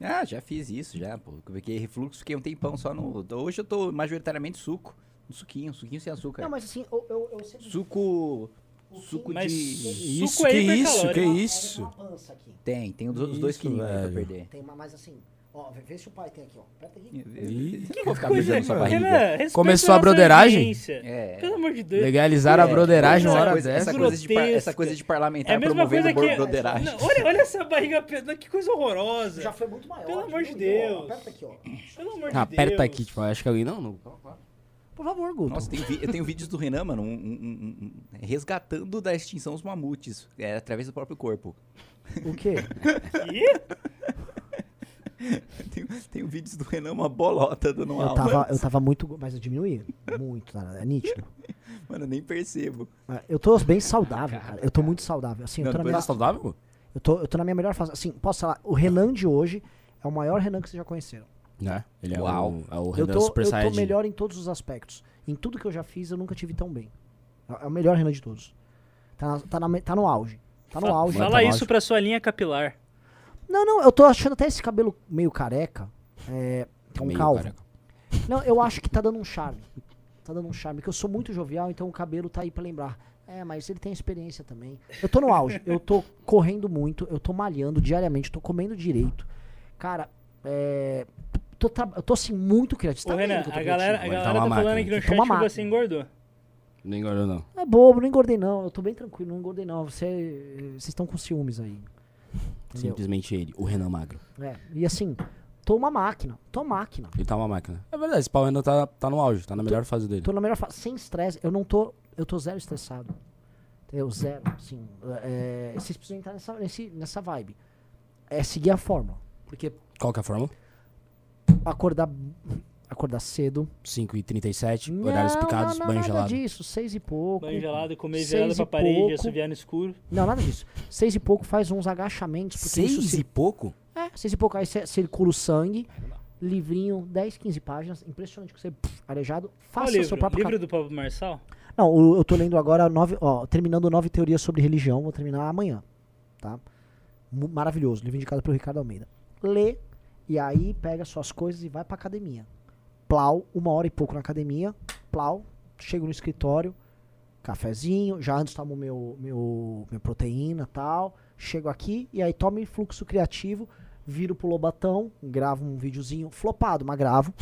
[SPEAKER 5] Ah, já fiz isso, já, pô. Eu Fiquei refluxo, fiquei um tempão só no. Hoje eu tô majoritariamente suco. Um suquinho, um suquinho sem açúcar.
[SPEAKER 1] Não, mas assim, eu, eu, eu sempre...
[SPEAKER 5] Suco. Suco
[SPEAKER 2] Mas
[SPEAKER 5] de.
[SPEAKER 3] Isso,
[SPEAKER 2] suco é
[SPEAKER 3] que isso, que
[SPEAKER 2] hipercalórico.
[SPEAKER 3] isso.
[SPEAKER 1] Uma pança aqui.
[SPEAKER 5] Tem, tem os outros dois
[SPEAKER 3] Isso,
[SPEAKER 5] quilinhos aí pra
[SPEAKER 3] velho.
[SPEAKER 5] perder.
[SPEAKER 1] Tem uma, mas assim, ó, vê, vê se o pai tem aqui, ó. Aperta aqui.
[SPEAKER 3] Ih,
[SPEAKER 5] Eu Vou ficar
[SPEAKER 3] coisa,
[SPEAKER 5] beijando sua
[SPEAKER 3] mano.
[SPEAKER 5] barriga.
[SPEAKER 2] Renan, respeita
[SPEAKER 3] Começou a
[SPEAKER 2] nossa
[SPEAKER 3] broderagem?
[SPEAKER 2] audiência.
[SPEAKER 5] É.
[SPEAKER 2] Pelo amor de Deus.
[SPEAKER 3] Legalizar a
[SPEAKER 2] É,
[SPEAKER 3] broderagem
[SPEAKER 2] essa
[SPEAKER 3] uma hora
[SPEAKER 5] coisa,
[SPEAKER 3] dessa.
[SPEAKER 5] essa, coisa de par- essa coisa de parlamentar
[SPEAKER 2] É a mesma
[SPEAKER 5] tá promovendo
[SPEAKER 2] coisa que.
[SPEAKER 5] broderagem.
[SPEAKER 2] Não, olha, olha essa barriga preta, que coisa horrorosa.
[SPEAKER 1] Já foi muito maior.
[SPEAKER 2] Pelo amor de
[SPEAKER 1] diminuiu, ó.
[SPEAKER 2] Deus.
[SPEAKER 1] Aperta aqui, ó.
[SPEAKER 2] Pelo amor de Deus.
[SPEAKER 3] Aperta aqui, tipo, acho que alguém. Não, não.
[SPEAKER 1] Por favor, Guto.
[SPEAKER 5] Nossa, tem vi- eu tenho vídeos do Renan, mano, um- um- um- um- resgatando da extinção os mamutes, é, através do próprio corpo.
[SPEAKER 1] O quê?
[SPEAKER 2] Ih,
[SPEAKER 5] [laughs] Tem, tem vídeos do Renan, uma bolota dando uma
[SPEAKER 1] Eu tava, eu tava muito. go- Mas eu diminuí? Muito, né? é nítido.
[SPEAKER 5] [laughs] Mano, eu nem percebo.
[SPEAKER 1] É, Eu tô bem saudável, cara. Eu tô muito saudável. Assim, eu
[SPEAKER 5] Não,
[SPEAKER 1] tô na
[SPEAKER 5] depois
[SPEAKER 1] minha,
[SPEAKER 3] Tá saudável?
[SPEAKER 1] eu tô, eu tô na minha melhor fase. Assim, posso falar, o Renan de hoje é o maior Renan que vocês já conheceram.
[SPEAKER 3] Né? Ele é
[SPEAKER 5] Uau.
[SPEAKER 3] o, é o
[SPEAKER 1] Eu
[SPEAKER 3] Renan
[SPEAKER 1] tô,
[SPEAKER 3] Super
[SPEAKER 1] eu tô
[SPEAKER 3] Saiyajin.
[SPEAKER 1] melhor em todos os aspectos. Em tudo que eu já fiz, eu nunca tive tão bem. É é o melhor Renan de todos. Tá, na- tá, na- tá no auge. Tá no auge.
[SPEAKER 2] Fala
[SPEAKER 3] Tá no
[SPEAKER 2] isso
[SPEAKER 3] auge.
[SPEAKER 2] pra sua linha capilar.
[SPEAKER 1] Não, não, eu tô achando até esse cabelo meio careca. É. Com
[SPEAKER 3] Tá Meio
[SPEAKER 1] calvo.
[SPEAKER 3] careca.
[SPEAKER 1] Não, eu acho que tá dando um charme. Tá dando um charme, que eu sou muito jovial, então o cabelo tá aí pra lembrar. É, mas ele tem experiência também. Eu tô no auge, eu tô correndo muito, eu tô malhando diariamente, tô comendo direito. Cara, é. Tô, tra- eu tô assim muito criativo. Você
[SPEAKER 2] Ô,
[SPEAKER 1] tá vendo
[SPEAKER 2] Renan,
[SPEAKER 1] que eu tô
[SPEAKER 2] a galera, a
[SPEAKER 1] criativo?
[SPEAKER 3] Ele tá
[SPEAKER 2] galera tá
[SPEAKER 3] uma
[SPEAKER 2] falando
[SPEAKER 3] máquina.
[SPEAKER 2] aqui
[SPEAKER 1] Tá
[SPEAKER 2] no chat
[SPEAKER 1] uma
[SPEAKER 2] que
[SPEAKER 1] máquina.
[SPEAKER 2] você engordou.
[SPEAKER 3] Não engordou, não.
[SPEAKER 1] É bobo, não engordei não, eu tô bem tranquilo, não engordei não. Você, vocês estão com ciúmes aí. Entendeu?
[SPEAKER 3] Simplesmente ele, o Renan Magro.
[SPEAKER 1] É, e assim, tô uma máquina, tô uma máquina.
[SPEAKER 3] Ele tá uma máquina. É verdade, esse pau Renan tá, tá no auge, tá na melhor fase dele.
[SPEAKER 1] Tô Então, na melhor fase, sem estresse. Eu não tô. Eu tô zero estressado. Entendeu? Zero, assim. é, vocês precisam entrar nessa, nesse- nessa vibe. É seguir a fórmula. Porque
[SPEAKER 3] Qual que é a fórmula?
[SPEAKER 1] acordar. Acordar cedo.
[SPEAKER 3] 5h37,
[SPEAKER 1] Não,
[SPEAKER 3] horários
[SPEAKER 1] não,
[SPEAKER 3] picados,
[SPEAKER 1] não,
[SPEAKER 3] banho
[SPEAKER 1] nada
[SPEAKER 3] gelado.
[SPEAKER 1] disso. Seis e pouco.
[SPEAKER 2] Banho gelado, comer
[SPEAKER 1] Seis
[SPEAKER 2] gelado pra
[SPEAKER 1] e
[SPEAKER 2] parede,
[SPEAKER 1] pouco.
[SPEAKER 2] assoviar no escuro.
[SPEAKER 1] Não, nada disso. Seis e pouco faz uns agachamentos. Porque isso
[SPEAKER 3] Seis
[SPEAKER 1] cir-
[SPEAKER 3] e pouco?
[SPEAKER 1] É, seis e pouco. Aí cê- circula o sangue. Livrinho, 10, 15 páginas. Impressionante que você pff, arejado.
[SPEAKER 2] Qual é
[SPEAKER 1] Faça o
[SPEAKER 2] livro?
[SPEAKER 1] seu próprio
[SPEAKER 2] Livro do Pablo Marçal?
[SPEAKER 1] Não, o- eu tô lendo agora nove, ó, terminando nove teorias sobre religião, vou terminar amanhã, tá? Mu- Maravilhoso, livro indicado pelo Ricardo Almeida. Lê e aí pega suas coisas e vai pra academia. Plau, uma hora e pouco na academia, plau, chego no escritório, cafezinho, já antes tomo meu, meu, minha proteína tal, chego aqui e aí tomo influxo criativo, viro pro Lobatão, gravo um videozinho flopado, mas gravo.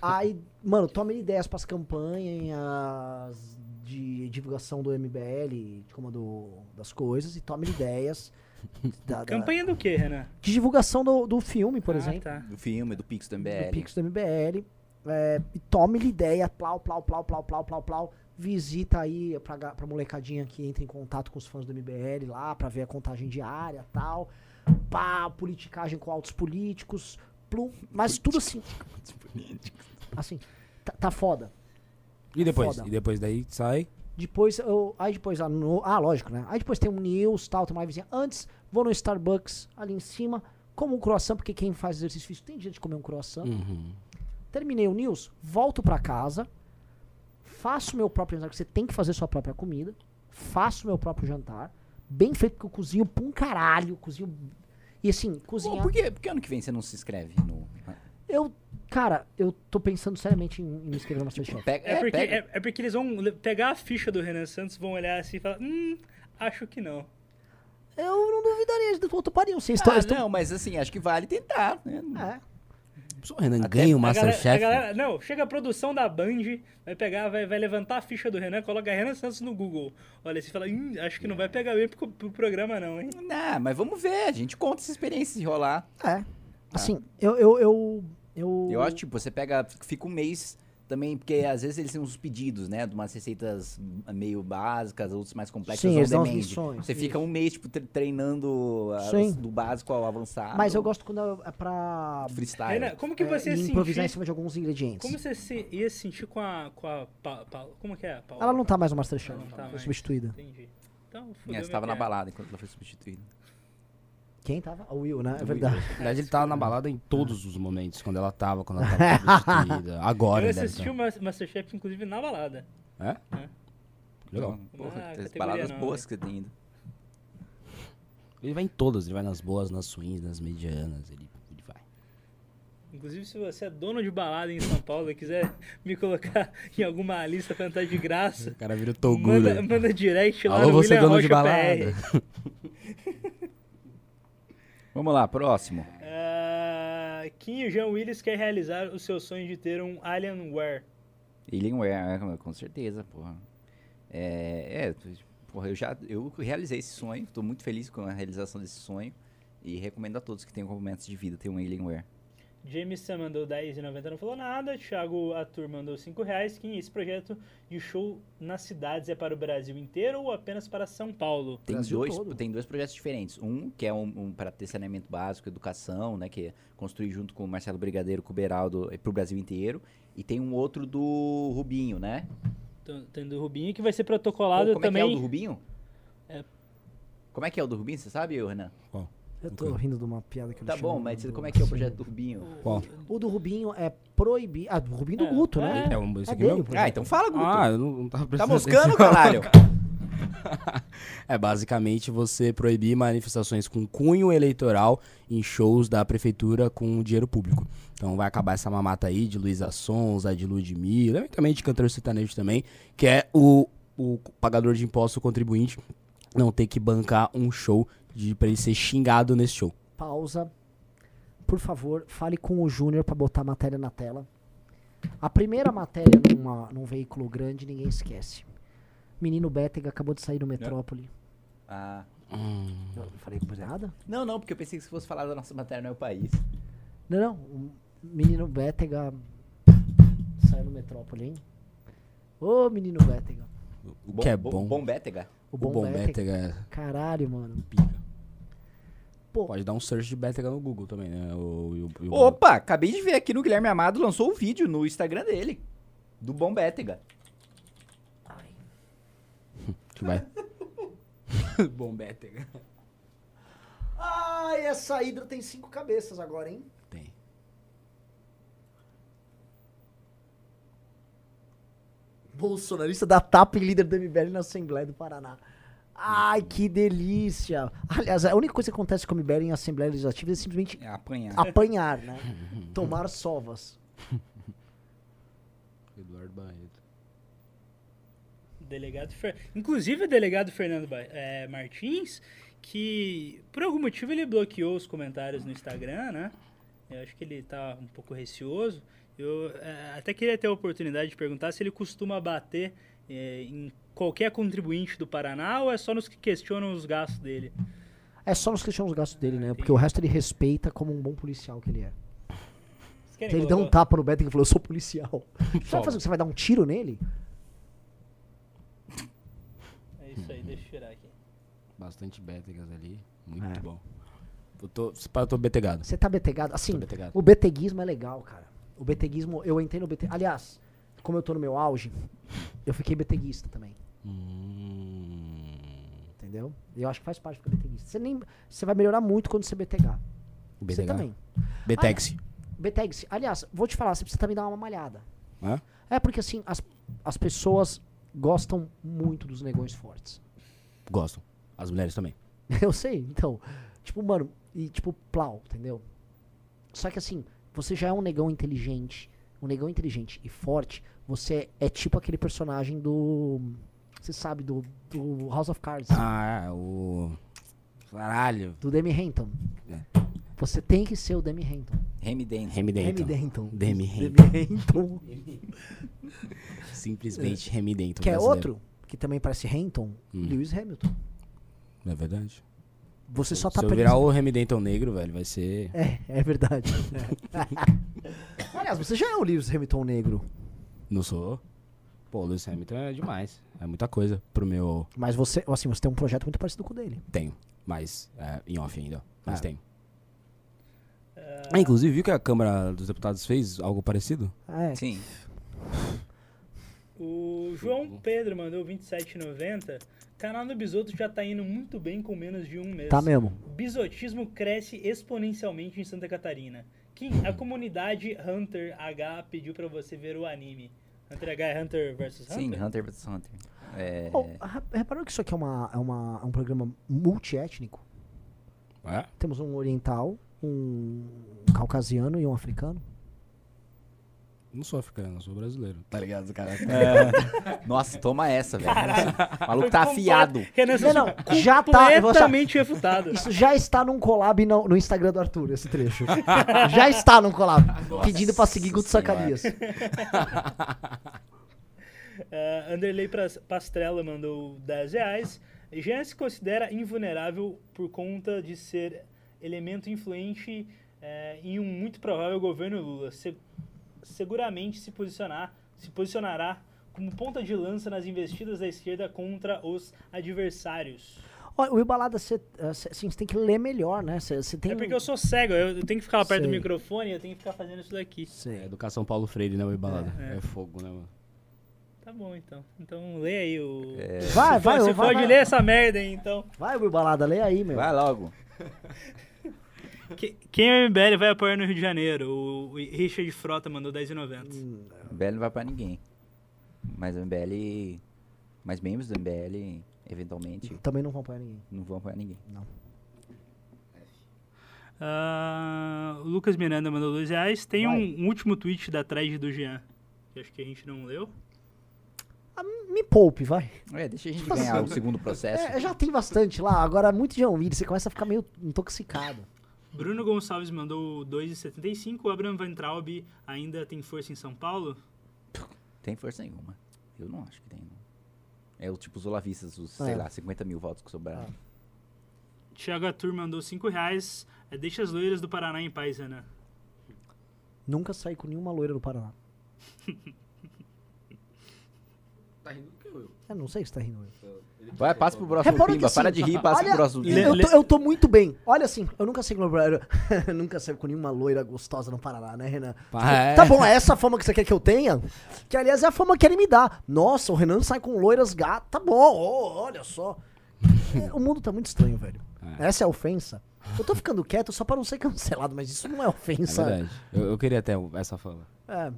[SPEAKER 1] Aí, mano, toma ideias pras campanhas de divulgação do MBL, de como do, das coisas, e toma ideias da, da-
[SPEAKER 2] Campanha do quê, Renan?
[SPEAKER 1] de divulgação do, do filme, por
[SPEAKER 2] Ah,
[SPEAKER 1] exemplo,
[SPEAKER 2] tá.
[SPEAKER 5] Do filme, do Pix do
[SPEAKER 1] do
[SPEAKER 5] MBL.
[SPEAKER 1] Pix do MBL. É, e tome ideia, plau, plau, plau, plau, plau, plau, plau. Visita aí pra, ga- pra molecadinha que entra em contato com os fãs do MBL lá, pra ver a contagem diária tal. Pá, politicagem com altos políticos. Plum, mas tudo assim,
[SPEAKER 5] tipo,
[SPEAKER 1] assim, tá, tá foda.
[SPEAKER 3] E depois?
[SPEAKER 1] Foda.
[SPEAKER 3] E depois daí sai.
[SPEAKER 1] Depois, eu, aí depois, ah, no- ah, lógico, né? Aí depois tem um news, tal, tem uma livezinha. Antes, vou no Starbucks, ali em cima, como um croissant, porque quem faz exercício físico tem direito de comer um croissant.
[SPEAKER 3] Uhum.
[SPEAKER 1] Terminei o news, volto pra casa, faço meu próprio jantar, que você tem que fazer sua própria comida, faço meu próprio jantar, bem feito, porque eu cozinho pra um caralho, cozinho... E assim,
[SPEAKER 5] Pô,
[SPEAKER 1] cozinhar...
[SPEAKER 5] por, que, por que ano que vem você não se inscreve no.
[SPEAKER 1] Eu, cara, eu tô pensando seriamente em, em me inscrever no Masterchef.
[SPEAKER 5] Pega,
[SPEAKER 2] É,
[SPEAKER 5] é,
[SPEAKER 2] porque,
[SPEAKER 5] pega.
[SPEAKER 2] é, é porque eles vão le- pegar a ficha do Renan Santos, vão olhar assim e falar: Hum, Acho que não.
[SPEAKER 1] Eu não duvidaria, eles topariam. Vocês estão.
[SPEAKER 5] Ah,
[SPEAKER 1] eles
[SPEAKER 2] né?
[SPEAKER 1] estão-
[SPEAKER 5] não, mas assim, acho que vale tentar, né?
[SPEAKER 1] É.
[SPEAKER 3] Só o Renan ganha o
[SPEAKER 2] A galera- a
[SPEAKER 3] Masterchef.
[SPEAKER 2] galera- não, chega a produção da Band, vai pegar, vai, vai levantar a ficha do Renan, coloca Renan Santos no Google. Olha, você fala, "Hum, acho que não vai pegar bem pro, pro programa, não, hein?
[SPEAKER 5] Não, Ah, mas vamos ver, a gente conta essa experiência de rolar.
[SPEAKER 1] É. Assim, eu. Eu, eu, eu,
[SPEAKER 5] Eu acho, tipo, você pega, fica um mês também, porque às vezes eles têm uns pedidos, né? De umas receitas meio básicas, outros mais complexos,
[SPEAKER 1] Sim,
[SPEAKER 5] on
[SPEAKER 1] eles dão as
[SPEAKER 5] demand.
[SPEAKER 1] lições,
[SPEAKER 5] Você fica um mês, tipo, tre- treinando ah,
[SPEAKER 1] Sim.
[SPEAKER 5] do básico ao avançado.
[SPEAKER 1] Mas eu gosto quando é pra.
[SPEAKER 5] Freestyle.
[SPEAKER 2] Renan, como que
[SPEAKER 1] é,
[SPEAKER 2] você se
[SPEAKER 1] improvisar em
[SPEAKER 2] sentiu?
[SPEAKER 1] cima de alguns ingredientes.
[SPEAKER 2] Como você se, ia se sentir com a. Com a Pa- Pa- como que é? Paula?
[SPEAKER 1] Ela não tá mais no Masterchef,
[SPEAKER 2] Ela não tá
[SPEAKER 1] foi
[SPEAKER 2] mais.
[SPEAKER 1] substituída.
[SPEAKER 2] Entendi. Então, fudeu.
[SPEAKER 5] É, você
[SPEAKER 2] minha
[SPEAKER 5] tava na
[SPEAKER 2] piada.
[SPEAKER 5] balada enquanto ela foi substituída.
[SPEAKER 1] Quem tava? O Will, né? É verdade.
[SPEAKER 3] Na verdade, ele tava na balada em todos os momentos, quando ela tava, quando
[SPEAKER 1] [laughs]
[SPEAKER 3] ela tava substituída. Agora,
[SPEAKER 2] Eu
[SPEAKER 3] ele deve
[SPEAKER 2] assisti o
[SPEAKER 3] tá.
[SPEAKER 2] Ma- Masterchef, inclusive, na balada.
[SPEAKER 1] um-
[SPEAKER 3] Legal.
[SPEAKER 5] Então, Porra,
[SPEAKER 2] Ah,
[SPEAKER 5] tem
[SPEAKER 2] categoria
[SPEAKER 5] palavras
[SPEAKER 2] não,
[SPEAKER 5] boas
[SPEAKER 2] né?
[SPEAKER 5] que você tem ainda.
[SPEAKER 3] Ele vai em todas, ele vai nas boas, nas ruins, nas medianas, ele, ele vai.
[SPEAKER 2] Inclusive, se você é dono de balada em São Paulo e quiser [laughs] me colocar em alguma lista pra entrar de graça,
[SPEAKER 3] cara vira o
[SPEAKER 2] manda, manda direct lá
[SPEAKER 3] Alô,
[SPEAKER 2] no
[SPEAKER 3] você
[SPEAKER 2] William
[SPEAKER 3] dono de
[SPEAKER 2] Rocha
[SPEAKER 3] balada.
[SPEAKER 2] PR.
[SPEAKER 5] Vamos lá, próximo.
[SPEAKER 2] Ah, Kim e Jean Willis quer realizar o seu sonho de ter um Alienware.
[SPEAKER 5] Alienware, né, com certeza, porra. É, é, porra, eu já eu realizei esse sonho, tô muito feliz com a realização desse sonho e recomendo a todos que tenham complementos de vida ter um Alienware.
[SPEAKER 2] James Sam mandou 10,90 não falou nada. Thiago Atur mandou 5 reais. Kim, esse projeto de show nas cidades é para o Brasil inteiro ou apenas para São Paulo?
[SPEAKER 5] Tem
[SPEAKER 1] Brasil
[SPEAKER 5] dois,
[SPEAKER 1] todo.
[SPEAKER 5] tem dois projetos diferentes. Um que é um, um para ter saneamento básico, educação, né, que é construir junto com o Marcelo Brigadeiro, com o Beraldo, para o Brasil inteiro. E tem um outro do Rubinho, né?
[SPEAKER 2] Tem- Tem do Rubinho que vai ser protocolado
[SPEAKER 5] Pô, como
[SPEAKER 2] também.
[SPEAKER 5] é que é o do Rubinho?
[SPEAKER 2] É.
[SPEAKER 5] Como é que é o do Rubinho, você sabe, Renan?
[SPEAKER 1] Eu tô rindo de uma piada que eu não
[SPEAKER 5] Tá
[SPEAKER 1] chamei
[SPEAKER 5] bom,
[SPEAKER 1] o
[SPEAKER 5] mas
[SPEAKER 1] nome
[SPEAKER 5] como
[SPEAKER 1] do-
[SPEAKER 5] é que é o projeto do Rubinho?
[SPEAKER 3] Qual?
[SPEAKER 1] O do Rubinho é proibir. Ah, do Rubinho do
[SPEAKER 2] É,
[SPEAKER 1] Guto,
[SPEAKER 2] é.
[SPEAKER 1] né?
[SPEAKER 3] É, um, esse
[SPEAKER 1] É
[SPEAKER 3] aqui é
[SPEAKER 1] dele,
[SPEAKER 3] meu?
[SPEAKER 1] pô.
[SPEAKER 5] Ah, então fala, Guto.
[SPEAKER 3] Ah, eu não, não tava
[SPEAKER 5] tá
[SPEAKER 3] prestando
[SPEAKER 5] moscando,
[SPEAKER 3] atenção. [laughs]
[SPEAKER 5] caralho?
[SPEAKER 3] É basicamente você proibir manifestações com cunho eleitoral em shows da prefeitura com dinheiro público. Então vai acabar essa mamata aí de Luísa Sonza, de Ludmilla, eventualmente de cantor sertanejo também, que é o, o pagador de impostos, o contribuinte, não ter que bancar um show de, pra ele ser xingado nesse show.
[SPEAKER 1] Pausa. Por favor, fale com o Júnior pra botar a matéria na tela. A primeira matéria numa- num veículo grande, ninguém esquece. Menino Bétega acabou de sair do Metrópole.
[SPEAKER 5] Ah,
[SPEAKER 1] É. Eu não falei nada?
[SPEAKER 5] não, não, porque eu pensei que você fosse falar da nossa matéria no meu país.
[SPEAKER 1] Não, não. O menino Bétega saiu do Metrópole, hein? Ô, menino Bétega.
[SPEAKER 3] O que é bom.
[SPEAKER 5] Bom Bétega.
[SPEAKER 1] O
[SPEAKER 3] o
[SPEAKER 1] bom,
[SPEAKER 3] bom
[SPEAKER 1] Bétega.
[SPEAKER 3] Bétega é
[SPEAKER 1] Caralho, mano.
[SPEAKER 3] pica.
[SPEAKER 1] Pô.
[SPEAKER 3] Pode dar um search de Bétega no Google também, né? O, o, o-
[SPEAKER 5] Opa, acabei de ver aqui no Guilherme Amado lançou o vídeo no Instagram dele. Do Bom Bétega.
[SPEAKER 3] que vai. bom Bétega.
[SPEAKER 1] Ai, essa hidra tem cinco cabeças agora, hein?
[SPEAKER 3] Tem.
[SPEAKER 1] Bolsonarista da tapa em líder do MBL na Assembleia do Paraná. Ai, que delícia! Aliás, a única coisa que acontece com o MBL em Assembleia Legislativa é simplesmente
[SPEAKER 5] É apanhar.
[SPEAKER 3] Ah.
[SPEAKER 1] apanhar, né? Tomar sovas.
[SPEAKER 3] Eduardo Barreto.
[SPEAKER 2] Delegado Fer... Inclusive o delegado Fernando Ba- eh, Martins, que por algum motivo ele bloqueou os comentários no Instagram, né? Eu acho que ele tá um pouco receoso. Eu eh, até queria ter a oportunidade de perguntar se ele costuma bater eh, em qualquer contribuinte do Paraná ou é só nos que questionam os gastos dele.
[SPEAKER 1] É só nos questionar os gastos dele, né? Porque o resto ele respeita como um bom policial que ele é.
[SPEAKER 2] Vocês querem
[SPEAKER 1] Ele deu um
[SPEAKER 2] colocar-
[SPEAKER 1] tapa no Beto e falou: Eu sou policial. Sabe fazer o que você vai dar um tiro nele?
[SPEAKER 2] É isso aí, deixa eu tirar aqui.
[SPEAKER 3] Bastante Bétegas ali.
[SPEAKER 1] É.
[SPEAKER 3] Muito bom. Eu tô, se pá, eu tô betegado.
[SPEAKER 1] Você tá betegado? Assim,
[SPEAKER 3] Tô betegado.
[SPEAKER 1] o beteguismo é legal, cara. O beteguismo, eu entrei no BT. Aliás, como eu tô no meu auge, eu fiquei beteguista também.
[SPEAKER 3] Hum,
[SPEAKER 1] Entendeu? E Eu acho que faz parte ficar BTGista. Você, nem, você vai melhorar muito quando você BTH. Você
[SPEAKER 3] BTH?
[SPEAKER 1] também.
[SPEAKER 5] Ah,
[SPEAKER 3] Betex.
[SPEAKER 1] BTG. Aliás, vou te falar, você precisa também dar uma malhada.
[SPEAKER 3] Hã?
[SPEAKER 1] É porque assim, as, as pessoas gostam muito dos negões fortes.
[SPEAKER 5] é?
[SPEAKER 3] Gostam. As mulheres também.
[SPEAKER 1] [laughs] Eu sei, então. Tipo, mano, e tipo, plau, entendeu? Só que assim, você já é um negão é inteligente. Um negão inteligente e forte, você é tipo aquele personagem do. Você sabe, do, do House of Cards,
[SPEAKER 5] é,
[SPEAKER 3] Ah, o. Caralho.
[SPEAKER 1] do Demi Henton.
[SPEAKER 3] É.
[SPEAKER 1] Você tem que ser o Demi Henton.
[SPEAKER 5] Remy Dance.
[SPEAKER 3] Remy então.
[SPEAKER 1] Demi
[SPEAKER 3] Denton.
[SPEAKER 1] Denton.
[SPEAKER 3] Demi Henton.
[SPEAKER 1] Demi Henton.
[SPEAKER 3] Simplesmente Remy Denton.
[SPEAKER 1] Que é
[SPEAKER 3] brasileiro. Hum.
[SPEAKER 1] outro, que também parece Henton, Lewis Hamilton.
[SPEAKER 3] Não é verdade?
[SPEAKER 1] Você só tá
[SPEAKER 3] Se eu virar o Remy Denton negro, velho, vai ser.
[SPEAKER 1] É, [laughs] é
[SPEAKER 3] [laughs]
[SPEAKER 1] verdade. É. Aliás, você já é o Lewis Hamilton negro,
[SPEAKER 3] Não sou. Pô, o Lewis Hamilton é demais. É muita coisa pro meu.
[SPEAKER 1] mas você, assim, você tem um projeto muito parecido com o dele.
[SPEAKER 3] Tenho. Mas é, em off ainda. Mas
[SPEAKER 1] Ah.
[SPEAKER 3] tenho. Ah, inclusive, viu que a Câmara dos Deputados fez algo parecido?
[SPEAKER 1] É,
[SPEAKER 5] Sim.
[SPEAKER 2] O João Pedro mandou 27,90. Canal do Bisoto já tá indo muito bem com menos de um mês.
[SPEAKER 1] tá mesmo.
[SPEAKER 2] O bisotismo cresce exponencialmente em Santa Catarina. Kim, a comunidade Hunter H pediu pra você ver o anime. Hunter H é Hunter vs Hunter?
[SPEAKER 5] Sim, Hunter vs Hunter. É,
[SPEAKER 1] Oh, ra- reparou que isso aqui é, uma, é, uma, é um programa multiétnico?
[SPEAKER 3] É?
[SPEAKER 1] Temos um oriental, um caucasiano e um africano.
[SPEAKER 3] Não sou africano, sou brasileiro.
[SPEAKER 5] Tá ligado, cara? É. Nossa, toma essa, velho. O maluco tá
[SPEAKER 2] Foi
[SPEAKER 5] afiado.
[SPEAKER 2] complet- Renan,
[SPEAKER 1] Não,
[SPEAKER 2] você
[SPEAKER 1] não,
[SPEAKER 2] foi
[SPEAKER 1] já tá, eu vou achar-
[SPEAKER 2] completamente refutado.
[SPEAKER 1] Isso já está num collab no, no Instagram do Arthur, esse
[SPEAKER 2] [laughs]
[SPEAKER 1] trecho. já está num collab. pedindo pra seguir Guto
[SPEAKER 3] Senhora.
[SPEAKER 1] Sacarias.
[SPEAKER 2] Ah, Anderley Pras- Pastrella mandou 10 reais. Jean se considera invulnerável por conta de ser elemento influente eh, em um muito provável governo Lula. Se- seguramente se, posicionar, se posicionará como ponta de lança nas investidas da esquerda contra os adversários.
[SPEAKER 1] Olha, o Ibalada, você assim, você tem que ler melhor, né? Você você tem.
[SPEAKER 2] É porque eu sou cego, eu eu tenho que ficar lá perto do
[SPEAKER 1] Sei.
[SPEAKER 2] microfone, eu tenho que ficar fazendo isso daqui.
[SPEAKER 3] É educação Paulo Freire, né, o Ibalada?
[SPEAKER 2] É,
[SPEAKER 3] É,
[SPEAKER 2] é.
[SPEAKER 3] fogo, né, mano?
[SPEAKER 2] Tá bom, então. Então lê aí o...
[SPEAKER 1] Vai, vai,
[SPEAKER 2] Você
[SPEAKER 1] vai, vai,
[SPEAKER 2] pode ler essa merda aí, então.
[SPEAKER 1] Vai, Will Balada, lê aí, meu.
[SPEAKER 5] Vai logo.
[SPEAKER 2] Que- Quem é o MBL vai apoiar no Rio de Janeiro? O o Richard Frota mandou 10,90.
[SPEAKER 5] O MBL não vai pra ninguém. Mas o MBL. Mas membros do MBL, eventualmente,
[SPEAKER 1] Também não acompanha ninguém.
[SPEAKER 5] não vão apoiar ninguém.
[SPEAKER 2] Ah, o Lucas Miranda mandou 2 reais. Tem um,
[SPEAKER 1] Vai.
[SPEAKER 2] um último tweet da thread do Jean, que acho que a gente não leu.
[SPEAKER 1] Me poupe, vai.
[SPEAKER 5] É, deixa a gente ganhar o segundo processo.
[SPEAKER 1] [laughs] É, já tem bastante lá. Agora, muito de ouvir, você começa a ficar meio intoxicado.
[SPEAKER 2] Bruno Gonçalves mandou 2,75. O Abraham Van Traub ainda tem força em São Paulo?
[SPEAKER 5] Tem força nenhuma. Eu não acho que tem. não. É o tipo os olavistas, os, sei
[SPEAKER 1] É. Ah.
[SPEAKER 5] lá, 50 mil votos que sobraram.
[SPEAKER 2] Thiago Atur mandou 5 reais. É, Deixa as loiras do Paraná em paz, Ana.
[SPEAKER 1] Nunca saí com nenhuma loira do Paraná.
[SPEAKER 4] [laughs] Tá rindo do que eu.
[SPEAKER 1] Eu não sei se tá rindo. Will.
[SPEAKER 5] Vai, passa pro próximo
[SPEAKER 1] Reparou que
[SPEAKER 5] Pimba.
[SPEAKER 1] assim,
[SPEAKER 5] Para de rir, passa
[SPEAKER 1] olha,
[SPEAKER 5] pro próximo
[SPEAKER 2] Le-
[SPEAKER 1] eu,
[SPEAKER 5] Pimba.
[SPEAKER 2] le-
[SPEAKER 1] tô, eu tô muito bem. Olha assim, eu nunca saí com nenhuma loira. [laughs] nunca saí com nenhuma loira gostosa no Paraná, né, Renan?
[SPEAKER 3] Ah, é?
[SPEAKER 1] [laughs] Tá bom, é essa a fama que você quer que eu tenha? Que aliás é a fama que ele me dá. Nossa, o Renan sai com loiras gatas. Tá bom, ô, olha só. É, o mundo tá muito estranho, velho. Essa é a ofensa. Eu tô ficando quieto só pra não ser cancelado, mas isso não é
[SPEAKER 3] É
[SPEAKER 1] ofensa.
[SPEAKER 3] verdade. Eu, eu queria ter essa fama.
[SPEAKER 1] É,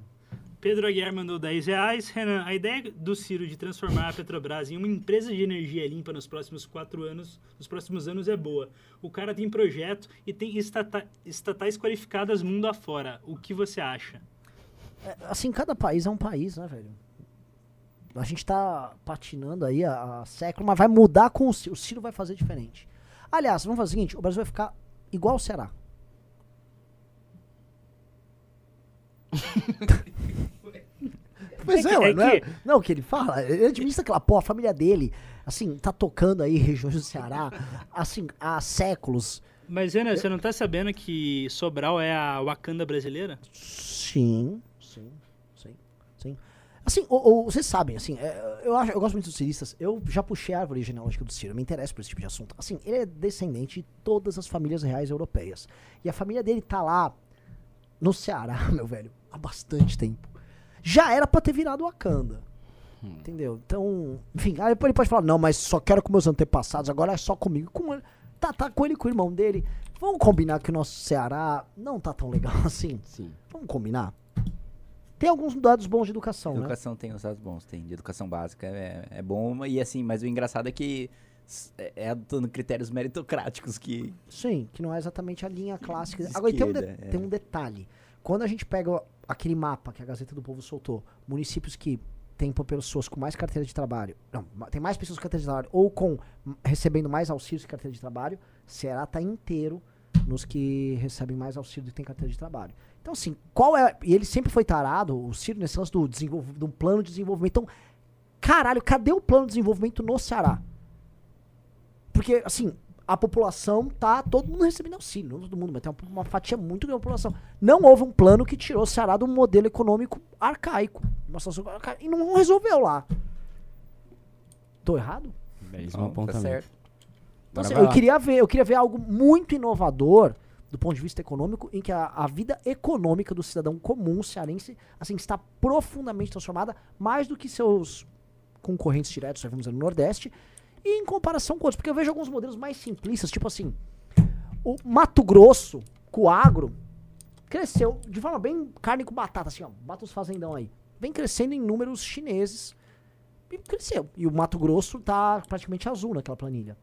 [SPEAKER 2] Pedro Aguiar mandou 10 reais. Renan, a ideia do Ciro de transformar a Petrobras em uma empresa de energia limpa nos próximos quatro anos, nos próximos anos é boa. O cara tem projeto e tem estata- estatais qualificadas mundo afora. O que você acha?
[SPEAKER 1] assim, cada país é um país, né, velho? A gente tá patinando aí há, há século, mas vai mudar com o Ciro. O Ciro vai fazer diferente. Aliás, vamos fazer o seguinte: o Brasil vai ficar igual o Ceará. [laughs] Pois é, ué,
[SPEAKER 2] é
[SPEAKER 1] não, é,
[SPEAKER 2] que-
[SPEAKER 1] não é o que ele fala. Ele administra aquela porra, a família dele, assim, tá tocando aí regiões do Ceará, assim, há séculos.
[SPEAKER 2] Mas, Renan, você não tá sabendo que Sobral é a Wakanda brasileira?
[SPEAKER 1] Sim, sim, sim, sim. Assim, o- o- vocês sabem, assim, é, eu, acho- eu gosto muito dos ciristas. Eu já puxei a árvore genealógica do Ciro, eu me interesso por esse tipo de assunto. Assim, ele é descendente de todas as famílias reais europeias. E a família dele tá lá no Ceará, [laughs] meu velho, há bastante tempo. Já era pra ter virado Wakanda. Entendeu? Então, enfim, aí ele pode falar, não, mas só quero com meus antepassados, agora é só comigo. Com ele, tá, tá com ele e com o irmão dele. Vamos combinar que o nosso Ceará não tá tão legal [laughs] assim.
[SPEAKER 3] Sim.
[SPEAKER 1] Vamos combinar? Tem alguns dados bons de
[SPEAKER 2] Uhum.
[SPEAKER 1] educação, né?
[SPEAKER 5] Educação tem os dados bons, tem. De educação básica é, é bom, e assim, mas o engraçado é que s- é- é adotando critérios meritocráticos que.
[SPEAKER 1] Sim, que não é exatamente a linha clássica. Agora, e tem um, de-
[SPEAKER 5] Esquerda, é.
[SPEAKER 1] tem um detalhe. Quando a gente pega aquele mapa que a Gazeta do Povo soltou, municípios que tem pra pessoas com mais carteira de trabalho, não, ma- tem mais pessoas com carteira de trabalho ou com m- recebendo mais auxílios que carteira de trabalho, Ceará tá inteiro nos que recebem mais auxílio e tem carteira de trabalho. Então, assim, qual é. E ele sempre foi tarado, o Ciro, nesse lance do, desenvolv- do plano de desenvolvimento. Então, caralho, cadê o plano de desenvolvimento no Ceará? Porque, assim, a população tá todo mundo recebendo auxílio, não todo mundo, mas tem uma, uma fatia muito grande da população. Não houve um plano que tirou o Ceará do modelo econômico arcaico, uma situação arcaica, e não resolveu lá. Tô errado?
[SPEAKER 3] Belíssimo
[SPEAKER 5] Não, tá
[SPEAKER 3] apontamento.
[SPEAKER 5] certo.
[SPEAKER 1] Então,
[SPEAKER 3] Agora
[SPEAKER 1] assim,
[SPEAKER 3] vai
[SPEAKER 1] eu
[SPEAKER 3] lá.
[SPEAKER 1] queria ver, eu queria ver algo muito inovador do ponto de vista econômico, em que a, a vida econômica do cidadão comum cearense assim está profundamente transformada, mais do que seus concorrentes diretos, vamos dizer, no Nordeste, e em comparação com outros, porque eu vejo alguns modelos mais simplistas, tipo assim, o Mato Grosso com o agro cresceu de forma bem carne com batata, assim, ó, bata os fazendão aí, vem crescendo em números chineses e cresceu. E o Mato Grosso tá praticamente azul naquela planilha.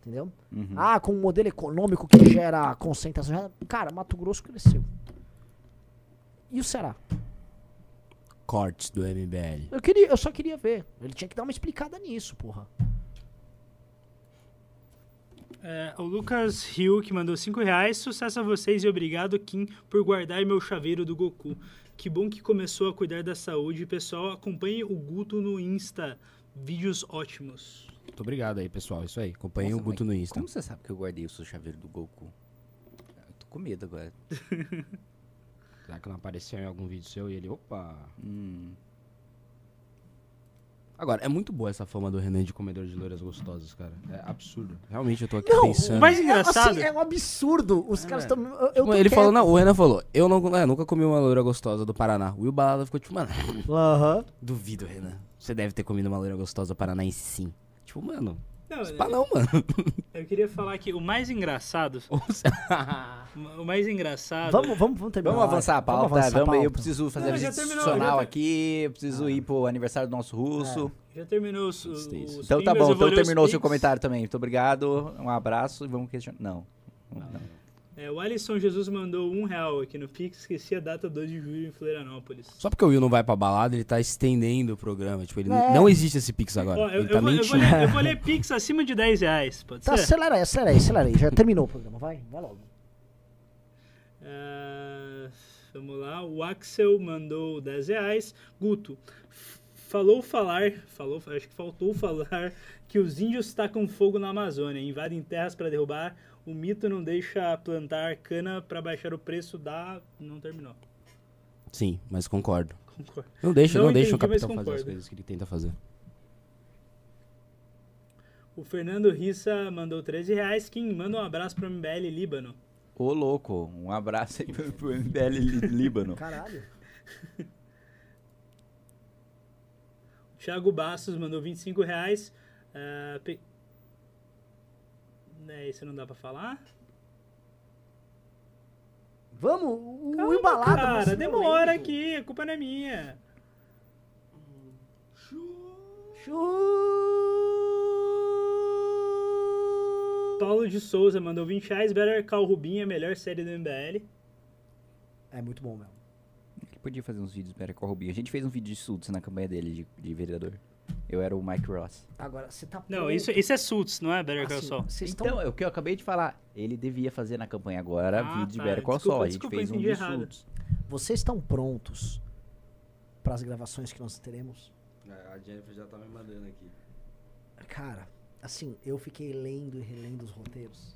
[SPEAKER 1] Entendeu?
[SPEAKER 5] Uhum.
[SPEAKER 1] Ah, com um modelo econômico que gera concentração. gera- Cara, Mato Grosso cresceu. E o Ceará?
[SPEAKER 3] Cortes do MBL.
[SPEAKER 1] Eu, queria, eu só queria ver. Ele tinha que dar uma explicada nisso, porra.
[SPEAKER 2] É, o Lucas Hill, que mandou 5 reais. Sucesso a vocês e obrigado, Kim, por guardar meu chaveiro do Goku. Que bom que começou a cuidar da saúde. Pessoal, acompanhe o Guto no Insta. Vídeos ótimos.
[SPEAKER 3] Muito obrigado aí, pessoal. Isso aí. Acompanhe o
[SPEAKER 5] Nossa,
[SPEAKER 3] Guto no
[SPEAKER 5] mas
[SPEAKER 3] Insta.
[SPEAKER 5] Como você sabe que eu guardei o seu chaveiro do Goku? Ah, Eu tô com medo agora.
[SPEAKER 3] Será que não apareceu em algum vídeo seu e ele. Opa!
[SPEAKER 5] Hum.
[SPEAKER 3] Agora, é muito boa essa fama do Renan de comedor de loiras gostosas, cara. É absurdo. Realmente eu tô aqui
[SPEAKER 1] Não,
[SPEAKER 3] pensando.
[SPEAKER 2] Mas
[SPEAKER 1] É,
[SPEAKER 2] engraçado. É, né?
[SPEAKER 1] assim, é um absurdo. Os caras estão. Eu, eu tô
[SPEAKER 3] ele
[SPEAKER 1] quieto.
[SPEAKER 3] falou, não, o Renan falou, eu não, é, nunca comi uma loira gostosa do Paraná. O Will Balada ficou tipo, mano,
[SPEAKER 5] né?
[SPEAKER 1] Aham.
[SPEAKER 3] duvido, Renan. Você deve ter comido uma loira gostosa do Paraná e sim. Tipo, mano,
[SPEAKER 2] Não,
[SPEAKER 3] pá não, mano.
[SPEAKER 2] eu queria falar que o mais
[SPEAKER 5] [laughs]
[SPEAKER 2] engraçado. [laughs] o mais engraçado.
[SPEAKER 1] Vamos, vamos, vamos terminar.
[SPEAKER 5] Vamos
[SPEAKER 1] lá.
[SPEAKER 5] avançar a pauta, vamos
[SPEAKER 1] avançar a
[SPEAKER 5] eu
[SPEAKER 1] pauta.
[SPEAKER 5] preciso fazer
[SPEAKER 2] Não,
[SPEAKER 5] a
[SPEAKER 2] já
[SPEAKER 5] visita
[SPEAKER 2] terminou,
[SPEAKER 5] institucional
[SPEAKER 2] já tá- ter-
[SPEAKER 5] aqui, eu preciso ir pro aniversário do nosso russo.
[SPEAKER 2] Já terminou os. os
[SPEAKER 3] Gostei disso.
[SPEAKER 2] os
[SPEAKER 5] Então tá
[SPEAKER 2] pingos,
[SPEAKER 5] bom,
[SPEAKER 2] eu vou
[SPEAKER 5] então
[SPEAKER 2] ler os
[SPEAKER 5] terminou o seu
[SPEAKER 2] pingos.
[SPEAKER 5] comentário também. Muito obrigado, um abraço e vamos questionar. Não.
[SPEAKER 2] É, o Alisson Jesus mandou um real aqui no Pix. Esqueci a data 2 de julho em Florianópolis.
[SPEAKER 3] Só porque o Will não vai pra balada, ele tá estendendo o programa. Tipo, ele
[SPEAKER 1] É.
[SPEAKER 3] não existe esse Pix agora.
[SPEAKER 2] Ó, eu,
[SPEAKER 3] ele
[SPEAKER 2] eu
[SPEAKER 3] tá
[SPEAKER 2] vou, eu, vou
[SPEAKER 3] mentindo.
[SPEAKER 2] ler, eu
[SPEAKER 5] [laughs]
[SPEAKER 2] vou ler Pix acima de 10 reais, pode
[SPEAKER 1] Tá,
[SPEAKER 2] ser?
[SPEAKER 1] acelera aí, acelera aí, acelera aí. Já terminou o programa, vai, vai logo.
[SPEAKER 2] Ah, vamos lá, o Axel mandou 10 reais. Guto, f- falou falar, falou, acho que faltou falar que os índios tacam fogo na Amazônia, invadem terras para derrubar. O mito não deixa plantar cana para baixar o preço da. Não terminou.
[SPEAKER 3] [laughs] Sim, mas concordo.
[SPEAKER 2] Concordo.
[SPEAKER 3] Não deixa, não,
[SPEAKER 2] Não
[SPEAKER 3] deixa o
[SPEAKER 2] entendi, mas
[SPEAKER 3] capitão fazer as
[SPEAKER 2] concordo.
[SPEAKER 3] coisas que ele tenta fazer.
[SPEAKER 2] O Fernando Rissa mandou 13 reais. Kim, manda um abraço pro MBL Líbano.
[SPEAKER 5] Ô louco, um abraço aí pro pro MBL Lí- Líbano.
[SPEAKER 1] Caralho.
[SPEAKER 2] Thiago Bastos mandou 25 reais. Ah, pe... É, isso não dá pra falar?
[SPEAKER 1] Vamos, o
[SPEAKER 2] Calma,
[SPEAKER 1] embalado.
[SPEAKER 2] Tá Cara, demora aqui, a culpa não é minha. Paulo de Souza mandou 20 reais. Better Call Rubinho, a melhor série do MBL.
[SPEAKER 1] É muito bom mesmo.
[SPEAKER 5] Ele podia fazer uns vídeos do com Rubinho. A gente fez um vídeo de Sultz na campanha dele de, de vereador. Eu era o Mike Ross.
[SPEAKER 1] Agora, você tá.
[SPEAKER 2] Não,
[SPEAKER 1] pronto?
[SPEAKER 2] isso, isso é Suits, não é Better Call
[SPEAKER 1] Assim,
[SPEAKER 2] Saul?
[SPEAKER 1] Vocês estão
[SPEAKER 5] Então, é o que eu acabei de falar. Ele devia fazer na campanha agora
[SPEAKER 2] Ah,
[SPEAKER 5] vídeo de
[SPEAKER 2] tá.
[SPEAKER 5] Better Call
[SPEAKER 2] Desculpa,
[SPEAKER 5] Saul. A gente
[SPEAKER 2] desculpa,
[SPEAKER 5] fez um
[SPEAKER 2] entendi
[SPEAKER 5] de
[SPEAKER 2] errado.
[SPEAKER 5] Sultz.
[SPEAKER 1] Vocês estão prontos para as gravações que nós teremos?
[SPEAKER 4] É, A Jennifer já tá me mandando aqui.
[SPEAKER 1] Cara, assim, eu fiquei lendo e relendo os roteiros.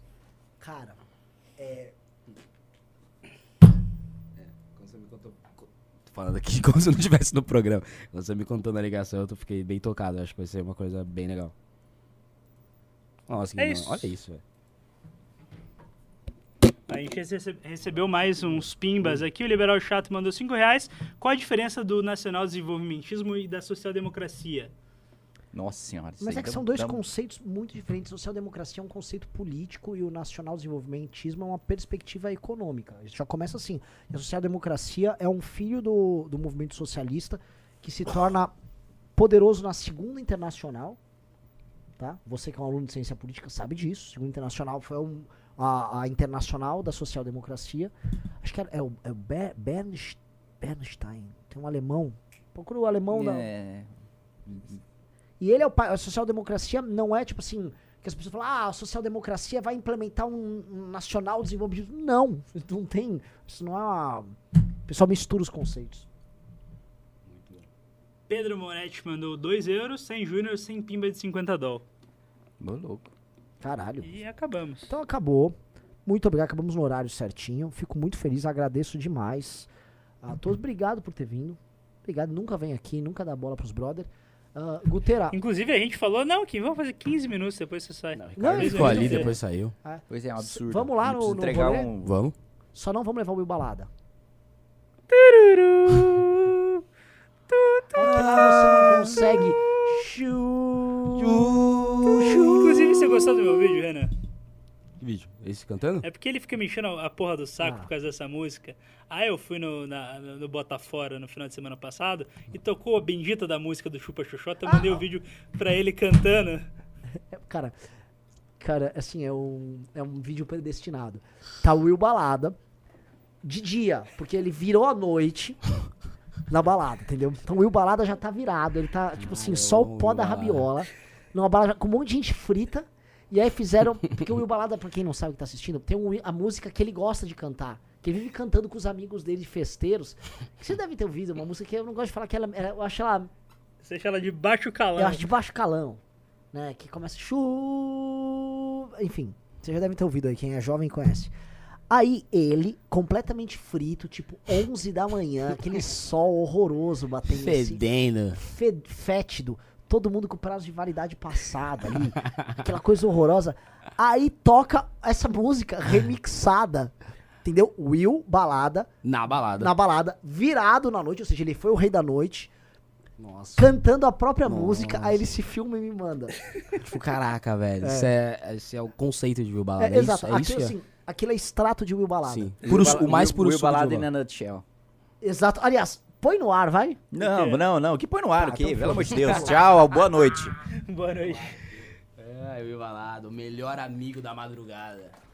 [SPEAKER 1] Cara,
[SPEAKER 4] Quando você me contou.
[SPEAKER 3] Tô falando aqui [laughs] como se eu não estivesse no programa. Quando você me contou na ligação, eu tô- fiquei bem tocado. Eu Acho que vai ser uma coisa bem legal. Nossa,
[SPEAKER 2] É
[SPEAKER 3] que
[SPEAKER 2] isso.
[SPEAKER 3] olha isso, velho.
[SPEAKER 2] A gente recebe- recebeu mais uns
[SPEAKER 5] Hum.
[SPEAKER 2] pimbas aqui. O Liberal Chato mandou 5 reais. Qual a diferença do nacional desenvolvimentismo e da social-democracia?
[SPEAKER 5] Nossa senhora. isso
[SPEAKER 1] mas
[SPEAKER 5] aí
[SPEAKER 1] é que
[SPEAKER 5] dá- um
[SPEAKER 1] são dois
[SPEAKER 5] dá-
[SPEAKER 1] conceitos muito diferentes. O social-democracia é um conceito político e o nacional desenvolvimentismo é uma perspectiva econômica. Isso já começa assim. E A social-democracia é um filho do, do movimento socialista que se torna poderoso na Segunda Internacional. Tá? Você que é um aluno de ciência política sabe disso. Segunda Internacional foi um- a, a internacional da social-democracia. Acho que era, é o, é o Ber- Bernst- Bernstein. Tem um alemão. Procura o alemão da.
[SPEAKER 5] É,
[SPEAKER 1] E ele é o pai. A social-democracia não é tipo assim. Que as pessoas falam, ah, a social-democracia vai implementar um, um nacional desenvolvimento. Não, [laughs] não tem. Isso não é uma. O pessoal mistura os conceitos.
[SPEAKER 2] Pedro Moretti mandou 2 euros, sem júnior, sem pimba de 50 doll.
[SPEAKER 3] Ô, louco.
[SPEAKER 1] Caralho.
[SPEAKER 2] E acabamos.
[SPEAKER 1] Então acabou. Muito obrigado, acabamos no horário certinho. Fico muito feliz, agradeço demais a todos. Obrigado por ter vindo. Obrigado, nunca vem aqui, nunca dá bola pros brother. Ah, Gutera,
[SPEAKER 2] Inclusive, a gente falou, não, que vamos fazer 15 minutos, depois você sai.
[SPEAKER 5] é
[SPEAKER 1] Ricardo
[SPEAKER 2] Mas
[SPEAKER 3] Ficou
[SPEAKER 2] eu
[SPEAKER 3] ali,
[SPEAKER 2] não sei.
[SPEAKER 3] depois saiu.
[SPEAKER 5] Pois é, é um
[SPEAKER 1] S-
[SPEAKER 5] absurdo.
[SPEAKER 1] vamos lá
[SPEAKER 5] Não
[SPEAKER 1] no-
[SPEAKER 5] precisa
[SPEAKER 1] no
[SPEAKER 5] entregar
[SPEAKER 1] rolê?
[SPEAKER 5] um.
[SPEAKER 3] Vamos?
[SPEAKER 1] só não vamos levar o Will Balada. É que lá você não consegue.
[SPEAKER 2] Inclusive, você gostou do meu vídeo, Renan?
[SPEAKER 3] Que vídeo? Esse cantando?
[SPEAKER 2] É porque ele fica me enchendo a a porra do saco
[SPEAKER 1] Ah.
[SPEAKER 2] por causa dessa música. Aí eu fui no, na, no Botafora no final de semana passado e tocou a bendita da música do Chupa Xoxota. Eu
[SPEAKER 1] Ah.
[SPEAKER 2] mandei o vídeo pra ele cantando.
[SPEAKER 1] É, Cara, cara, assim, é um, é um vídeo predestinado. Tá o Will Balada de dia, porque ele virou a noite na balada, entendeu? Então o Will Balada já tá virado, ele tá, tipo assim, só o pó da rabiola, numa balada com um monte de gente frita. E aí fizeram. Porque o Will Balada, pra quem não sabe que tá assistindo, tem um- a música que ele gosta de cantar. Que ele vive cantando com os amigos dele, festeiros. Que você deve ter ouvido, uma música que eu não gosto de falar que ela. ela- Eu acho ela
[SPEAKER 2] Você deixa ela de baixo calão.
[SPEAKER 1] eu acho de baixo calão, né? Que começa chuva. Enfim, você já deve ter ouvido aí, quem é jovem conhece. Aí ele, completamente frito, tipo 11 da manhã, aquele sol horroroso batendo assim,
[SPEAKER 3] Fedendo.
[SPEAKER 1] fe- fétido, todo mundo com prazo de validade passada ali, aquela coisa horrorosa. Aí toca essa música remixada, entendeu? Will, balada,
[SPEAKER 3] Na balada.
[SPEAKER 1] na balada, virado na noite, ou seja, ele foi o rei da noite,
[SPEAKER 3] Nossa.
[SPEAKER 1] cantando a própria
[SPEAKER 3] Nossa.
[SPEAKER 1] música, aí ele se filma e me manda.
[SPEAKER 3] Tipo, caraca, velho. Isso é, esse é o conceito de Will Balada.
[SPEAKER 1] É,
[SPEAKER 3] É, isso,
[SPEAKER 1] exato.
[SPEAKER 3] é isso
[SPEAKER 1] aquilo,
[SPEAKER 3] que é?
[SPEAKER 1] assim, aquilo é extrato de Will Balada.
[SPEAKER 3] Sim.
[SPEAKER 5] Will
[SPEAKER 3] Puro,
[SPEAKER 5] Bala-
[SPEAKER 3] o mais
[SPEAKER 5] Will-
[SPEAKER 3] puro
[SPEAKER 5] Will
[SPEAKER 3] suco de
[SPEAKER 5] balada
[SPEAKER 3] Will
[SPEAKER 5] na nutshell.
[SPEAKER 1] Exato. Aliás, põe no ar, vai.
[SPEAKER 5] Não, não, não. Que põe no ar, o quê?
[SPEAKER 1] então
[SPEAKER 5] Pelo amor de Deus. Tchau, boa noite.
[SPEAKER 2] [laughs] Boa noite.
[SPEAKER 3] Balada. É, Will Balada, o melhor amigo da madrugada.